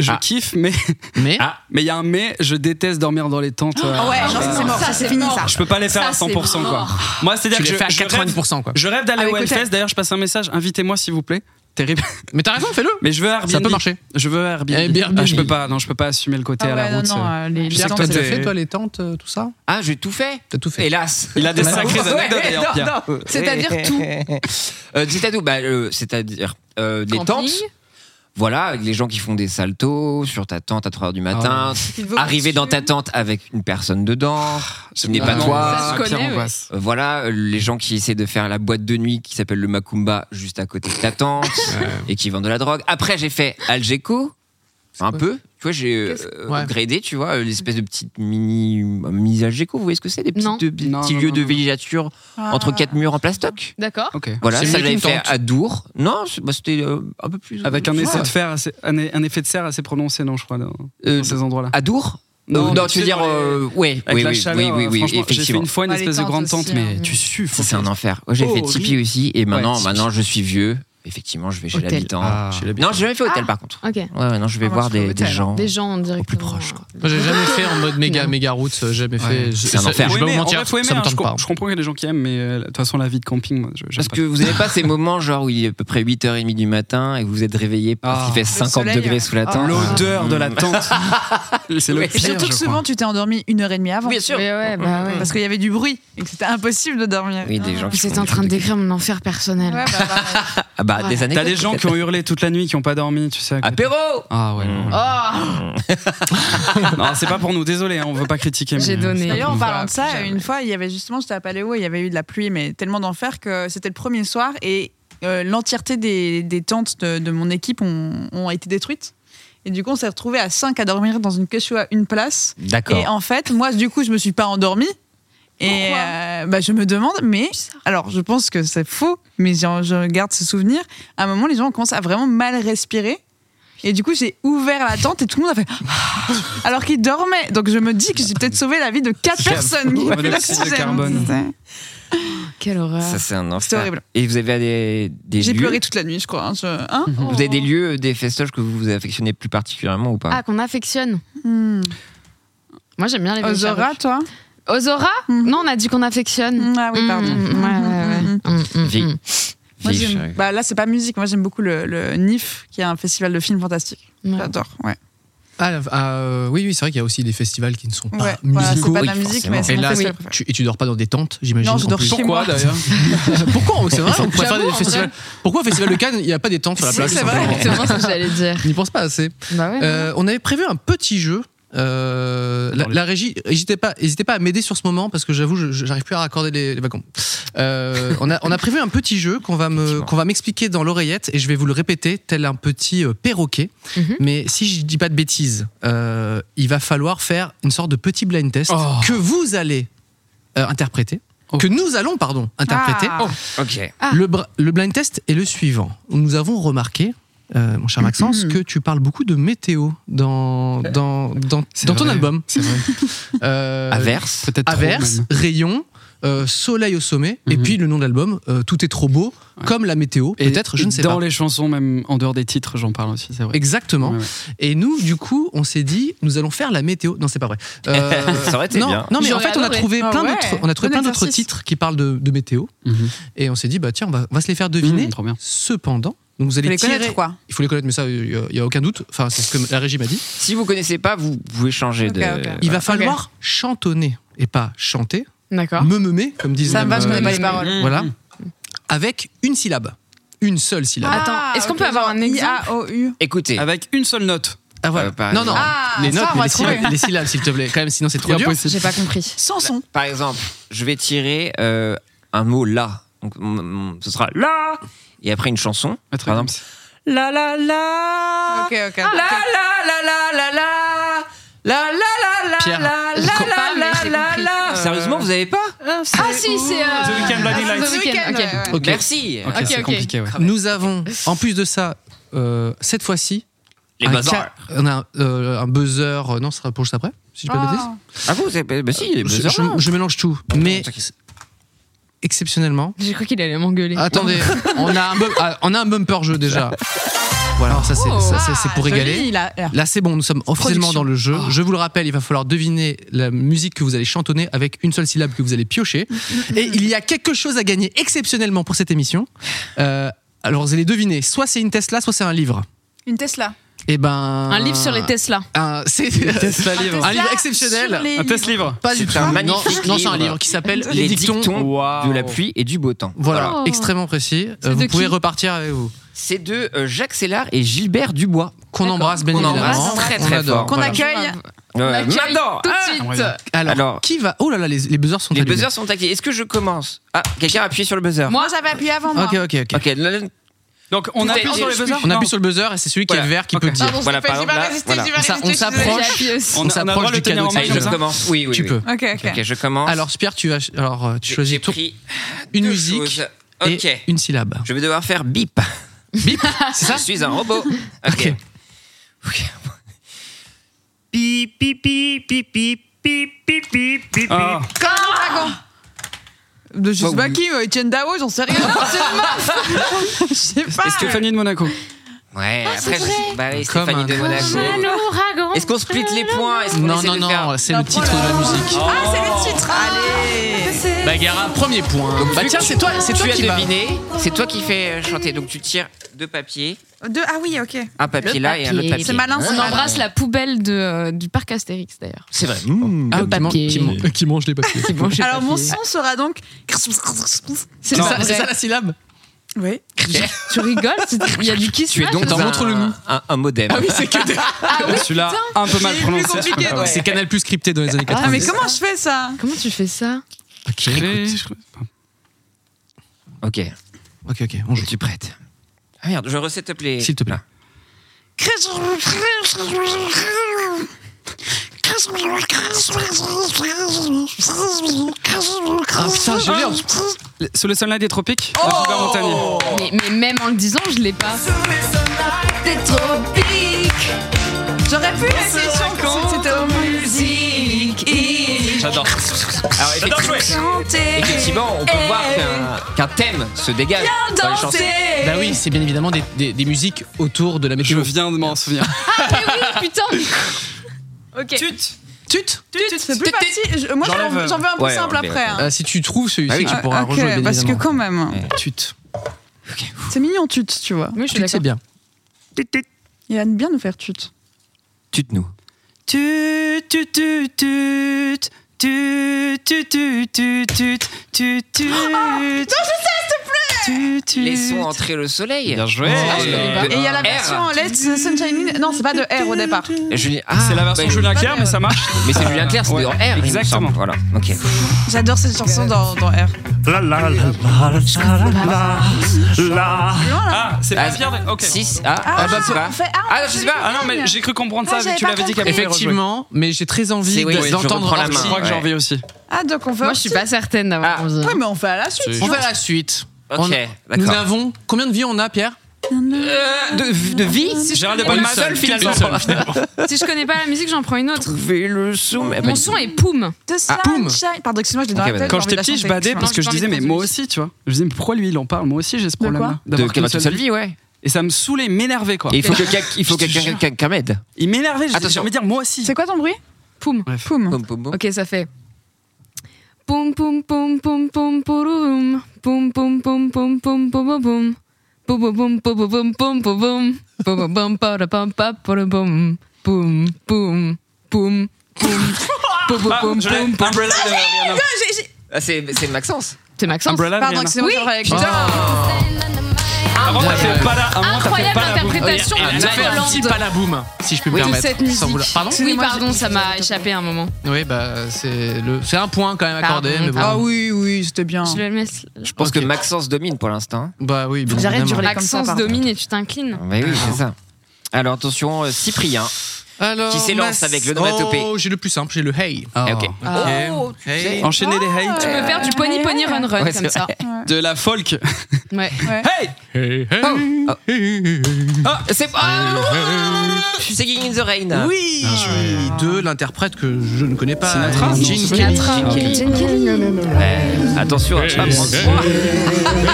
F: je
C: Ah.
F: kiffe, mais
A: Mais
C: Ah.
F: mais il y a un mais, je déteste dormir dans les tentes. euh,
D: Ah ouais,
F: euh,
D: genre ça, c'est mort,
B: Ça,
D: ça
B: c'est
D: c'est fini
B: mort.
D: ça.
F: Je peux pas les faire
B: Ça,
F: à
B: c'est
F: 100%. Quoi.
B: mort.
F: Moi, c'est-à-dire
A: tu
F: que
A: les
F: je,
A: fais à
F: je rêve,
A: 90%. Quoi.
F: je rêve d'aller
D: Avec
F: au
D: hôtel.
F: Hellfest. D'ailleurs, je passe un message invitez-moi s'il vous plaît. Terrible.
A: Mais t'as raison, fais-le.
F: Mais je veux Airbnb.
A: Ça peut marcher. Eh,
F: Je veux Airbnb.
A: Airbnb.
F: Ah, je peux pas, non, je peux pas assumer le côté
D: Ah
F: à la
D: ouais, non,
F: route.
D: non,
F: euh.
D: euh, les- les
A: Je sais que
D: gens,
A: toi,
F: t'es-
A: t'as fait, toi, les tentes, euh, tout ça
C: Ah, j'ai tout fait.
A: T'as tout fait.
C: Hélas.
F: Il a des sacrées
C: Ouais,
F: anecdotes d'ailleurs,
C: non,
F: Pierre.
C: non.
B: C'est-à-dire tout.
C: Euh, C'est-à-dire bah, euh, c'est-à-dire, euh, des
B: Camping.
C: tentes. Voilà, avec les gens qui font des saltos sur ta tente à 3h du
B: Ah
C: matin. Arriver dans ta tente avec une personne dedans. Ce n'est
F: Ah
C: pas
F: non,
C: toi.
B: Ça, je
F: Pierre
B: connais,
F: angoisse.
C: Euh, Voilà, euh, les gens qui essaient de faire la boîte de nuit qui s'appelle le Macumba juste à côté de ta tente et qui vendent de la drogue. Après, j'ai fait Algeco, un peu. Tu vois, j'ai euh,
A: Ouais.
C: gradé, tu vois, euh, l'espèce de petite mini, mini Algeco. Vous voyez ce que c'est Des petites-
B: Non. Ah.
C: de- des
F: Non,
C: petits
F: non,
C: lieux
F: non,
C: de
F: non.
C: villégiature entre quatre murs en plastoc.
B: D'accord.
F: Ok.
C: Voilà,
A: C'est
C: ça
A: mieux
C: j'avais
A: qu'une
C: fait
A: tente.
C: à Dour. Non, c'est- bah, c'était euh, un peu plus.
F: Avec un
C: Ouais.
F: effet de fer, assez- un, un effet de serre assez prononcé, non, je crois, dans,
C: Euh,
F: dans ces endroits-là.
C: À Dour Non,
F: Non, mais
C: tu
F: tu
C: veux
F: sais,
C: dire.
F: dans les-
C: euh, ouais,
F: Avec
C: oui,
F: la
C: oui,
F: chaleur, euh, hein,
C: oui, oui, oui,
F: franchement, j'ai fait
C: effectivement.
F: une fois une
D: Ah, les
F: espèce de
D: tentes
F: grande tente,
D: aussi,
F: mais
D: hein.
F: tu sues.
C: Ça, C'est un enfer. Ouais, j'ai fait Tipeee
F: Horrible.
C: aussi. Et maintenant,
F: Tipeee.
C: maintenant, je suis vieux. effectivement, je vais chez
B: Hôtel.
C: l'habitant.
A: Ah. Chez l'habitant.
C: Non, j'ai jamais fait hôtel
B: Ah.
C: par contre.
B: Ok.
C: Ouais, ouais, non, je vais
B: Ah,
C: voir
B: moi, trouve
C: des, des
B: hôtel.
C: gens.
B: Des gens directement.
A: Moi, j'ai jamais
D: Ah.
A: fait en mode méga, méga route, euh, jamais fait. Je-
C: C'est un
A: ça-
C: enfer. Faut
A: Je vais vous
C: aimer, en
A: mentir,
C: vrai, faut aimer,
A: ça me
C: hein,
A: tente
C: je
A: pas.
C: comprends.
F: Je comprends qu'il y a des gens qui aiment, mais euh, de toute façon, la vie de camping, moi, je- j'aime
C: Parce
F: pas
C: que vous n'avez pas ces moments genre où il est à peu près 8h30 du matin et que vous êtes réveillé parce qu'il fait 50
D: soleil,
C: degrés
D: ouais.
C: sous la
D: Ah.
C: tente.
F: Ah.
C: Mmh.
F: L'odeur de la tente.
C: C'est
D: Et surtout que souvent, tu t'es endormi une heure et demie avant.
C: Bien
B: Eh
C: sûr.
D: Parce qu'il y avait du bruit et que c'était impossible de dormir.
C: Oui, des gens qui
B: bah Ah. Vous êtes
C: font
B: en
C: des
B: train de décrire mon enfer personnel.
C: Ah bah, des années.
F: T'as des gens qui ont hurlé toute la nuit, qui n'ont pas dormi, tu sais. à côté.
C: Apéro
F: Ah ouais. non. Non, c'est pas pour nous, désolé, hein, on veut pas critiquer. mais
B: J'ai donné.
F: c'est pas
D: D'ailleurs,
F: pour
D: en
F: nous.
D: parlant de ça, une fois, il y avait justement, j'étais à Paléo, il y avait eu de la pluie, mais tellement d'enfer que c'était le premier soir et euh, l'entièreté des, des tentes de, de mon équipe ont, ont été détruites. Et du coup, on s'est retrouvés à 5 à dormir dans une queue à une place.
C: D'accord.
D: Et en fait, moi, du coup, je me suis pas endormie. Et euh, bah, je me demande, mais alors je pense que c'est faux, mais j'en- je garde ce souvenir. À un moment, les gens commencent à vraiment mal respirer. Et du coup, j'ai ouvert la tente et tout le monde a fait alors qu'ils dormaient. Donc je me dis que j'ai peut-être sauvé la vie de quatre
C: J'avoue.
D: personnes. qui
F: Monoxyde de
D: faisaient la
F: carbone.
D: sixième.
B: Quelle horreur.
C: Ça, c'est un enfer.
D: C'était Ah. horrible.
C: Et vous avez des, des
D: J'ai
C: lieux-
D: pleuré toute la nuit, je crois. hein, je- hein
C: Vous avez des lieux, des festoches que vous vous affectionnez plus particulièrement ou pas
B: Ah, qu'on affectionne.
D: bah. Hmm.
B: Moi, j'aime bien les vieilles
D: Ozora,
B: carottes.
D: toi Hmm.
B: Ozora Non, on a dit qu'on affectionne.
D: Ah oui, pardon.
B: Mm, ouais, ouais, ouais.
C: Vie-
D: Moi,
C: vie,
D: j'aime-
C: chérie.
D: bah, là, c'est pas musique. Moi, j'aime beaucoup le, le NIF, qui est un festival de films fantastiques.
B: Ouais.
D: J'adore. Ouais.
A: Ah, la- ah, euh, oui, oui, c'est vrai qu'il y a aussi des festivals qui ne sont pas
D: Ouais, voilà, c'est
A: musicaux.
D: pas de la
A: et-
D: musique, mais c'est
A: et
D: mon
A: là,
D: festival
A: oui.
D: préféré.
A: tu, et tu dors pas dans des tentes, j'imagine.
D: Non, je
A: en
D: dors
A: plus.
D: chez moi.
F: Pourquoi d'ailleurs
A: Pourquoi on- C'est vrai, on pourrait
B: J'avoue,
A: faire des
B: en
A: festivals.
B: vrai.
A: Pourquoi au festival de Cannes, il n'y a pas des tentes sur la
D: Si,
A: plage
D: c'est
A: tout
D: vrai.
A: simplement
B: C'est vraiment ce que j'allais dire.
A: On n'y pense pas assez.
B: Bah ouais.
A: Euh, on avait prévu un petit jeu. Euh, la, la régie, n'hésitez pas, hésitez pas à m'aider sur ce moment parce que j'avoue, je- je- j'arrive plus à raccorder les, les wagons. Euh, on, a, on a prévu un petit jeu qu'on va me,
C: Effectivement.
A: qu'on va m'expliquer dans l'oreillette et je vais vous le répéter tel un petit euh, perroquet.
B: Mhm.
A: Mais si je dis pas de bêtises, euh, il va falloir faire une sorte de petit blind test
F: Oh.
A: que vous allez euh, interpréter, que nous allons, pardon, interpréter.
D: Ah.
C: Oh, Ok.
B: Ah.
A: Le, br- le blind test est le suivant. Nous avons remarqué, euh, mon cher
D: Mm-hmm.
A: Maxence, que tu parles beaucoup de météo dans, dans, dans,
F: Euh, C'est
A: dans ton
F: vrai.
A: album.
F: C'est vrai.
A: Euh,
C: Averse.
F: Peut-être trop,
A: averse,
F: même.
A: rayon, euh, soleil au sommet, et
F: Mhm.
A: puis le nom de l'album, euh, Tout est trop beau, comme la météo,
F: Et-
A: peut-être, je
F: et
A: ne sais
F: dans
A: pas.
F: les chansons, même en dehors des titres, j'en parle aussi, c'est vrai.
A: Exactement.
F: Ouais, ouais.
A: Et nous, du coup, on s'est dit, nous allons faire la météo. Non, c'est pas vrai. Euh,
C: Ça aurait été
A: non,
C: bien.
A: Non, mais en
B: J'aurais
A: fait, on a
B: adoré.
A: trouvé
D: Ah
A: plein
D: ouais,
A: d'autres, on a trouvé
D: bon
A: plein d'autres
D: exercice.
A: titres qui parlent de, de météo,
F: Mhm.
A: et on s'est dit, bah tiens, on va, on va se les faire deviner.
F: Mmh, trop bien.
A: Cependant, donc vous allez
D: Faut les
A: tirer-
D: connaître, quoi.
A: Il faut les connaître, mais ça, il n'y a, aucun doute. Enfin, c'est ce que la régie m'a dit.
C: Si vous connaissez pas, vous pouvez changer
D: Ok,
C: de.
D: ok.
A: Euh, Il va
C: Voilà.
A: falloir chantonner et pas chanter,
B: D'accord.
A: me meumer, comme disent
D: Ça me va, je
A: euh,
D: connais pas
A: les-
D: les paroles.
C: Mm,
A: Voilà. Avec une syllabe. Une seule syllabe.
B: Ah, Attends, est-ce qu'on peut avoir un exemple
D: I-A-O-U.
C: Écoutez.
F: Avec une seule note.
A: Ah, voilà.
C: Euh, par
A: non, non.
C: exemple.
D: Ah,
A: les
D: ça,
A: notes,
D: on
A: mais
D: va
A: les
D: trouver.
A: syllabes, les syllabes, s'il te plaît. Quand même, sinon c'est trop dur.
B: J'ai pas compris.
D: Sans son.
C: Bah, Par exemple, je vais tirer euh, un mot là. Donc, mm, mm, ce sera là. Et après une chanson.
F: Un truc
C: Par
F: comme
C: exemple. La la la.
D: Ok, ok.
C: La la la la la la. La la la la
A: Pierre,
C: la
B: je
C: la
B: comprends pas, mais
C: la
B: j'ai
C: la
B: compris.
C: la.
B: Euh,
C: Sérieusement, vous avez pas
B: Ah si, c'est. euh,
F: The Weeknd, Blinding
B: ah,
F: Lights.
B: The Weeknd, ok.
D: ouais, ouais.
A: Ok.
C: Merci.
F: Ok,
B: Ok,
F: c'est
B: ok.
F: compliqué, ouais.
A: Nous avons, en plus de ça, euh, cette fois-ci,
C: Les
A: un
C: buzzers.
A: ca- on a euh, un buzzer. euh, non, ce sera pour juste après, si je ne pas de bêtises. Euh,
D: Ah.
C: Ah vous, c'est- bah si, les
A: Je,
C: buzzers.
A: je- je mélange tout. Mais
C: t'inquiète.
A: exceptionnellement,
B: J'ai cru qu'il allait m'engueuler.
A: Attendez, on a un, bum- ah, on a un bumper jeu déjà. Voilà, ça
B: Oh,
A: c'est ça, c'est- c'est pour
D: Ah,
A: régaler.
D: joli, il a l'air.
A: Là c'est bon, nous sommes officiellement
D: Production.
A: dans le jeu. Je vous le rappelle, il va falloir deviner la musique que vous allez chantonner avec une seule syllabe que vous allez piocher. Et il y a quelque chose à gagner exceptionnellement pour cette émission. Euh, alors vous allez deviner, soit c'est une Tesla, soit c'est un livre.
D: Une Tesla.
A: Et ben
B: Un livre sur les Tesla.
D: Ah,
A: un- c'est
F: Tesla livre.
A: un livre
D: Tesla
A: exceptionnel.
D: sur les
F: Un test livre.
A: Pas du
C: C'est
A: tout.
C: un
A: Non,
C: magnifique
A: non, c'est un
C: livre.
A: livre qui s'appelle
C: Les dictons,
F: Waouh.
C: de la pluie et du beau temps.
A: Voilà,
B: Oh.
A: extrêmement précis.
B: C'est
A: Euh,
B: de
A: vous
B: qui
A: pouvez repartir avec vous.
C: C'est de euh, Jacques Sellard et Gilbert Dubois.
A: Qu'on embrasse bien
C: On
A: évidemment.
C: embrasse très,
A: On
C: très
A: adore.
C: fort.
D: Qu'on
C: Voilà.
D: accueille.
C: Euh,
B: L'accueil
C: maintenant,
B: Tout
C: ah,
B: de
F: ouais,
B: suite.
F: bien.
A: Alors,
C: Alors-
A: qui va Oh là là, les, les buzzers sont
C: les
A: allumés.
C: buzzers sont actifs. Est-ce que je commence Ah, quelqu'un appuie sur le buzzer.
D: Moi, j'avais appuyé avant moi.
A: Ok, ok, ok.
C: Ok, là, là,
F: Donc on
C: Tout
F: appuie
C: est-
F: sur les buzzers
A: On appuie
F: Non.
A: sur le buzzer et c'est celui qui
F: Voilà.
A: est vert qui
F: Ok.
A: peut le dire.
D: Pardon,
C: Voilà,
D: s'il te
C: par
D: plaît, j'y
C: exemple,
D: vais
C: là,
D: résister,
C: voilà.
D: j'y vais
A: On s'a-
D: résister,
A: on
D: je suis désolée.
A: s'approche.
B: J'appuie aussi.
F: On, a- on a le droit
A: s'approche
F: de le
A: du
F: tenir en
A: cadeau
F: main
A: de
C: allez, je
F: comme ça.
C: commence. Oui, oui,
A: Tu
C: oui.
A: peux.
D: Ok, ok.
C: Ok, je commence.
A: Alors, Pierre, tu, vas, ch- alors, euh, tu
C: J'ai-
A: choisis
C: j'ai
A: ton-
C: pris
A: une
C: deux
A: musique
C: choses.
A: et
C: Ok.
A: une syllabe.
C: Je vais devoir faire bip.
A: Bip C'est ça
C: Je suis un robot. Ok.
A: Ok.
C: Ok. Bip, bip, bip, bip, bip, bip, bip, bip, bip.
F: Ah.
D: Comme un dragon. de je
F: Bah,
D: sais pas
F: oui.
D: qui, euh, Etienne Dao, j'en sais rien. c'est une meuf. Je sais pas.
F: Et Stéphanie de Monaco.
C: Ouais,
D: Ah,
C: après,
D: c'est
C: je... bah oui,
A: Comme
C: Stéphanie
A: un
C: de Monaco. Est-ce qu'on split les points Est-ce qu'on
A: Non,
C: essaie
A: non,
C: de
A: non,
C: faire-
A: c'est le titre de la musique.
D: Ah, c'est
C: Oh,
D: le titre. Allez.
A: Bagara, premier point.
C: Donc,
A: bah
C: vu
A: tiens,
C: que
A: c'est toi, c'est
C: tu
A: toi
C: as
A: qui vas.
C: deviné. C'est toi qui fais euh, chanter. Donc tu tires deux papiers,
D: Deux- ah oui, ok.
C: un papier là et un autre papier.
D: C'est malin,
B: On
D: c'est malin.
B: embrasse la poubelle de, euh, du parc Astérix d'ailleurs.
C: C'est vrai.
A: Ah, qui man-
B: papier.
A: Qui, man- qui mange les papiers.
D: Alors mon son sera donc. C'est
A: C'est ça, c'est ça la syllabe
D: Oui.
B: Tu rigoles c'est- Il y a du kiss.
C: Tu es
B: là,
C: donc
B: je sais
C: dans
B: pas.
C: un, un, un modem.
A: Ah oui, c'est que des-
B: Ah oui,
F: Celui-là,
B: putain.
F: un peu mal
D: C'est plus
F: prononcé.
D: compliqué,
F: Ah ouais.
D: donc.
A: C'est Canal Plus crypté dans les années
D: Ah
A: 90.
D: mais comment je fais ça
B: Comment tu fais ça
C: Ok,
A: Ok, ok, on joue.
C: tu prêtes. Ah merde, je reset-up les.
A: S'il te plaît.
C: Là.
I: Oh,
A: Ah putain, j'ai
D: Oh
A: l'air.
F: Sur le Sunlight des Tropiques, la
A: Oh
F: Gilbert Montagnier.
B: mais, mais même en le disant, je l'ai pas.
D: J'aurais pu la session quand c'était au musique.
F: J'adore.
C: Alors, effectivement, effectivement, on peut voir qu'un- qu'un thème se dégage dans les chansons.
A: Bah oui, c'est bien évidemment des, des- des musiques autour de la
F: Je
A: météo.
F: viens de m'en souvenir.
B: Putain. ok.
A: Tut
D: C'est plus facile. Je- Moi,
F: J'enlève,
D: j'en- j'en veux un plus
C: ouais,
D: simple
C: enlève,
D: après. hein.
A: Ah, Si tu trouves celui-ci,
C: Ah oui.
A: tu pourras
D: ok,
A: rejouer bien
D: parce que
A: évidemment.
D: quand même,
A: Tut.
D: c'est mignon tute, tu vois.
B: Moi, je suis
A: Tut, c'est
B: d'accord.
A: bien.
D: Il aime bien nous faire tute.
C: Tute-nous.
F: Tut, tut, tut, tut. Tut, tut, tut, tut, tut, tut,
B: Oh,
F: tut. Non, je sais, s'il te plaît
C: Laissons entrer le soleil.
F: Bien joué.
C: Ah,
F: je l'avais
C: pas.
D: Et il y a la
C: R.
D: version Let's Sunshine In. Non, c'est pas de R au départ.
C: Et Julien- ah,
F: C'est la version
C: bah,
F: Julien Clerc, mais ça marche.
C: Mais c'est Julien Clerc, c'est
F: Ouais,
C: en R. il me semble.
F: exactement.
C: Voilà, ok.
D: J'adore cette chanson dans, dans R.
F: Ah, c'est pas
C: Ah,
F: Pierre. Dac- Ok.
C: 6 ah, ah,
A: bah,
C: je sais pas.
D: on fait- ah,
C: Ah, je sais pas.
F: Ah non, mais j'ai cru comprendre ça,
D: Ah,
F: vu que tu
D: j'avais
F: l'avais
D: pas
F: dit qu'elle
D: compris.
F: pouvait rejouer.
A: Effectivement, mais j'ai très envie
C: C'est- oui,
A: de-
C: oui, je
A: d'entendre
C: reprends la
F: Je
A: Orsi.
F: crois que j'ai
C: Ouais.
F: envie aussi.
D: Ah, donc on fait.
B: Moi, je suis pas certaine d'avoir.
C: Ah.
B: onze ans.
D: Ouais, mais on fait à la suite.
A: On va à la suite.
C: Ok,
A: On- Nous
C: d'accord.
A: avons combien de vies on a, Pierre
C: de, de vie
F: Gérald de
C: Une
F: Palma,
C: seule,
F: une
C: finalement.
F: seule, finalement.
B: Si je connais pas la musique, j'en prends une autre.
C: Trouver le sommet.
B: Mon son est poum.
D: De
A: Ah, poum.
D: Sunshine. Pardon, excuse-moi, je l'ai dans
C: Ok,
D: la
C: bah,
D: tête.
F: Quand
D: j'ai envie
F: j'étais
D: de
F: petit,
D: la
F: je
D: chanter,
F: badais
D: excuse-moi.
F: parce que je
B: j'ai
F: disais,
B: envie
F: mais
B: de
F: moi
B: continuer.
F: aussi, tu vois. Je disais, mais pourquoi lui il en parle Moi aussi j'ai ce
D: De
F: problème-là.
C: De
F: D'avoir qu'une
C: qu'avoir une seule vie, ouais.
F: Et ça me saoulait, m'énervait quoi.
C: Et il faut que quelqu'un- il faut
F: Je te
C: quelqu'un
F: jure.
C: quelqu'un m'aide.
F: Il m'énervait, je disais, j'ai
C: Attention.
F: envie de dire moi aussi.
D: C'est quoi ton bruit
B: Poum.
F: Bref.
D: Poum.
C: Pom, pom, pom.
B: Ok, ça fait. Poum poum poum poum poum pouroum. Poum poum poum poum poum poum poum. Poum poum poum poum poum poum poum. Poum poum poum poum poum poum poum. Poum poum poum poum. Poum
F: Ah,
B: poum
F: je l'ai.
B: poum poum.
F: Umbrella de Rihanna.
C: Ah, c'est c'est Maxence.
B: C'est Maxence.
F: Umbrella de
D: Pardon,
F: Rihanna.
D: excuse-moi,
B: Oui.
D: je reviens avec
A: Oh,
F: Avant, t'as fait pas là. Avant, t'as fait
B: Incroyable
F: pas là.
B: interprétation
A: Elle a fait
B: de
A: un petit
B: Hollande.
A: palaboum, si je peux me
B: Oui, de
A: permettre.
B: cette
A: sans
B: musique.
A: vouloir- Pardon
B: Oui,
D: Excusez-moi,
B: pardon,
D: j'ai-
B: ça
D: j'ai
B: m'a
D: pas
B: échappé un moment.
A: Oui, bah c'est le, c'est un point quand même accordé.
B: Pardon,
A: mais bon.
D: Ah oui, oui, c'était bien.
B: Je le laisse.
C: Je pense
A: Ok.
C: que Maxence domine pour l'instant.
A: Bah oui, bien
D: J'arrête de
A: évidemment. Ah,
D: hurler. comme ça,
B: Maxence
D: pardon.
B: domine et tu t'inclines.
C: Mais oui, c'est ça. Alors attention, euh, Cyprien.
A: Alors,
C: Qui s'élance
A: ma-
C: avec le onomatopée.
A: Oh, j'ai le plus simple, j'ai le hey.
C: Eh, ok.
A: Oh, hey.
F: Enchaîner les
B: Tu
F: hates.
B: peux faire du pony pony run run
C: Ouais,
B: comme
C: c'est
B: ça.
F: De la folk.
B: Ouais.
F: Hey
A: Hey, hey,
C: Oh.
A: hey, hey,
C: Ah, c'est ah, C'est King in the Rain.
A: Oui Ah. De l'interprète que je ne connais pas.
B: Ah,
F: Sinatra
A: Gene
F: Non,
A: Kelly.
B: Sinatra. Ah,
C: Ouais, attention, à ne pas prendre froid.
B: Euh,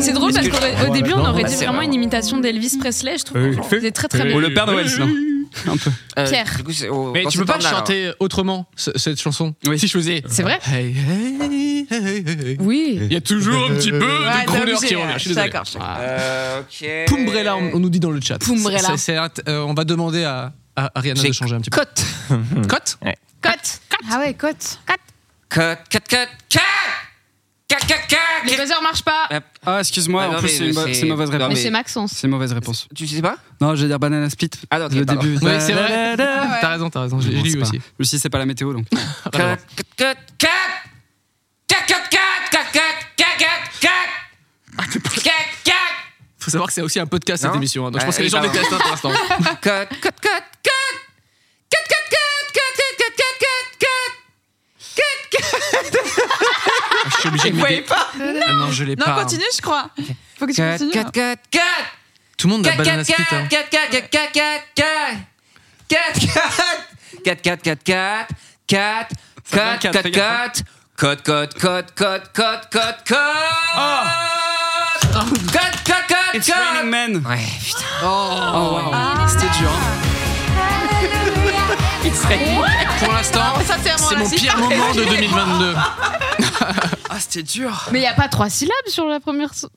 B: C'est drôle parce qu'au début, on aurait
C: Bah,
B: dit
C: c'est
B: vraiment
C: vrai.
B: une imitation d'elvis Presley. Je trouve que c'était très très
F: Ou
B: bien.
F: le père Noël, sinon. Un peu.
C: Euh,
B: Pierre.
C: du coup, c'est au-
A: Mais
C: dans
A: tu
C: cet
A: peux pas
C: ordre-là,
A: chanter autrement ce- cette chanson
F: Oui.
A: Si je faisais.
B: C'est vrai
A: Hey, hey, hey, hey, hey.
B: Oui.
A: Il y a toujours un petit peu
D: Ouais,
A: de
D: t'es
A: crooner
D: obligé,
A: qui revient. Je suis
D: ouais,
A: désolé.
D: D'accord, je suis
C: alors. Euh, ok.
A: Pumbrella, on, on nous dit dans le chat.
B: Pumbrella.
A: C'est- c'est un t- euh, on va demander à, à Ariana
C: J'ai
A: de changer un petit peu.
C: Cote.
A: Cote
B: Cote. Ah ouais, cote.
C: Cote, cote, cote, cote. Cote, cote, cote.
B: Les buzzers marchent pas.
C: Hop.
F: Ah, excuse-moi,
C: Ah, non,
F: en plus,
C: mais
F: c'est une
C: c'est-
F: bo- c'est une mauvaise
C: Non,
F: réponse.
B: Mais
C: mais-
B: c'est Maxence.
F: C'est une mauvaise réponse.
C: Tu sais pas
F: Non, je vais dire Banana Split.
C: Ah, non, ok,
F: le
C: pardon.
F: début.
A: Oui, c'est vrai.
F: Da-da-da.
A: T'as raison, t'as raison. J'ai j'ai
F: Non, c'est
A: lu
F: pas-
A: aussi. Ah,
F: Mais si c'est pas la météo, donc.
C: Cote, cote, cote. Cote, cote, cote, cote, cote, cote, cote, cote.
A: Ah,
C: Cote, cote.
A: Faut savoir que c'est aussi un podcast
C: Non
A: cette émission. hein, donc je
C: Ah,
A: pense que
C: oui,
A: les gens
C: pardon.
A: détestent hein, pour l'instant.
C: Cut, cut, cut, cut. Cut, cut, cut, cut, cut, cut, cut, cut, cut.
A: Je suis obligé de m'aider. Ah non, je l'ai
D: Non,
A: pas.
D: continue, je crois. Faut que tu
C: Cut,
D: continues.
C: cut, cut, cut.
A: Tout le monde a
C: Cut,
A: banana
C: cut,
A: split.
C: cut,
A: hein.
C: cut, cut, cut, cut, cut, cut. Cut, cut. Cut, cut, cut, cut. Cut,
F: Ça
C: cut,
F: donne quatre,
C: cut,
F: fais gaffe,
C: cut. Code, code, code, code, code, code, code. Code, code, code,
F: Oh. It's Raining Men.
C: Ouais, putain.
F: Oh, c'était dur.
I: hein.
A: Pour l'instant, c'est mon pire moment de 2022.
F: Ah, c'était dur.
B: Mais il n'y a pas trois syllabes sur la première. so-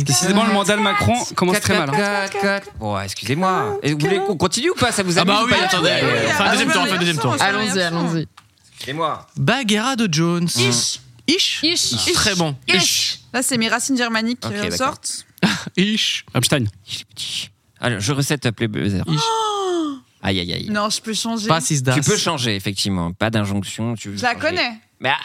F: Décidément, le mandat de Macron commence très mal. hein.
C: Code, code, code. Bon, excusez-moi. Et Vous voulez qu'on continue ou pas Ça vous
A: Ah
C: amuse
A: bah
C: ou
A: oui,
C: pas
A: attendez. Enfin, deuxième tour, enfin, deuxième tour.
B: Allons-y, allons-y.
C: Excusez-moi.
A: Bagheera de Jones.
D: Ish.
A: Ish.
B: Ish.
A: Très bon. Ish.
D: Là, c'est mes racines germaniques
C: Ok,
D: qui
C: d'accord.
D: ressortent.
A: Ish.
F: Epstein.
C: Alors, je recette appelé buzzer.
A: Ish.
D: Oh
C: Aïe, aïe, aïe.
D: Non, je peux changer.
A: Pas six
C: Tu
A: d'as.
C: peux changer, effectivement. Pas d'injonction. Tu veux
D: Je la
C: changer.
D: connais.
C: Mais ah,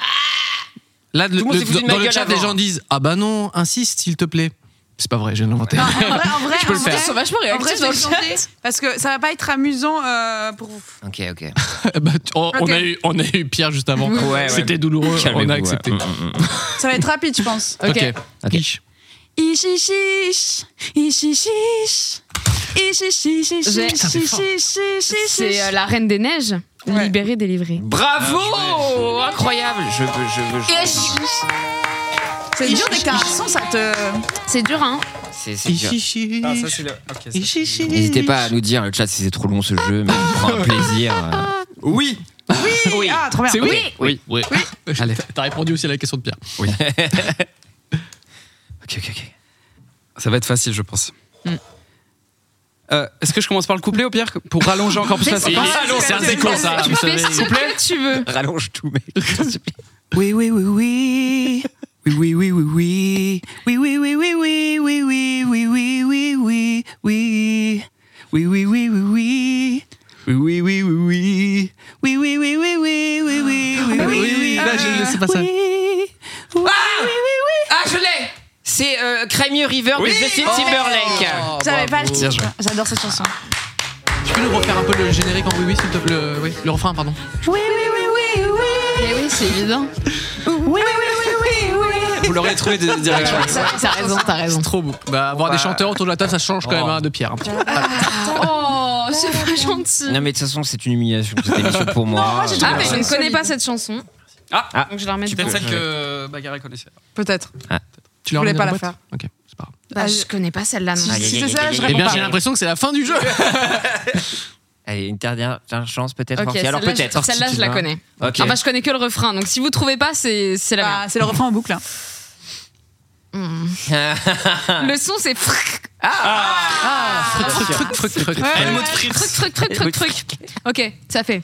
A: Là, le-
C: Tout le monde
A: le-
C: s'est foutu de ma
A: dans le
C: gueule
A: chat,
C: avant.
A: les gens disent Ah bah non, insiste s'il te plaît. C'est pas vrai, je viens de l'inventer.
D: Non, en vrai, en vrai,
A: Je peux
D: en
A: le faire.
D: vrai,
B: Ils sont vachement
D: en vrai,
B: réactifs
D: je
B: dans
D: vais
B: le chat.
D: changer parce que ça va pas être amusant euh, pour vous.
C: Ok, ok.
A: Bah, tu- on, on
D: Ok.
A: a eu, on a eu Pierre juste avant.
C: Ouais, ouais.
A: C'était douloureux, on
C: Calmez-vous,
A: a accepté.
C: ouais. Mm, mm, mm.
D: Ça va être rapide, je pense.
A: Ok.
B: Ok.
C: Ok.
A: Ish.
D: Ichichiche, ichichiche,
B: J'ai- Putain, c'est fort. C'est euh, la Reine des Neiges,
D: Ouais.
B: libérée, délivrée.
A: Ah,
C: Bravo Incroyable Je veux, je veux, je veux.
D: C'est dur dès que t'as un son, ça te.
B: C'est dur, hein
C: C'est- c'est dur.
A: Ichichi. Ichichi.
C: N'hésitez pas à nous dire, le chat, si c'est trop long ce jeu, mais on prend un plaisir. euh.
F: Oui.
D: Oui. Ah, trop bien.
A: C'est oui.
C: Oui.
A: Oui. Allez. T'as répondu aussi à la question de Pierre.
C: Ok, ok, ok.
F: Ça va être facile, je pense. Euh, Est-ce que je commence par le couplet au pire pour rallonger encore plus la
A: C'est
F: séquence
A: un déco ça.
B: Tu
A: vous
B: fais
A: savez.
B: ce que tu veux.
C: Rallonge tout, mec. Putain,
F: Oui, oui, oui, oui. Oui, oui, oui, oui, oui. Oui, oui, oui, oui, oui, oui, oui, oui, oui, oui, oui. Oui, oui, oui, oui, oui. Oui, oui, oui, oui, oui. Oui, oui, oui, oui, oui, oui, oui, oui, oui, oui.
A: Là, je ne sais pas ça.
F: Oui, oui, oui, oui.
C: Ah, je l'ai C'est euh, Crimey River de Justin Timberlake.
A: Oh,
D: J'avais pas le
A: Bien
D: titre.
A: joué.
D: J'adore cette chanson.
A: Tu peux nous refaire un peu le générique en oui oui s'il te plaît. Le, oui, le refrain pardon.
B: Eh oui, c'est évident.
F: Vous l'aurez trouvé de- directement.
B: T'as raison, t'as raison.
A: Trop beau. Bah avoir des chanteurs autour de la table ça change quand même hein, de Pierre. un petit peu.
B: Oh, c'est pas gentil.
C: Non, mais de toute façon, c'est une humiliation, cette émission pour moi.
A: euh,
B: Ah, mais je ne connais pas cette chanson.
F: Ah.
C: Ah.
B: Donc je la remets
F: Peut-être
B: dedans.
F: celle que Bagara connaissait.
D: Peut-être.
A: Tu l'as
D: voulais
A: emmené
D: pas
A: dans
D: la
A: boîte Ok, c'est pas
B: Bah,
A: grave.
B: je connais pas celle-là, non.
D: Si,
C: aïe,
D: si c'est
C: aïe,
D: ça,
C: aïe,
D: je
C: aïe,
A: Eh
D: réponds
A: bien
D: pas.
A: j'ai l'impression que c'est la fin du jeu.
C: Allez, une dernière, dernière chance peut-être.
B: Ok,
C: Orsi. Alors
B: celle-là,
C: peut-être.
B: je- celle-là,
C: Orsi,
B: je
C: tu
B: la
C: vas.
B: connais.
C: Ok.
B: Enfin, je connais que le refrain, donc si vous trouvez pas, c'est c'est la merde.
D: Bah, C'est le refrain en boucle. hein.
B: Ah. Le son, c'est fric,
A: Ah, Truc, truc, truc.
D: Ouais, ouais.
B: truc, truc, truc, truc, truc. Ok, ça fait.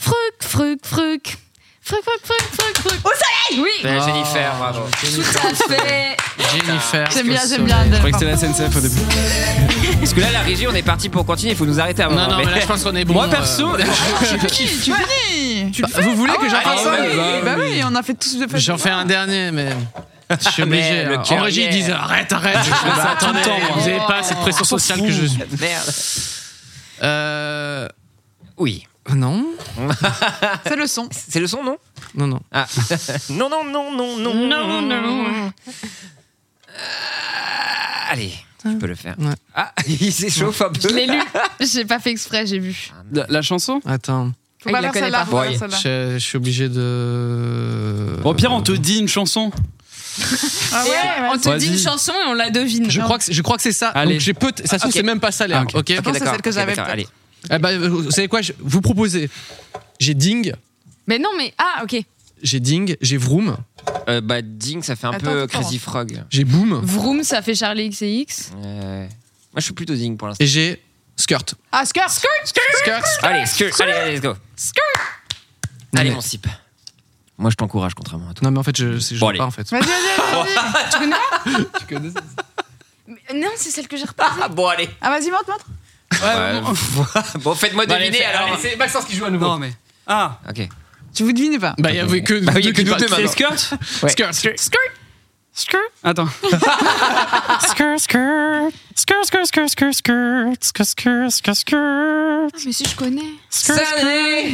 B: Fruc, fruc, fruc. Fruc, fruc, fruc, fruc, fruc. Au soleil Oui Oh.
A: Oh.
C: Ouais, Ben, Jennifer, bravo.
B: Tout à fait
A: Jennifer.
D: J'aime bien,
A: au
D: j'aime bien.
F: Je
D: Adèle.
F: croyais que c'était la SNCF au début.
C: Parce que là, la régie, on est parti pour continuer. Il faut nous arrêter avant.
A: Non, non, mais là, je pense qu'on est bon.
F: Moi, perso,
A: euh,
D: Tu finis. ah
A: bah, vous voulez que j'en
C: ouais,
A: fasse
C: ouais,
A: un
C: ouais.
D: Oui,
F: bah
D: Bah oui, on a fait tous le
A: J'en fais un dernier, mais. Je suis obligé.
C: Mais le
A: hein.
C: cœur
A: en régie,
C: y est.
A: ils disent arrête, arrête. Je fais
F: ça tout le
A: attendez,
F: temps, moi.
A: vous n'avez pas cette pression sociale que je suis.
C: Merde.
A: Euh.
C: Oui.
A: Non,
D: C'est le son.
C: C'est le son, non
A: non, non.
C: Ah. non, non, non, non, non.
B: Non, non
C: Ah, Allez, tu peux le faire.
A: Ouais.
C: Ah, il s'échauffe un peu.
B: Je l'ai lu J'ai pas fait exprès, j'ai vu.
F: la, la chanson.
A: Attends.
B: Ah,
D: Faut
B: il la
D: pas faire
B: connaît
D: celle-là.
B: pas.
D: faut pas faire
C: Ouais.
D: celle-là.
A: Je, je suis obligé de.
F: Bon, Pierre, on te dit une chanson.
D: Ah ouais,
B: Et
D: ouais.
B: on te dit une
F: Vas-y.
B: chanson et on la devine.
A: Je crois que c'est- je crois que c'est ça.
F: Allez.
A: Donc j'ai peut. Ça se trouve
C: Ok.
A: c'est même pas ça
F: Ah,
A: l'air. Ok.
F: ok.
D: pense que c'est
C: d'accord,
D: celle que
C: ok,
D: j'avais peut-être.
C: d'accord, Allez.
A: Eh ben, euh, vous savez quoi je- Vous proposez. J'ai ding,
B: Mais non, mais. Ah, ok.
A: j'ai ding, j'ai vroom,
C: Euh, bah, ding, ça fait un
D: Attends,
C: peu
D: attends.
C: Crazy Frog.
A: j'ai boom
B: Vroom, ça fait Charlie XCX.
C: Euh, Moi, je suis plutôt ding pour l'instant.
A: et j'ai skirt.
D: Ah, skirt, skirt,
A: Skirt.
C: Allez, skirt, allez, allez, let's go. Allez,
A: Non,
C: mon sip. Moi, je t'encourage, contrairement à
A: mais-
C: toi.
A: Non mais en fait je, je
C: Bon,
A: joue
C: allez.
A: pas en fait.
D: Vas-y, vas-y, vas-y.
B: Mais- Non, c'est celle que j'ai reposée.
C: Ah, bon, allez.
D: Ah, vas-y, monte, monte.
C: Ouais, bon, faites-moi
A: Bah, allez,
C: deviner
A: fais-
C: alors.
A: allez, c'est Maxence qui joue à nouveau.
F: Non, mais. Ah,
C: Ok.
D: Tu vous devinez pas.
A: Bah il y avait que
C: Bah, il y a que
A: que
C: nous deux
A: pas-
F: c'est
C: maintenant.
F: Skirt
C: Ouais.
A: Skirt.
F: Skirt Skirt Attends.
G: Skrr, skrr, skrr, skrr, skrr, skrr, skrr, skrr, skrr, skrr, skrr,
B: Ah, mais si je connais.
G: skrr,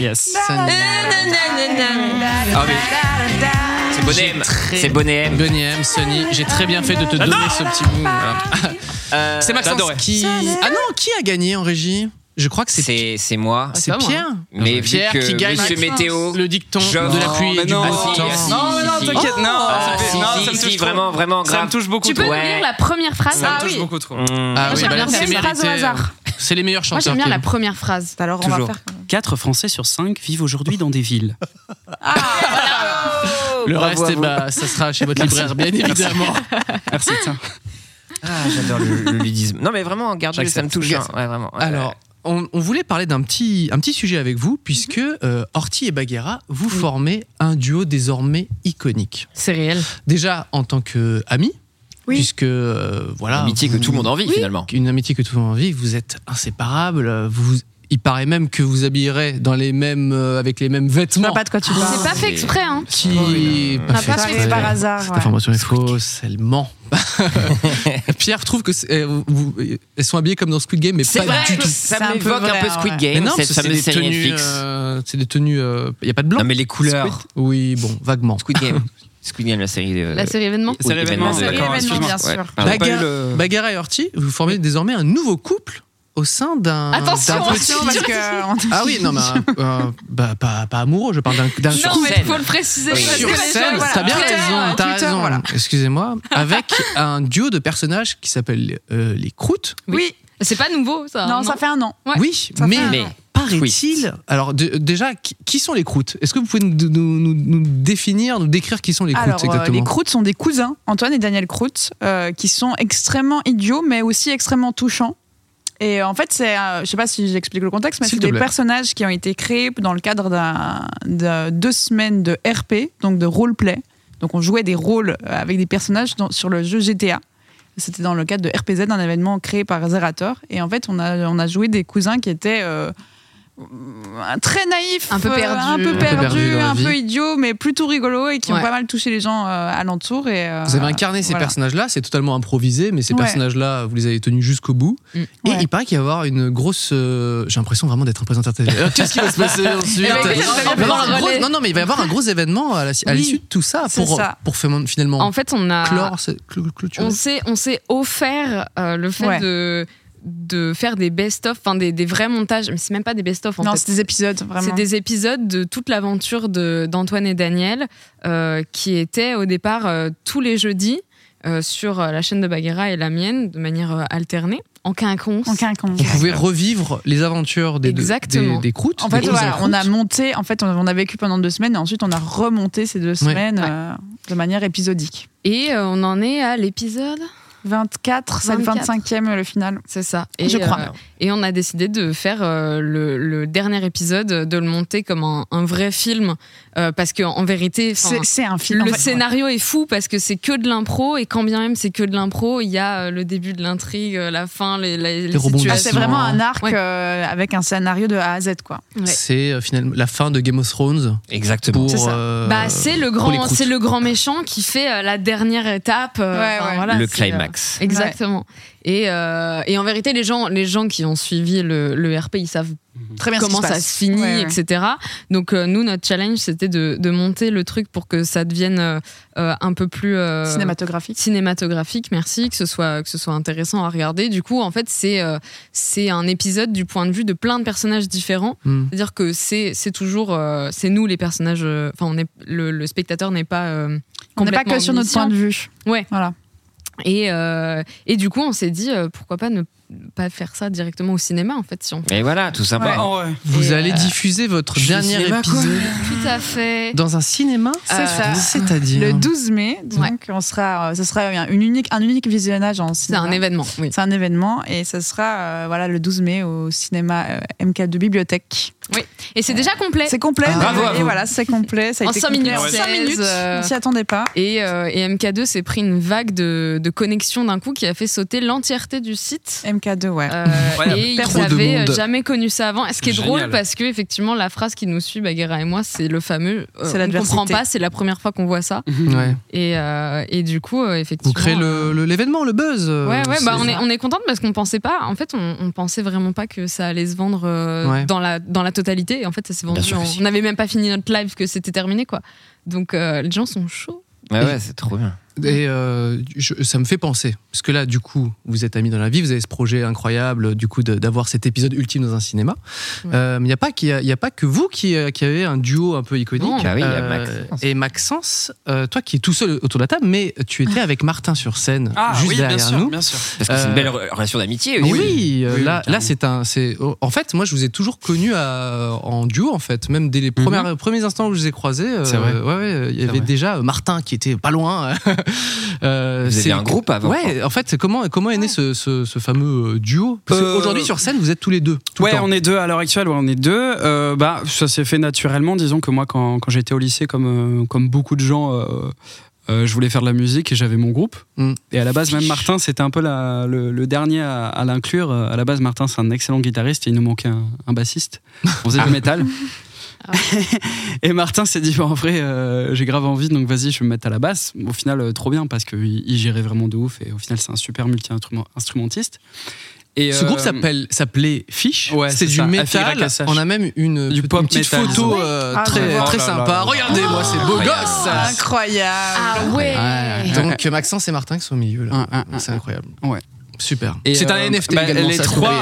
F: Yes.
C: Ah, mais- C'est Bonnet M. C'est Bonnet M.
A: Bunny M, Sonny, j'ai très bien fait de te donner ce petit bout. Voilà.
C: Euh,
A: C'est Maxence
F: J'adorais.
A: qui. Ah non, qui a gagné en régie Je crois que c'est
C: c'est Ah, c'est moi.
A: c'est pas moi. Pierre.
C: Mais
A: Non,
C: vu
A: Pierre
C: que
A: qui gagne
C: Monsieur
A: Maxence.
C: Météo,
A: Le dicton
C: Jean-
A: de la pluie et
C: mais
A: du
C: non,
A: beau
C: ah,
A: temps.
C: si,
F: Non, mais
C: si,
F: non,
C: si.
F: t'inquiète, non,
C: Ah,
F: ça me fait-
C: si,
F: non,
C: si,
F: ça me
C: si,
F: touche trop.
C: vraiment, vraiment
F: Ça
C: grave.
F: me touche beaucoup
B: Tu peux
F: trop.
B: nous
C: Ouais.
B: lire la première phrase
F: Ça
B: Ah
F: me touche
B: oui.
F: beaucoup
C: Mmh.
F: trop.
A: Ah oui,
B: j'aime bien
A: bah là, c'est
B: faire une phrase au
A: mérité.
B: hasard.
A: euh, C'est les meilleurs
B: Moi,
A: chanteurs.
B: j'aime bien
A: qui-
B: la première phrase.
D: Bah Alors, on va
F: Toujours.
D: faire comme
G: 4 Français sur 5 vivent aujourd'hui dans des villes.
B: Ah,
A: Le
C: Bravo
A: reste,
C: à
A: eh
C: vous.
A: bah, ça sera chez votre libraire, bien évidemment.
G: Merci, tiens.
C: Ah, j'adore le, le ludisme. Non, mais vraiment, garde ça me
A: J'accepte.
C: touche. hein. Ouais, vraiment. Ouais,
A: Alors, on, on voulait parler d'un petit, un petit sujet avec vous, puisque euh, Horty et Baguera, vous formez un duo désormais iconique.
B: C'est réel.
A: Déjà en tant qu'amis,
D: Oui.
A: puisque euh, voilà.
C: Amitié que
A: vous-
C: tout le monde envie finalement.
A: Une amitié que tout le monde envie, vous êtes inséparables, euh, vous. Il paraît même que vous habillerez dans les mêmes, euh, avec les mêmes vêtements.
D: pas de quoi tu parles.
B: C'est pas fait exprès, hein.
A: Qui
D: n'a pas fait
A: exprès.
D: par hasard,
A: Cette
D: ouais.
A: information est fausse, elle ment. Pierre trouve que c'est- euh, vous- elles sont habillées comme dans Squid Game, mais pas du tout.
D: C'est un
C: Ça
D: peu
C: m'évoque un
D: vrai,
C: peu
D: ouais.
C: Squid
A: Mais
C: Game,
A: non,
C: cette
A: parce que c'est
C: fameuse
A: des
C: série
A: tenues.
C: Netflix.
A: euh, c'est des tenues. Il n'y a pas de blanc.
C: Non, mais les couleurs.
A: Oui, bon, vaguement.
C: Squid Game. Squid Game, la série. de-
B: La série événement.
C: Oui,
F: série événement,
C: événement,
D: événement,
F: d'accord, excuse-moi.
D: bien
C: Ouais,
D: sûr.
C: pardon.
A: Baga- Bagara et Horty, vous formez désormais un nouveau couple au sein d'un.
B: Attention,
A: d'un petit-
D: Attention, parce que. on-
A: Ah oui, non, mais un- un- bah, pas, pas amoureux, je parle d'un. d'un-
C: Sur
B: Non, mais
C: scène.
B: faut le préciser.
C: Oui.
B: parce que
A: sur
B: les
A: scène,
B: gens,
A: t'as bien
B: voilà.
A: raison, t'as
D: Twitter,
A: raison.
D: voilà.
A: Excusez-moi, avec un duo de personnages qui s'appelle euh, les croûtes.
D: Oui,
B: C'est pas nouveau, ça. hein,
D: non, ça fait un an.
B: Ouais.
A: Oui,
D: Ça fait
A: mais,
D: un
C: Mais
A: paraît-il. Alors de- déjà, qui, qui sont les croûtes Est-ce que vous pouvez nous, nous- nous- nous définir, nous décrire qui sont les croûtes
D: Alors, euh,
A: exactement
D: les Croûtes sont des cousins, Antoine et Daniel Croûte, euh, qui sont extrêmement idiots, mais aussi extrêmement touchants. Et en fait, c'est, euh, je sais pas si j'explique le contexte, mais
A: S'il
D: c'est
A: te
D: des
A: plaît.
D: personnages qui ont été créés dans le cadre d'un- de deux semaines de RP, donc de roleplay. Donc on jouait des rôles euh, avec des personnages dans- sur le jeu GTA. C'était dans le cadre de RPZ, un événement créé par Zerator. Et en fait, on a, on a joué des cousins qui étaient euh,
B: Ah,
D: euh, très naïfs,
B: Un peu
D: euh,
B: perdus.
D: un
B: Un
D: peu
B: peu
A: perdus
D: perdus,
A: dans la
D: un peu
A: vie.
D: idiots, mais plutôt rigolos et qui
B: Ouais.
D: ont pas mal touché les gens euh, alentour. Et, euh,
A: Vous avez incarné ces
D: voilà.
A: personnages-là, c'est totalement improvisé, mais ces
D: Ouais.
A: personnages-là, vous les avez tenus jusqu'au bout.
B: Mm.
A: Et
D: Ouais.
A: il paraît qu'il y a avoir une grosse. euh, J'ai l'impression vraiment d'être un présentateur. télé. Alors, Qu'est-ce qui va se passer ensuite
B: Eh ben,
A: Il va y
B: écoutez,
A: avoir
B: on va
A: un gros-
B: relais.
A: Non, non, mais il va y avoir un gros événement à la- à
D: Oui,
A: l'issue de tout ça
D: c'est
A: pour, euh,
D: ça.
A: pour fin- finalement
B: En fait, on a.
A: clore, ce- clo- clôturer.
B: on s'est on s'est offert euh, le fait
D: Ouais.
B: de de faire des best-of, enfin des, des vrais montages, mais c'est même pas des best-of en
D: Non,
B: fait.
D: c'est des épisodes, vraiment.
B: C'est des épisodes de toute l'aventure de- d'Antoine et Daniel euh, qui étaient au départ euh, tous les jeudis euh, sur euh, la chaîne de Baguera et la mienne de manière euh, alternée en quinconce.
D: En quinconce.
A: Vous pouvez revivre les aventures des, deux-
B: Exactement.
A: des, des croûtes.
D: En
A: des
D: fait,
A: cousins
D: voilà, on a
A: croûtes.
D: monté, en fait, on- on a vécu pendant deux semaines et ensuite on a remonté ces deux semaines
B: Ouais.
D: euh, de manière épisodique.
B: Et euh, on en est à l'épisode,
D: 24, c'est le
B: 24.
D: 25e le final.
B: c'est ça. Et, euh,
D: Je crois.
B: et on a décidé de faire euh, le, le dernier épisode, de le monter comme un, un vrai film, euh, parce qu'en en vérité, enfin,
D: C'est c'est un film. en
B: le
D: fait.
B: scénario est fou parce que c'est que de l'impro et quand bien même c'est que de l'impro, il y a euh, le début de l'intrigue, euh, la fin, les, les- les
A: rebondissements.
D: Ah,
B: situations.
D: c'est vraiment un arc
B: Ouais.
D: euh, avec un scénario de A à Z, quoi.
B: Ouais.
A: C'est euh, finalement la fin de Game of Thrones
C: Exactement.
A: pour.
D: C'est ça.
A: euh,
B: Bah, c'est le
A: pour les
B: grand,
A: croûtes.
B: c'est le grand méchant qui fait euh, la dernière étape. euh,
D: Ouais,
B: enfin,
D: ouais.
B: voilà,
C: le
B: c'est, euh,
C: climax.
B: Exactement. Et, euh, et en vérité, les gens, les gens qui ont suivi le, le RP, ils savent
D: Mhm. Très bien. ce qui
B: comment ça
D: passe.
B: se finit,
D: Ouais, ouais.
B: etc. Donc euh, nous, notre challenge, c'était de, de monter le truc pour que ça devienne euh, euh, un peu plus euh,
D: Cinématographique.
B: cinématographique, merci, que ce soit, que ce soit intéressant à regarder. Du coup, en fait, c'est euh, c'est un épisode du point de vue de plein de personnages différents.
A: Hmm.
B: C'est-à-dire que c'est c'est toujours, euh, c'est nous les personnages, euh, enfin, on est le, le spectateur n'est pas... euh,
D: On n'est pas
B: complètement
D: que sur notre
B: omniscient.
D: point de vue.
B: Ouais.
D: Voilà.
B: Et, euh, et du coup, on s'est dit, euh, pourquoi pas ne pas faire ça directement au cinéma, en fait, si on...
C: Et voilà, tout
F: Ouais,
C: simplement.
F: oh ouais.
A: Vous
B: Et,
A: allez
B: euh,
A: diffuser votre
C: je suis au
A: dernier
C: cinéma, quoi.
A: épisode
B: Tout à fait.
A: dans un cinéma euh,
D: C'est ça.
A: C'est-à-dire.
D: Le 12 mai, donc on sera, euh, ce sera un- une unique, un unique visionnage en
B: C'est
D: cinéma.
B: un événement, oui.
D: C'est un événement et ce sera euh, voilà, le 12 mai au cinéma euh, MK2 Bibliothèque.
B: Et c'est déjà complet.
D: C'est complet,
A: Ah,
D: désolé,
C: bravo à vous.
D: voilà, c'est complet. Ça a
B: En
D: été
B: cinq
D: complet
B: minutes
D: en cinq
B: seize,
D: minutes,
B: euh,
D: on s'y attendait pas.
B: Et, euh, et MK2 s'est pris une vague de, de connexions d'un coup qui a fait sauter l'entièreté du site.
D: MK2, ouais.
B: Euh,
F: Incroyable.
B: et ils
A: Trop de
B: n'avaient
A: monde.
B: jamais connu ça avant. Et Ce qui est
F: Génial.
B: drôle parce que effectivement la phrase qui nous suit, Baguera et moi, c'est le fameux. euh,
D: C'est
B: on ne
D: l'adversité.
B: comprend pas, c'est la première fois qu'on voit ça.
A: Ouais.
B: Et, euh, et du coup, euh, effectivement.
A: Mhm. Vous créez le- le- l'événement, le, buzz. euh,
B: Ouais, ouais, bah
A: c'est-
B: on est, on est contente parce qu'on pensait pas, en fait, on, on pensait vraiment pas que ça allait se vendre euh,
A: Ouais.
B: dans, la, dans la totalité. Et en fait, ça s'est vendu.
C: Bien sûr
B: en-
C: que si.
B: On n'avait même pas fini notre live que c'était terminé, quoi. Donc euh, les gens sont chauds.
C: Ouais, ouais, c'est trop bien.
A: Et euh, je- ça me fait penser, parce que là, du coup, vous êtes amis dans la vie, vous avez ce projet incroyable, du coup, de- d'avoir cet épisode ultime dans un cinéma. Euh, mais il n'y a, pas qu'il y a- il y a pas que vous qui, euh, qui avez un duo un peu iconique.
C: Non. Bah oui, il y a
A: Euh,
C: Maxence.
A: et Maxence, euh, toi qui es tout seul autour de la table, mais tu
B: Ah.
A: étais avec Martin sur scène,
F: Ah,
A: juste
F: oui, bien
A: derrière
F: sûr,
A: nous.
F: bien sûr.
C: Parce que c'est une
A: Euh,
C: belle re- relation d'amitié
A: mais
C: aussi.
A: oui, euh,
F: Oui, oui,
A: là, là
F: carrément.
A: c'est un, c'est oh, en fait, moi je vous ai toujours connu à- en duo en fait, même dès les premières, euh, premiers instants où je vous ai croisés. euh,
F: C'est vrai.
A: ouais, ouais, il y
F: C'est
A: avait
F: vrai.
A: déjà euh, Martin qui était pas loin. Euh,
C: Vous aviez un groupe avant.
A: Ouais, en fait, comment comment est né ce, ce- ce fameux euh, duo Parce
F: Euh,
A: qu'aujourd'hui sur scène, vous êtes tous les deux. tout le
F: ouais,
A: temps.
F: on est deux à l'heure actuelle. ouais, on est deux. Euh, bah, ça s'est fait naturellement. Disons que moi, quand, quand j'étais au lycée, comme euh, comme beaucoup de gens, euh, euh, je voulais faire de la musique et j'avais mon groupe.
A: Mm.
F: Et à la base, même Martin, c'était un peu la- le, le dernier à, à l'inclure. Euh, À la base, Martin, c'est un excellent guitariste et il nous manquait un, un bassiste. On faisait du métal.
B: Ah.
F: et Martin s'est dit, bah, en vrai, euh, j'ai grave envie, donc vas-y, je vais me mettre à la basse. Au final, euh, trop bien parce qu'il il gérait vraiment de ouf et au final, c'est un super multi-instrumentiste. Et,
A: Ce groupe
F: euh,
A: s'appelait s'appelait Fish.
F: Ouais,
A: c'est
F: c'est
A: du
F: ça,
A: métal.
F: FYKSH.
A: On a même une,
F: Du
A: petite-
F: pop
A: une petite
F: metal.
A: photo
F: Ouais.
A: euh,
D: Ah,
A: très,
F: ouais.
A: très
F: Oh là
A: sympa.
F: là là.
A: Regardez-moi ces beaux
C: Incroyable.
A: gosses.
B: Ah
D: Incroyable.
B: ouais.
A: Donc Maxence et Martin qui sont au milieu là.
F: Ah, ah, ah,
A: c'est incroyable.
F: Ouais.
A: Super.
F: Et,
A: C'est un
F: euh,
A: NFT
F: bah,
A: également.
F: Les
A: ça,
F: trois,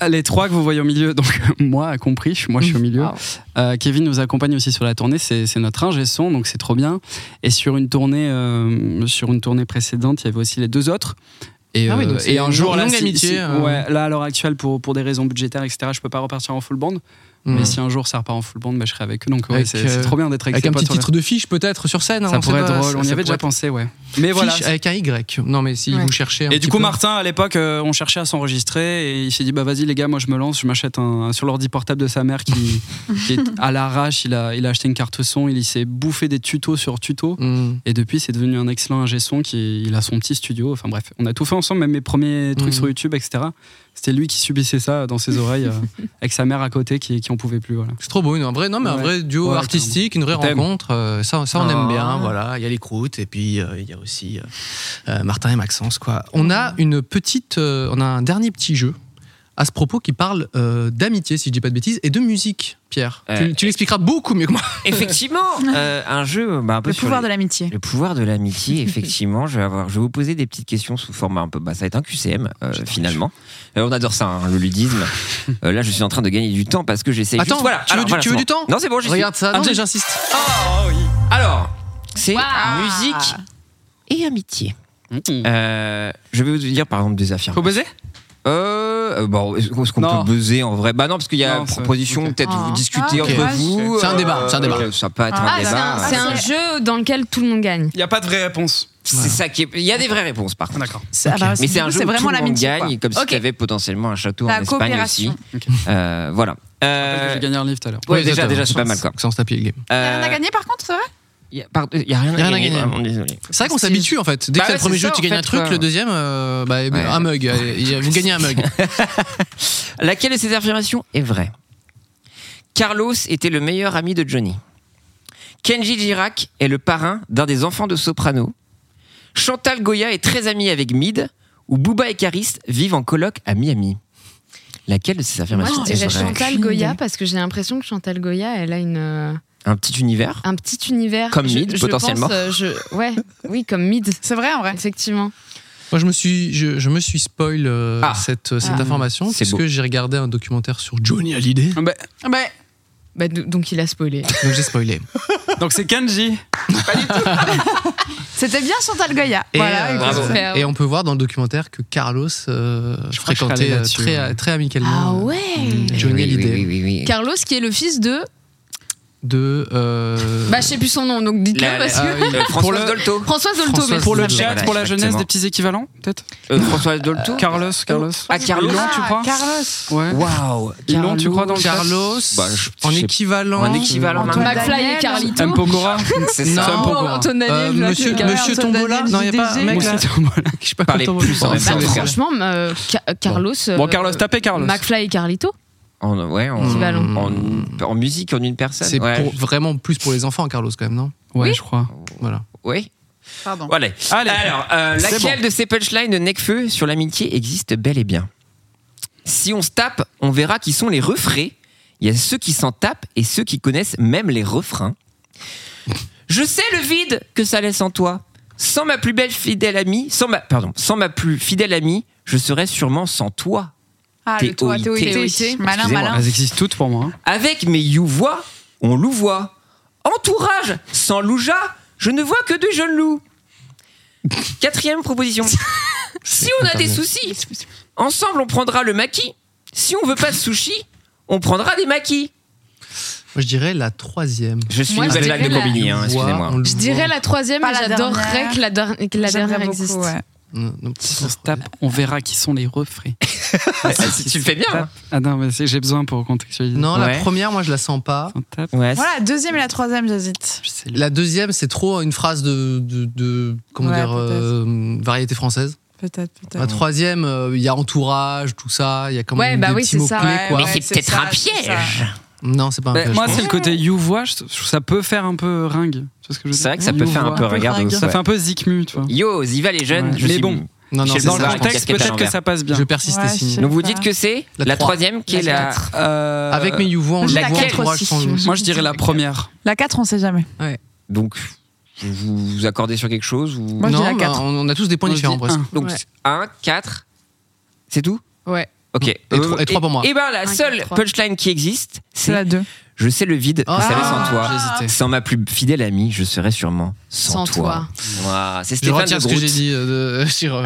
A: c'est-
F: les trois que vous voyez au milieu, donc moi compris, je- moi je suis au milieu.
B: Ah.
F: Euh, Kevin nous accompagne aussi sur la tournée, c'est c'est notre ingé son, donc c'est trop bien. Et sur une tournée, euh, sur une tournée précédente, il y avait aussi les deux autres. Et,
A: Ah oui,
F: euh,
A: donc c'est
F: et un
A: une
F: jour, là,
A: longue
F: si-
A: amitié,
F: si-
A: euh.
F: ouais, là, à l'heure actuelle, pour, pour des raisons budgétaires, etc., je peux pas repartir en full band.
A: Mm.
F: Mais si un jour ça repart en full band, bah, je serai avec eux. Donc ouais,
A: Avec,
F: c'est c'est
A: euh,
F: trop bien d'être avec,
A: Avec
F: ses
A: un
F: potes
A: petit
F: sur la-
A: titre de Fish peut-être sur scène. hein,
F: Ça
A: on
F: pourrait
A: sait
F: être
A: pas,
F: drôle,
A: ça-
F: on y
A: ça
F: avait déjà
A: pourrait
F: pensé, ouais. Mais
A: être-
F: voilà.
A: Fish avec un Y. Non mais si
B: Ouais.
A: vous cherchez. un
F: Et du
A: petit
F: coup,
A: peu.
F: Martin, à l'époque, euh, on cherchait à s'enregistrer et il s'est dit bah vas-y les gars, moi je me lance, je m'achète un, un- sur l'ordi portable de sa mère qui, qui est à l'arrache, il a, il a acheté une carte son, il, s'est bouffé des tutos sur tutos.
A: Mm.
F: Et depuis, c'est devenu un excellent ingé son qui il a son petit studio. Enfin bref, on a tout fait ensemble, même mes premiers trucs
A: Mhm.
F: sur YouTube, etc. C'était lui qui subissait ça dans ses oreilles, euh, avec sa mère à côté qui, qui en pouvait plus. Voilà.
A: C'est trop beau, une- un vrai, non, mais un
F: Ouais.
A: vrai duo
F: Ouais,
A: artistique, une vraie
F: T'aimes.
A: rencontre. euh, ça, ça, on aime
C: Ah.
A: bien. Voilà, il y a les croûtes et puis euh, il y a aussi euh, euh, Martin et Maxence. Quoi. On a une petite, euh, on a un dernier petit jeu à ce propos qui parle euh, d'amitié, si je dis pas de bêtises, et de musique. Pierre, Tu-
C: Euh,
A: tu, l'expliqueras beaucoup mieux que moi.
C: Effectivement, euh, un jeu bah, un peu
D: Le
C: sur
D: pouvoir
C: les-
D: de l'amitié.
C: Le pouvoir de l'amitié, effectivement. je, vais avoir, je vais vous poser des petites questions sous format un peu. Bah, ça va être un QCM, euh, finalement. Euh, on adore ça, hein, le ludisme. Euh, là, je suis en train de gagner du temps parce que j'essaie.
A: Attends,
C: juste- voilà,
A: tu veux,
C: alors,
A: du,
C: voilà,
A: tu veux
C: c'est
A: du
C: bon.
A: temps
C: Non, c'est bon, j'y suis.
A: Regarde ça.
C: Ah,
A: Non,
C: j'ai-
A: mais j'insiste.
C: Alors, c'est
B: Waouh.
C: musique et amitié. Euh, je vais vous dire par exemple des
F: Faut
C: affirmations.
F: baiser
C: Euh, euh, bon, est-ce qu'on est-ce qu'on
F: Non.
C: peut buzzer en vrai Bah non, parce qu'il y a
F: Non, c'est-
C: proposition,
F: ok.
C: peut-être
D: Ah.
C: vous discutez
D: Ah,
C: entre
D: dommage.
C: vous.
A: C'est un débat, c'est un débat.
C: euh, Ça peut être
D: Ah,
C: un
B: C'est
C: débat.
B: un, c'est un jeu dans lequel tout le monde gagne.
F: Il n'y a pas de vraie réponse.
C: C'est ça qui est- Il y a des vraies réponses par contre.
F: D'accord.
D: Ça bah, va,
C: Mais c'est un jeu où tout
D: vraiment
C: le monde
D: l'amitié. quoi.
C: gagne, comme si
D: Ok.
C: tu avais potentiellement un château
D: La
C: en Espagne aussi.
D: coopération.
C: Euh, voilà. Euh,
F: J'ai gagné un livre tout à l'heure.
C: ouais, déjà, déjà c'est pas mal quoi.
A: Sans se taper le game.
D: Y a rien à
C: Euh,
D: gagner par contre, c'est vrai
C: Il y a pardon, il y a rien
A: Y a
C: à
A: rien à
C: gagner.
A: gagner.
C: vraiment, Désolé.
A: C'est vrai qu'on s'habitue en fait. Dès
C: Bah
A: que c'est
C: ouais,
A: le premier
C: c'est
A: jeu,
C: ça,
A: tu
C: en
A: gagnes
C: fait,
A: un truc,
C: quoi.
A: le deuxième, euh, bah,
C: Ouais.
A: un mug. euh, Vous gagnez un mug.
C: Laquelle de ces affirmations est vraie Carlos était le meilleur ami de Johnny. Kenji Girac est le parrain d'un des enfants de Soprano. Chantal Goya est très amie avec Mid, ou Booba et Karis vivent en coloc à Miami. Laquelle de ces
B: Moi,
C: affirmations
B: je
C: est
B: dirais
C: vraie
B: Chantal Goya parce que j'ai l'impression que Chantal Goya, elle a une, euh,
C: Un petit univers
B: un petit univers.
C: Comme
B: Je-
C: Mid,
B: je
C: potentiellement.
B: pense, euh, je- ouais, oui, comme Mid,
D: C'est vrai en vrai.
B: effectivement.
A: Moi, je me suis, je, je me suis spoil euh,
C: Ah.
A: cette, euh, cette
B: Ah.
A: information
C: C'est
A: parce
C: beau.
A: que j'ai regardé un documentaire sur Johnny Hallyday,
F: Ah bah,
D: Ah bah,
B: Bah, do- donc il a spoilé.
A: donc j'ai spoilé.
F: donc c'est Kenji.
D: C'était bien Chantal Goya.
A: Et,
D: voilà.
A: euh,
D: écoute.
C: bravo.
A: Et on peut voir dans le documentaire que Carlos euh,
F: Je crois que je serais allé
A: fréquentait euh,
F: là-dessus,
A: très,
F: ouais.
A: très amicalement
B: Ah
A: euh,
B: ouais
C: Eh
A: Johnny
C: oui, oui,
A: Hallyday.
C: oui, oui, oui.
B: Carlos, qui est le fils de.
A: de. euh,
B: Bah, je sais plus son nom, donc dites-le
C: La- la-
B: parce que.
A: ah oui.
C: Euh,
A: Pour
C: Françoise
A: le-
C: Dolto.
B: Françoise Dolto,
A: Françoise
B: merci.
F: Pour le
C: Voilà,
F: chat, pour la
C: exactement.
F: jeunesse, des petits équivalents, peut-être
C: Euh, Françoise Dolto.
F: Carlos, Carlos.
C: Ah, Carlos.
F: Ils l'ont, tu crois
D: Carlos.
F: Ouais.
C: Waouh.
F: Ils l'ont, tu crois, dans le chat
A: Carlos,
C: Bah, je-
A: en
C: je sais-
A: équivalent.
C: Un
B: Euh,
C: équivalent.
D: Antoine
C: maintenant.
B: McFly
D: Daniel.
B: et Carlito.
F: M. Pokora
C: C'est
A: Non.
C: ça.
A: Un peu, quoi.
B: Antoine
A: Euh,
B: Daniel, je
A: monsieur
B: l'appelle.
A: monsieur
D: Antoine
A: Tombola,
D: Daniel,
A: non, il n'y a pas un mec
D: JDG.
A: là. Je sais pas
C: Parlez
A: comment
C: plus en
A: on
C: même
A: dit.
B: Bah,
C: temps.
B: franchement, euh, Ca- Carlos. euh,
F: Bon, Carlos, tapez Carlos.
B: McFly et Carlito.
C: En, ouais, en,
B: Petit ballon.
C: en- en musique, en une personne.
A: C'est
C: ouais.
A: pour- vraiment plus pour les enfants, Carlos, quand même, non
F: Ouais, je crois.
A: Voilà.
C: Oui.
D: Pardon.
C: Allez.
F: Allez.
C: Alors, euh,
F: C'est
C: laquelle de ces punchlines de Necfeu sur l'amitié existe bel et bien Si on se tape, on verra qui sont les refrains. Il y a ceux qui s'en tapent et ceux qui connaissent même les refrains. Je sais le vide que ça laisse en toi. Sans ma plus belle fidèle amie, sans ma, pardon, sans ma plus fidèle amie, je serais sûrement sans toi.
D: Ah, le toit,
C: TOIT.
D: TOIT. Malin,
C: Excusez-moi.
D: malin.
F: Elles existent toutes pour moi. hein.
C: Avec mes youvois, on louvoie. Entourage, sans louja, je ne vois que de jeunes loups. Quatrième proposition. si on a des soucis, ensemble on prendra le maquis. Si on veut pas de sushi, on prendra des maquis.
A: Moi, je dirais la troisième.
C: Je suis
B: Moi,
C: une
B: je
C: belle
B: dirais
C: vague de
B: la-
C: Combini, hein,
A: On le voit,
C: excusez-moi.
A: on le
B: Je dirais la troisième,
D: Pas
B: mais
D: la
B: j'adorerais
D: dernière.
B: que la, der- que la
D: J'aimerais
B: dernière
D: beaucoup,
B: existe.
D: ouais.
A: voit. Non, non,
F: Si on se tape, on verra qui sont les refrains.
C: Ah, Si tu le fais bien. hein.
F: Ah non, mais c'est- j'ai besoin pour contextualiser.
A: Non,
C: Ouais.
A: la première, moi, je la sens pas.
F: On tape.
C: Ouais,
D: Voilà, la deuxième et la troisième, j'hésite.
F: Je sais le-
A: La deuxième, c'est trop une phrase de, de, de- comment
D: Ouais,
A: dire, euh, variété française.
D: Peut-être,
A: La
D: peut-être.
A: troisième, euh, il y a entourage, tout ça, il y a quand
B: Ouais,
A: même
B: bah
A: des
B: oui,
A: petits
B: c'est
A: mots
B: ça,
A: clés.
D: ouais,
A: quoi.
C: Mais
D: ouais.
C: c'est
D: c'est
C: peut-être
D: ça,
C: un
D: c'est ça.
C: piège.
A: Non, c'est pas un
F: Bah,
A: piège,
F: moi,
A: je
F: c'est le côté youvois, je trouve ça peut faire un peu ringue. Tu vois ce que je veux
C: C'est vrai
F: dire
C: que ça peut faire un peu regarde.
D: fringue.
F: Ça fait un peu zikmu, tu vois.
C: Yo, Ziva les jeunes,
F: Ouais.
C: je
F: Mais
C: suis
F: bon.
A: pense. non, non,
C: Chez
A: c'est
C: le
F: Dans
A: ça,
C: blanc,
F: le
A: je pense.
F: contexte,
C: casquette à
F: peut-être que
C: l'envers.
F: ça passe bien.
A: Je persiste
D: Ouais,
A: et signe.
D: je-
C: Donc vous dites que c'est
A: La
C: la, troisième qui est
B: La
C: la.
B: quatre.
F: Euh,
A: Avec mes youvois, on
D: Moi,
A: le
D: je
A: voit,
D: la quatre
A: entourage,
D: aussi,
A: sans le-
F: Moi, je dirais la première.
D: La 4, on sait jamais.
C: Donc vous vous accordez sur quelque chose ou
D: Moi, je dis la
A: Non, bah,
D: quatre.
A: on on a tous des points
F: Moi, je
A: différents
F: dis
A: presque.
F: un.
C: Donc
B: Ouais.
C: 1, 4, c'est tout
B: Ouais.
C: Ok.
A: Et trois- et trois pour moi.
C: Et Euh, ben la
B: Un,
C: seule
B: quatre, trois.
C: punchline qui existe,
D: C'est la
C: c'est
D: 2.
C: Je sais le vide,
A: Ah,
C: ça va sans toi.
F: j'hésitais.
C: Sans ma plus fidèle amie, je serais sûrement
B: Sans
C: sans, toi.
B: toi.
C: Ouah, Ah, c'est
A: Je
C: Stéphane
A: retiens
C: de
A: ce que
C: Groot.
A: j'ai dit euh, de- sur euh,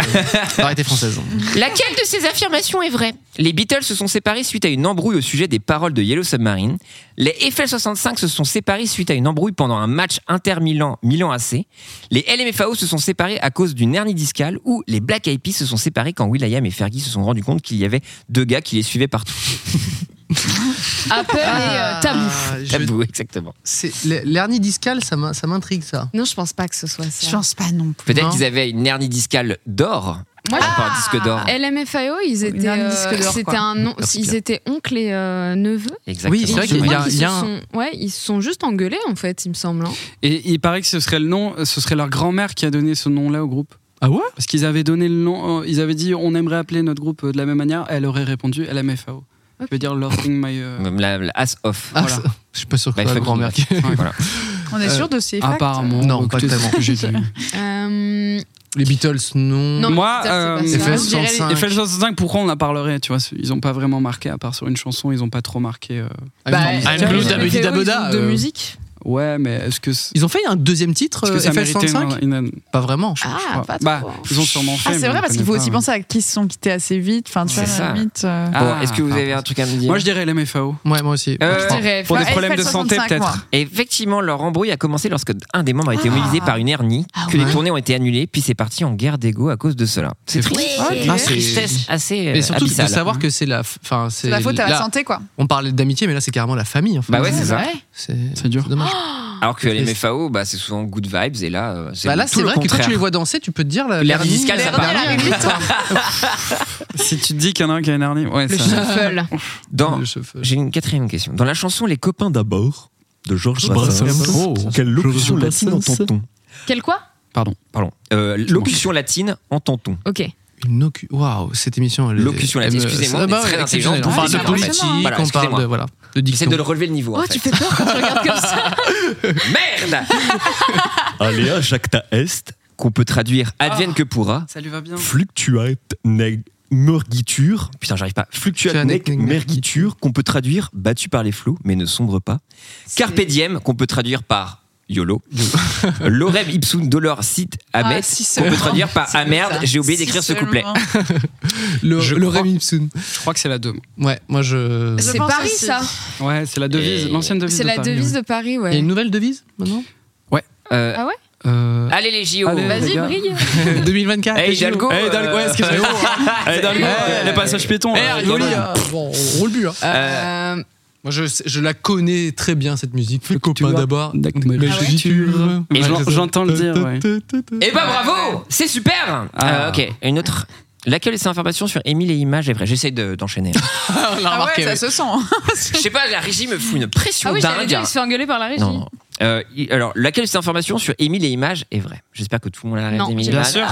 A: variété française.
C: Laquelle de ces affirmations est vraie Les Beatles se sont séparés suite à une embrouille au sujet des paroles de Yellow Submarine. Les FL65 se sont séparés suite à une embrouille pendant un match inter-Milan Milan AC. Les LMFAO se sont séparés à cause d'une hernie discale ou les Black Eyed Peas se sont séparés quand Will.i.am et Fergie se sont rendus compte qu'il y avait deux gars qui les suivaient partout.
B: Apple et euh, Tabou.
A: Ah, je-
C: Tabou, exactement.
A: c'est- L'hernie discale, ça m'in- ça m'intrigue ça.
B: Non, je pense pas que ce soit ça.
D: Je pense pas non plus.
C: Peut-être
A: Non.
C: qu'ils avaient une hernie discale d'or.
B: Moi,
C: Ah, pas un disque d'or.
B: LMFAO, ils étaient,
D: un
B: euh,
D: disque d'or,
B: c'était
D: quoi.
B: un nom,
A: Merci
B: ils
A: bien.
B: étaient oncles et euh, neveux.
C: Exactement.
A: Oui, c'est vrai
B: Et
A: qu'il y a-
B: je crois
A: il y a-
B: qu'ils
A: il y a
B: se
A: un-
B: Ah, sont- ouais, ils se sont juste engueulés en fait, il me semble. hein.
F: Et il paraît que ce serait le nom, euh, ce serait leur grand-mère qui a donné ce nom-là au groupe.
A: Ah ouais
F: Parce qu'ils avaient donné le nom, euh, ils avaient dit on aimerait appeler notre groupe euh, de la même manière, elle aurait répondu LMFAO. Je veux dire Lording My. euh,
C: Même la, la ass off.
A: Ah,
F: Voilà.
A: ça- Je suis pas sûr que
C: Bah,
A: la
C: fucking
A: grand-mère qui.
C: off. Voilà.
D: On est
A: Euh, Ah,
D: sûr de ces facts
F: Apparemment.
A: Non,
F: Bah,
A: pas
F: écoutez, c'est
A: tellement.
F: ce que j'ai dit.
B: Euh,
A: Les Beatles, non.
B: non,
F: Moi,
B: c'est pas
F: euh,
B: ça.
A: FL65.
B: Je dirais les-
F: Et FL65, pourquoi on en parlerait Tu vois, ils ont pas vraiment marqué, à part sur une chanson, ils ont pas trop marqué. euh,
A: I'm
B: Bah,
A: blue,
B: tiens,
A: I'm blue,
B: les
A: dabedi
B: FL65,
A: dabeda,
B: ils ont De
A: euh,
B: musique.
F: Ouais, mais est-ce que, est
A: Ils ont fait un deuxième titre,
F: que ça
A: euh,
F: méritait
A: FL65
F: une- une-
A: Pas vraiment.
B: Ah,
F: Ouais.
B: pas trop.
F: bah, ils ont sûrement fait.
D: Ah,
F: mais
D: c'est vrai,
F: on
D: parce qu'il faut
F: connaît
D: aussi
F: pas.
D: penser à qui se sont quittés assez vite. Enfin, tu
C: C'est
D: vois,
C: ça.
D: la limite. euh,
F: Ah,
C: Bon, est-ce que vous
F: pardon.
C: avez un truc à me dire
F: Moi, je dirais LMFAO.
A: Ouais, moi aussi.
C: Euh,
A: Je crois.
B: dirais
F: Pour des
D: Bah,
F: problèmes de
D: FL65,
F: santé,
D: moi.
F: peut-être.
C: Et Effectivement, leur embrouille a commencé lorsque un des membres a été
D: Ah.
C: mobilisé par une hernie,
B: Ah
C: que les
A: ouais.
C: tournées ont été annulées, puis c'est parti en guerre d'ego à cause de cela. C'est triste.
A: Ah,
C: Une
A: c'est-
C: tristesse assez. euh,
A: Et surtout de
C: abyssale.
A: savoir que c'est la, enfin
D: C'est la faute à la
A: là,
D: santé, quoi.
A: On parlait d'amitié, mais là c'est carrément la famille. en fait.
C: Bah ouais, c'est ça.
B: vrai.
A: C'est
F: C'est dur.
A: dommage.
C: Alors que les MFAO, bah, c'est souvent good vibes, et là, euh, c'est
A: Bah là,
C: tout
A: c'est
C: le
A: vrai que quand
C: contraire.
A: tu les vois danser, tu peux te dire la
C: L'air
A: l'hernie,
C: discale,
A: la
C: ça
A: dernière,
C: parle.
A: elle est vite.
F: si tu te dis qu'il y en a un qui a une hernie, ouais,
B: Le
F: ça-
B: shuffle.
C: Dans...
A: Le chef, euh,
C: J'ai une quatrième question. Dans la chanson Les copains d'abord de Georges
A: Brassens.
C: Brassens,
A: Oh.
C: quelle locution latine entend-on
B: Quel quoi
F: Pardon.
C: Pardon. Euh, locution latine entend-on
B: Ok.
A: Euh, Une oh, locu- Waouh, cette émission. Elle, est-
C: Locution latine,
A: elle me-
C: excusez-moi,
A: Ah bah
C: mais
A: ouais,
C: très
A: exceptionnelle.
C: intelligente.
A: On parle de
D: Ouais,
A: politique,
D: vraiment.
C: Voilà,
A: on parle de
C: excusez-moi.
A: voilà,
C: J'essaie
A: de
C: de
A: diction.
C: le relever le niveau. en
B: Oh,
C: fait.
B: tu fais peur quand tu regardes comme ça.
C: Merde Aléa jacta est, qu'on peut traduire advienne
F: Ah.
C: que pourra,
F: Ça lui va bien.
C: fluctuate neg mergiture, putain j'arrive pas, fluctuate
A: Fluctuate
C: neg
A: neg
C: mergiture, qu'on peut traduire battu par les flots, mais ne sombre pas, carpe diem, qu'on peut traduire par YOLO, lorem ipsum dolor sit amet,
D: Ah, si
C: qu'on peut
D: seulement.
C: traduire par ah merde, j'ai oublié
D: Si
C: d'écrire ce
D: seulement.
C: couplet.
A: Le,
C: Je
A: le
C: crois-
A: Rémi Ipsoun.
F: Je crois que c'est la 2.
A: Ouais, moi je.
D: Je
B: C'est
D: pense
B: Paris,
D: aussi.
B: ça.
F: Ouais, c'est la devise,
C: Et-
F: l'ancienne devise.
B: C'est
F: de
B: la
F: Paris,
B: devise
F: ouais.
B: de Paris,
A: Il y a
B: ouais.
A: une nouvelle devise maintenant
C: Euh,
B: Ah ouais
F: Euh,
C: Allez les JO
F: Allez, les
B: Vas-y,
F: gars.
B: brille.
A: 2024.
C: Hey, Hidalgo
F: Eh, Hidalgo, ouais, excusez-moi. Eh, Hidalgo,
A: Eh,
F: les passages piétons. euh,
A: Eh,
F: là,
A: Rigoli,
F: quand même.
A: hein. Bon, on roule plus. hein.
B: Euh,
A: Moi, je, sais- je la connais très bien, cette musique. Le copain d'abord.
F: Dac-
A: Mais
F: Ah
A: je
F: ouais.
A: dis tu-
F: Et
A: Ouais,
F: j'en-
A: c'est ça.
F: j'entends le dire, ouais.
C: Eh ben bravo C'est super
F: Ah.
C: Euh, Ok, une autre. Laquelle de ces informations sur Émile et Images est vraie J'essaie de- d'enchaîner.
A: Ah, on l'a
D: Ah ouais,
A: remarqué.
D: ça
A: ouais.
D: se sent.
C: Je sais pas, la régie me fout une pression
B: Ah oui, j'allais
C: dingue.
B: dire, il se fait engueuler par la régie.
C: Non, non. Euh, il- alors, laquelle de ces informations sur Émile et Images est vraie J'espère que tout le monde a
B: Non, Ah,
C: Émile et
F: Bien
C: Images.
F: sûr.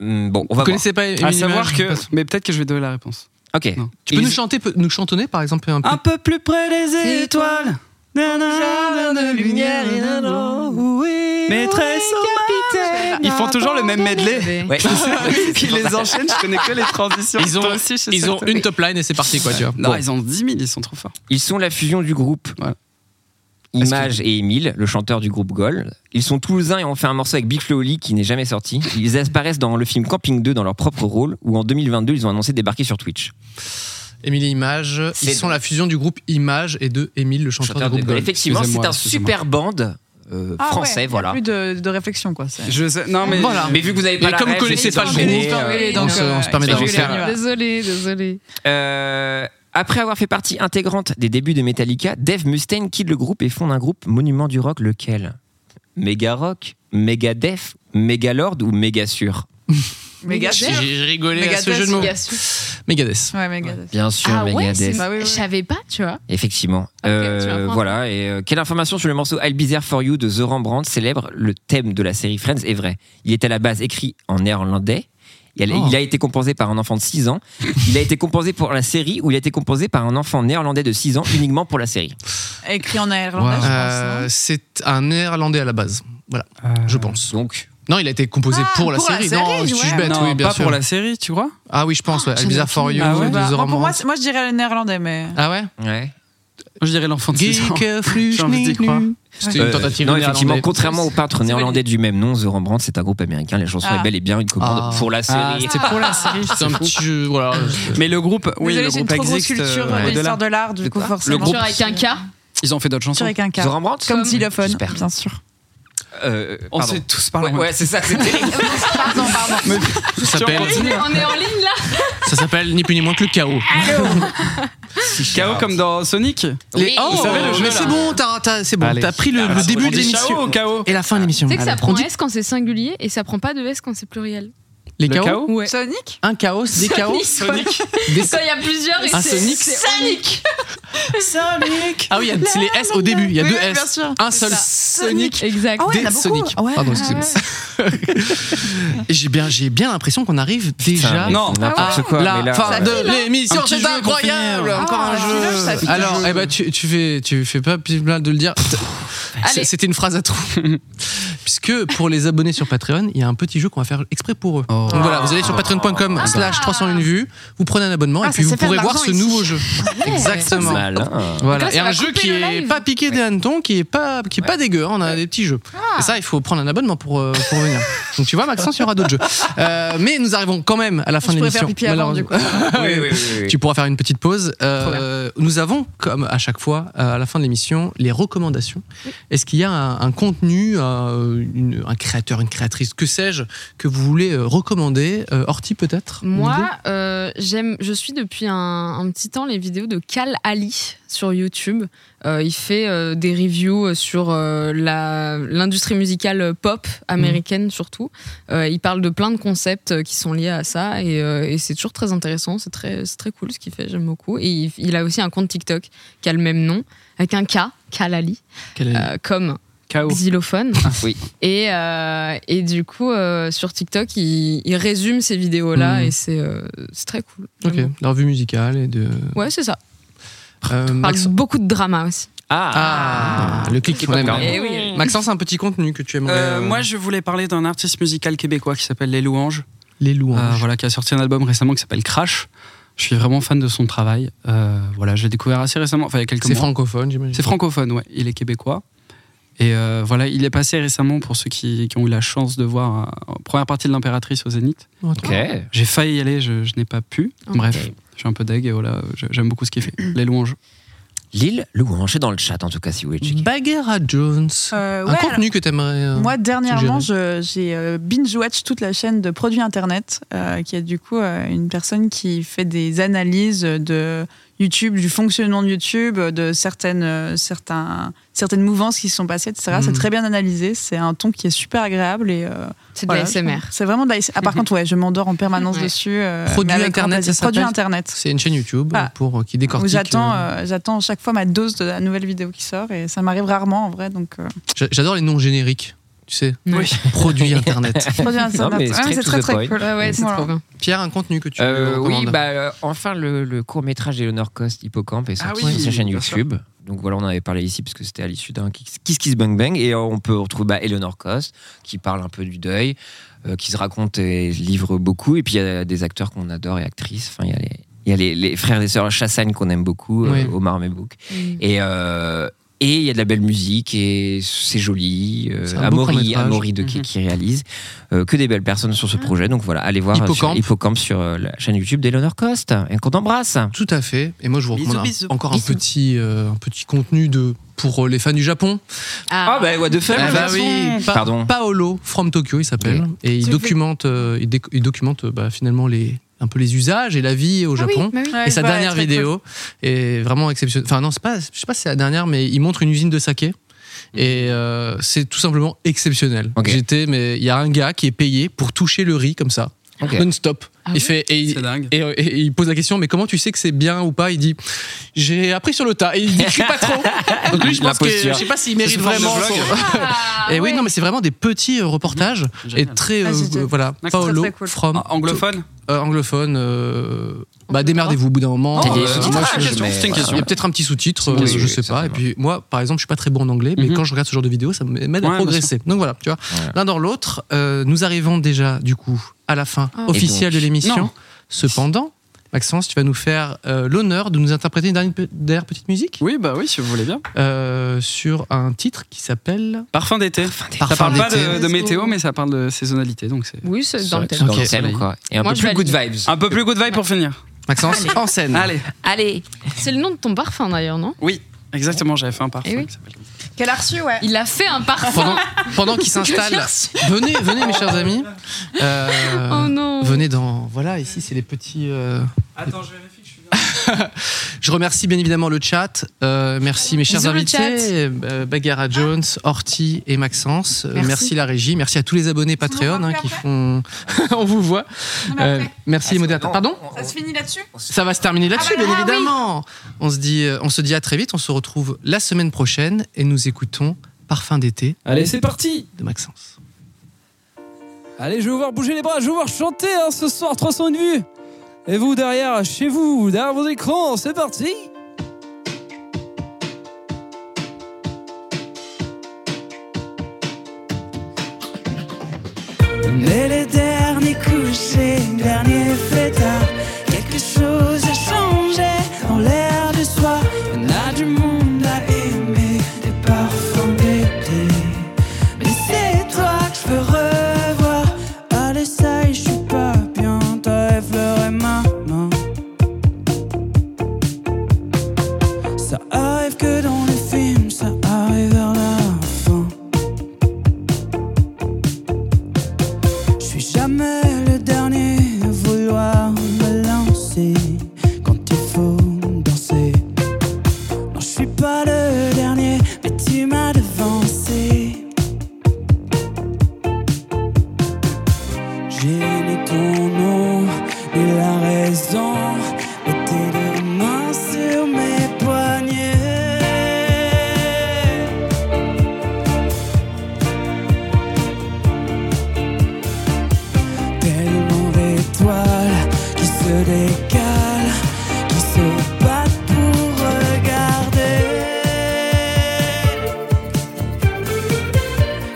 C: Hmm, bon, on va
A: Vous
C: voir.
A: connaissez pas
F: À
A: Émile
F: savoir
A: Images
F: que. Mais peut-être que je vais donner la réponse.
C: Ok.
F: Non.
A: Tu peux
C: Ils-
A: nous chanter, peut- nous chantonner, par exemple, un peu.
F: Un peu plus près des étoiles. Nanana, de lumière et nanana, oui. Maîtresse au
D: capitaine.
F: Ils font toujours le même medley.
C: Ouais.
F: Puis ils les enchaînent, je connais que les transitions.
A: Ils ont,
F: Ah Toi aussi, je
A: ils
F: sais
A: ont
F: que-
A: une top line et Ah, c'est parti, quoi, tu vois.
F: Non,
A: Bon.
F: ils ont 10 000, ils sont trop forts.
C: Ils sont la fusion du groupe
F: Voilà.
C: Image et Émile, le chanteur du groupe Gol. Ils sont toulousains et ont fait un morceau avec Big Flo et Oli qui n'est jamais sorti. Ils apparaissent dans le film Camping 2 dans leur propre rôle, où en 2022, ils ont annoncé débarquer sur Twitch.
A: Émile et Image,
C: C'est-
A: ils sont la fusion du groupe Image et de Émile, le chanteur,
C: Chanteur
A: du
C: de-
A: groupe Gold.
C: Effectivement, c'est
I: Excusez-moi,
C: un
I: excusez-moi.
C: super band euh,
D: Ah ouais,
C: français,
D: y a
C: voilà.
D: Plus de, de réflexion, quoi. c'est-
F: Je sais- non, mais.
D: Voilà.
C: Mais vu que vous n'avez pas
A: Mais
C: la
A: comme vous
C: ref,
A: connaissez
C: je
A: pas
C: vais
A: le
C: vous
A: groupe,
C: enchaîner, euh,
D: donc,
A: on se- on se permet
D: excusez-moi.
C: d'avancer.
D: On y va.
B: Désolé, désolé.
C: Euh, après avoir fait partie intégrante des débuts de Metallica, Dave Mustaine quitte le groupe et fonde un groupe monument du rock, lequel Méga Rock, Méga Def, Méga Lord ou Méga Sûr
D: Méga cher.
A: J'ai rigolé à ce
D: Megadeth,
A: jeu de mots.
B: Bien sûr.
A: Megadeth.
D: Ouais, méga cher.
C: Bien sûr,
B: Ah ouais, c'est-
C: Megadeth.
D: Bah oui, oui,
B: je
D: oui.
B: savais pas, tu vois.
C: Effectivement.
B: tu
C: Euh,
B: vas prendre.
C: voilà. Et euh, quelle information sur le morceau I'll Be There For You de The Rembrandt célèbre le thème de la série Friends est vrai. Il est à la base écrit en néerlandais. Il a,
A: Oh.
C: il a été composé par un enfant de 6 ans. Il a été composé pour la série ou il a été composé par un enfant néerlandais de 6 ans uniquement pour la série.
D: Écrit en néerlandais, je pense.
A: Euh, C'est un néerlandais à la base. Voilà, je pense.
C: Donc,
A: Non, il a été composé
D: Ah,
A: pour la
D: pour la
A: série.
D: série,
A: non, je suis
D: ouais.
A: bête,
F: non,
A: oui, bien
F: pas
A: sûr.
F: pour la série, tu crois
A: Ah oui, je pense, ouais.
B: j'en ai
A: Bizarre for
B: aucune
A: You,
F: idée. Ah
D: non
F: ouais,
A: de
D: Bah,
A: The
D: moi, pour moi,
A: Romance.
D: c'est- moi, je dirais le néerlandais, mais.
A: Ah ouais
C: ouais.
F: Je dirais l'enfant de 6 ans.
A: J'ai
F: envie d'y croire.
A: C'était
C: Euh,
A: une tentative
C: non, effectivement,
A: de néerlandais.
C: contrairement au peintre
A: c'est
C: néerlandais du même nom, The Rembrandt, c'est un groupe américain. La chanson
D: Ah.
C: est belle et bien une commande
A: Ah.
C: pour la
F: Ah,
C: série.
F: c'était pour la série.
A: C'est un petit jeu, voilà.
F: Mais le groupe, oui,
D: Désolée,
F: le
D: j'ai une
F: groupe
D: trop grosse
F: existe.
D: culture
F: euh,
D: de
F: au-delà.
D: l'histoire de l'art, du
C: Le
D: coup,
C: groupe-
D: forcément.
C: le groupe-
B: Sur avec un K.
F: Ils ont fait d'autres chansons.
D: Avec un K.
C: The Rembrandt
D: Comme xylophone,
C: J'espère.
D: bien sûr.
C: Euh,
F: On
C: pardon.
F: s'est tous parlé.
C: Ouais, ouais, c'est ça, c'est terrible.
D: Pardon, pardon.
A: Ça s'appelle-
B: On est on est en ligne là
A: ça s'appelle ni plus ni moins que le chaos.
F: Chaos comme dans Sonic.
C: Oui.
A: Oh,
F: Vous savez, le jeu,
A: mais
F: là.
A: c'est bon, t'as- t'as- c'est bon,
F: Allez.
A: t'as pris le, le
F: Ah,
A: début
F: on
A: de
F: dit Chao
A: l'émission
F: ou Chaos
A: et la fin de l'émission.
B: Tu sais que ça
A: Alors,
B: prend
A: on dit
B: S quand c'est singulier et ça prend pas de S quand c'est pluriel.
A: les
F: Le
A: chaos,
F: chaos
B: Ouais.
D: Sonic
A: un chaos, des chaos,
F: Sonic.
A: des
B: Quand il y a plusieurs, et
A: Un
B: c'est
A: Ah, Sonic.
B: c'est Sonic.
D: Sonic
A: Ah oui, il y a- c'est les S au début, il y a
D: Oui,
A: deux
D: oui, bien
A: S.
D: sûr.
A: Un seul
D: Sonic.
A: Sonic.
B: Exact.
D: Ah ouais, il y en
A: Des
D: a beaucoup.
A: Sonic.
D: Ouais. Ah
A: Pardon, excusez-moi. Et J'ai bien, j'ai bien l'impression qu'on arrive déjà
F: Non.
C: C'est n'importe
D: Ah
C: quoi.
A: la
C: mais là,
A: fin
C: euh,
A: de l'émission.
F: Un petit
A: C'est
F: jeu qu'on
A: incroyable.
F: finit.
A: Encore un
D: Ah, c'est dommage, ça
A: jeu.
D: fait
A: Alors,
D: toujours.
A: eh ben, tu, tu fais, tu fais pas bien de le dire. C'est-
B: Allez.
A: C'était une phrase à trous. Puisque pour les abonnés sur Patreon, il y a un petit jeu qu'on va faire exprès pour eux. Donc voilà, vous allez sur patreon.com/slash 301 vues, vous prenez un abonnement
D: Ah,
A: et puis
D: ça
A: vous
D: fait de
A: pourrez voir
D: l'argent
A: ce
D: ici.
A: nouveau jeu. Exactement.
C: Malin.
A: Voilà.
B: Donc là,
A: et
B: ça
A: un
B: va
A: jeu
B: couper
A: qui
B: le
A: est
B: live.
A: pas piqué d'un ton, qui est pas, qui est pas dégueu. hein, On a des petits jeux.
D: Ah.
A: Et ça, il faut prendre un abonnement pour, euh, pour venir. Donc tu vois, Maxence, il y aura d'autres jeux. Euh, mais nous arrivons quand même à la fin
D: Je
A: de
D: pourrais faire pipi
A: l'émission.
D: avant, du coup.
C: Oui, oui, oui, oui.
A: Tu pourras faire une petite pause. Euh, nous avons, comme à chaque fois, euh, à la fin de l'émission, les recommandations. Est-ce qu'il y a un, un contenu, euh, une- un créateur, une créatrice, que sais-je, que vous voulez euh, recommander Euh, Horty peut-être
B: Moi, euh, j'aime, je suis depuis un, un petit temps les vidéos de Cal Ali sur YouTube. Euh, il fait euh, des reviews sur euh, la- l'industrie musicale pop
A: Mm.
B: américaine surtout. Euh, il parle de plein de concepts euh, qui sont liés à ça et, euh, et c'est toujours très intéressant. C'est très, c'est très cool ce qu'il fait. J'aime beaucoup. Et il, il a aussi un compte TikTok qui a le même nom avec un K, Cal Ali,
A: Quel est- Ah.
B: euh, comme
F: Chaos.
B: xylophone.
C: oui.
B: Et, euh, et du coup, euh, sur TikTok, il, il résume ces vidéos-là
A: Mhm.
B: et c'est euh, c'est très cool.
A: Ok,
D: Euh,
B: Vraiment.
A: la revue musicale et de.
B: Ouais, c'est ça.
A: Euh,
B: Il Parle
A: Maxence-
B: beaucoup de drama aussi.
A: Ah, le clic qu'on aime.
C: Pardon.
B: Eh oui.
A: Maxence, un petit contenu que tu aimerais.
F: Euh,
A: euh,
F: moi, je voulais parler d'un artiste musical québécois qui s'appelle Les Louanges,
A: les
F: euh,
A: louanges.
F: voilà, qui a sorti un album récemment qui s'appelle Crash. Je suis vraiment fan de son travail. Euh, voilà, j'ai découvert assez récemment, enfin il y a quelques
A: C'est
F: mois.
A: francophone, j'imagine.
F: C'est francophone, ouais. Il est québécois. Et euh, voilà, il est passé récemment pour ceux qui, qui ont eu la chance de voir euh, en première partie de l'Impératrice au Zénith.
C: Ok.
F: J'ai failli y aller, je, je n'ai pas pu.
B: Ok.
F: Bref, je suis un peu deg et voilà, je- j'aime beaucoup ce qu'il fait. Les louanges.
C: Lille, louange est dans le chat en tout cas si vous voulez checker.
A: Bagheera Jones.
D: Euh,
A: un
D: ouais,
A: contenu que t'aimerais. euh,
D: Moi, dernièrement, je- j'ai euh, binge-watch toute la chaîne de produits internet, euh, qui est du coup euh, une personne qui fait des analyses de YouTube, du fonctionnement de YouTube, de certaines, euh, certains, certaines mouvances qui se sont passées, etc.
A: Mhm.
D: C'est très bien analysé, c'est un ton qui est super agréable et. euh,
B: C'est de
D: voilà,
B: la SMR.
D: je- C'est vraiment de la ASMR. Ah, par contre, ouais, je m'endors en permanence
B: Ouais.
D: dessus. euh,
A: Produits
D: mais avec
A: internet,
D: grand plaisir.
A: ça
D: Produits
A: s'appelle
D: internet.
A: C'est une chaîne YouTube
D: Ah.
A: pour euh, qui
D: Où
A: décortique.
D: j'attends,
A: euh,
D: euh, j'attends chaque fois ma dose de la nouvelle vidéo qui sort et ça m'arrive rarement en vrai. Donc, euh,
A: j'a- J'adore les noms génériques. Tu sais,
B: Oui.
A: produits internet.
D: produits internet.
C: mais
D: Ouais,
C: straight
D: mais c'est
C: to
D: très
C: the
D: très
C: point.
D: cool.
B: Ouais, ouais, c'est
D: Voilà.
B: trop bien.
A: Pierre, un contenu que tu
C: Euh,
A: recommandes
C: oui, bah, euh, enfin le, court métrage d'Eleanor Cost, Hippocampe, est sorti
F: Ah oui,
C: sur sa chaîne
F: bien sûr.
C: YouTube. Donc voilà, on en avait parlé ici parce que c'était à l'issue d'un Kiss Kiss Kiss Bang Bang. Et euh, on peut retrouver bah, Eleanor Cost qui parle un peu du deuil, euh, qui se raconte et livre beaucoup. Et puis il y a des acteurs qu'on adore et actrices. Enfin, il y a les, il y a les, les frères et sœurs Chassagne qu'on aime beaucoup, euh,
A: Oui.
C: Omar Mebouk. Et, euh, et il y a de la belle musique et c'est joli. euh,
A: C'est un beau
C: Amaury,
A: court-métrage.
C: Amaury de qui, qui réalise. euh, que des belles personnes sur ce projet. Donc voilà, allez voir
A: Ah.
C: euh,
A: Hippocampe.
C: sur, Hippocampe sur euh, la chaîne YouTube d'Eleanor Cost. Et qu'on t'embrasse.
A: Tout à fait. Et moi, je vous
C: Bisous,
A: recommande un-
C: bisous.
A: encore
C: Bisous.
A: un petit, euh, un petit contenu de pour euh, les fans du Japon.
C: Ah, bah, what the fuck
A: Ah
C: la
A: bah
C: version-
A: oui, Pa-
C: Pardon.
A: Paolo from Tokyo, il s'appelle, et il
B: Tu
A: documente, euh, il, déc- il documente euh, bah, finalement les un peu les usages et la vie au
B: Ah oui,
A: Japon.
B: bah oui.
D: Ouais,
A: et sa
D: bah,
A: dernière
D: très
A: vidéo est vraiment exceptionnelle. Enfin non, c'est pas, je sais pas si c'est la dernière, mais il montre une usine de saké. Et euh, c'est tout simplement exceptionnel.
C: Ok.
A: J'étais, mais il y a un gars qui est payé pour toucher le riz comme ça,
C: Ok.
A: non-stop.
B: Ah
A: il
B: oui
A: fait, et il-
F: C'est dingue.
A: et, euh, et il pose la question, mais comment tu sais que c'est bien ou pas Il dit, j'ai appris sur le tas. Et il décrit pas trop. Donc lui, je pense que
C: L'imposture.
A: je sais pas s'il
F: C'est
A: mérite
F: sous forme de
A: vraiment.
F: vlog.
A: son-
B: Ah.
A: et oui, non, mais c'est vraiment des petits euh, reportages et
F: Mmh. Génial.
A: très euh,
D: Ah, c'est-
A: euh, voilà.
F: D'accord,
A: Paolo
D: très, très cool.
A: from
F: Ah, Anglophone
A: euh, anglophone. euh, bah démerdez-vous au bout d'un moment.
C: Il y a des
A: Euh,
C: sous-titres,
A: moi,
F: ah,
A: je-
F: question,
C: mais
F: c'était
C: voilà.
A: il
F: une
A: y a
F: question.
A: peut-être un petit sous-titre,
C: Oui,
A: euh,
C: oui,
A: je sais pas. Et
C: certainement.
A: puis moi, par exemple, je suis pas très bon en anglais, mais
F: Mhm.
A: quand je regarde ce genre de vidéos, ça m'aide
F: Ouais,
A: à progresser. Donc voilà, tu vois.
C: Voilà.
A: L'un dans l'autre, euh, nous arrivons déjà du coup à la fin
B: Ah.
A: officielle
C: Et donc,
A: de l'émission.
F: non.
A: Cependant, Maxence, tu vas nous faire euh, l'honneur de nous interpréter une dernière, pe- dernière petite musique
F: Oui, bah oui, si vous voulez bien.
A: euh, sur un titre qui s'appelle
F: Parfum d'été. Ça
A: Parfum
F: parle pas
A: d'été.
F: de, de météo, mais ça parle de saisonnalité, donc c'est.
B: Oui, c'est dans le
C: C'est
B: thème.
C: dans le
A: Ok.
C: thème, quoi. Et un
B: Moi,
C: peu
B: je
C: plus
B: valide.
C: good vibes.
F: Un peu plus good vibe pour finir.
A: Maxence en scène.
F: Allez,
B: Allez C'est le nom de ton parfum d'ailleurs, non
F: oui, exactement, j'avais fait un parfum.
B: Eh oui.
F: qui s'appelle comme ça.
D: Qu'elle a reçu, ouais.
B: Il a fait un parfum
A: Pendant, pendant qu'il s'installe, venez, venez mes chers amis. Euh,
B: Oh non
A: Venez dans. Voilà, ici, c'est les petits. Attends, je vérifie que je suis Je remercie bien évidemment le chat. Euh, merci mes chers
B: Bisous, le
A: invités, euh, Bagheera Jones, Horty et Maxence. Euh,
B: Merci.
A: Merci. la régie. Merci à tous les abonnés Patreon
D: voit
A: hein,
D: plus
A: qui font. on vous voit. Euh, merci les modérateurs. Pardon
D: Ça se finit là-dessus
A: ça va se terminer là-dessus,
D: Ah bah,
A: bien
D: ah oui.
A: évidemment. On, se dit, euh, on se dit à très vite. On se retrouve la semaine prochaine et nous écoutons Parfum d'été
F: Allez, c'est parti
A: de Maxence.
I: Allez, je vais vous voir bouger les bras, je vais vous voir chanter hein, ce soir, 300 de vues. Et vous derrière, chez vous, derrière vos écrans, c'est parti Mais le dernier coucher, dernier fêtard, quelque chose a changé en l'air de soi. On a du monde à aimer, des parfums d'été. Mais c'est toi que je veux revoir. Allez, ça y est, je suis pas bien. T'as effleuré ma main. Ça arrive que dans les films, ça arrive vers la fin. Je suis jamais le dernier à vouloir me lancer quand il faut danser. Non, je suis pas le dernier, mais tu m'as devancé. J'ai ni ton nom, ni la raison, mais tes deux mains sur mes poignets. tellement d'étoiles qui se décalent, qui se battent pour regarder.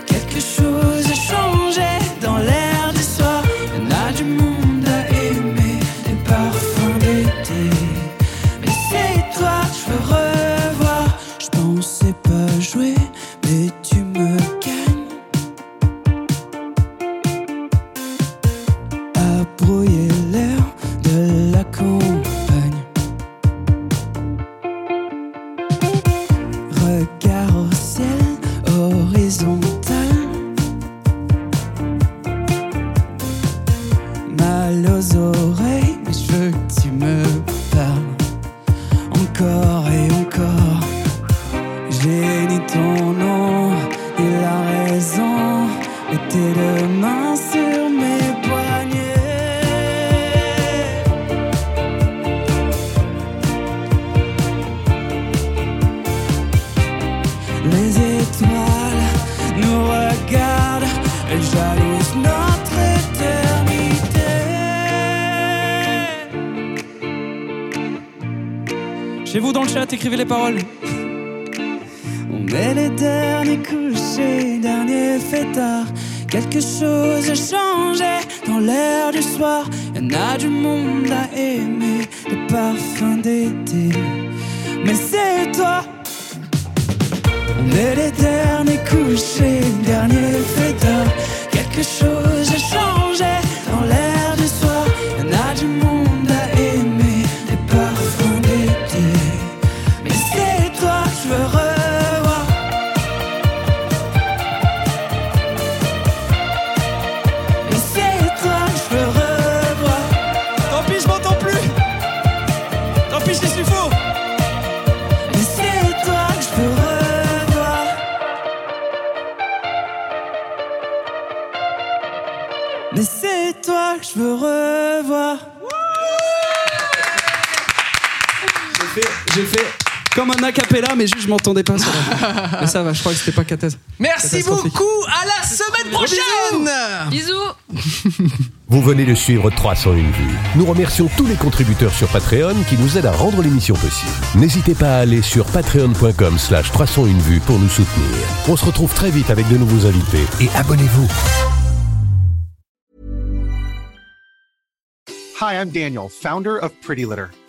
I: Quelque chose a changé dans l'air du soir. On a du monde à aimer, des parfums d'été. Mais c'est toi que je veux revoir. Je pensais pas jouer, mais tu me gagnes. à brouiller l'air de la campagne. Regard au ciel horizontal. Mal aux oreilles, mais je veux que tu me parles. Encore et encore. J'ai ni ton nom, ni la raison, mais tes deux mains sur mes poignets. Les étoiles nous regardent, elles jalousent notre éternité. Chez vous dans le chat, écrivez les paroles. On est les derniers couchés, derniers fêtards. Quelque chose a changé dans l'air du soir. Y'en a du monde à aimer, le parfum d'été. Mais c'est toi, on est les derniers couchés, derniers fêtards. Quelque chose a changé dans l'air du soir. Y'en a du monde à aimer, des parfums d'été. Mais c'est toi, que je veux revoir. Mais c'est toi, que je veux revoir. Tant pis, je m'entends plus. Tant pis, je les suis faux. Mais c'est toi que je veux revoir. Mais c'est toi que je veux revoir.
F: J'ai fait, j'ai fait comme un acapella, mais juste je m'entendais pas sur la- Mais ça va, je crois que c'était pas catastrophique.
J: Merci beaucoup, à la semaine prochaine
K: Bisous
E: Vous venez de suivre 301 vues. Nous remercions tous les contributeurs sur Patreon qui nous aident à rendre l'émission possible. N'hésitez pas à aller sur patreon.com slash 301 vues pour nous soutenir. On se retrouve très vite avec de nouveaux invités et abonnez-vous.
L: Hi, I'm Daniel, founder of Pretty Litter.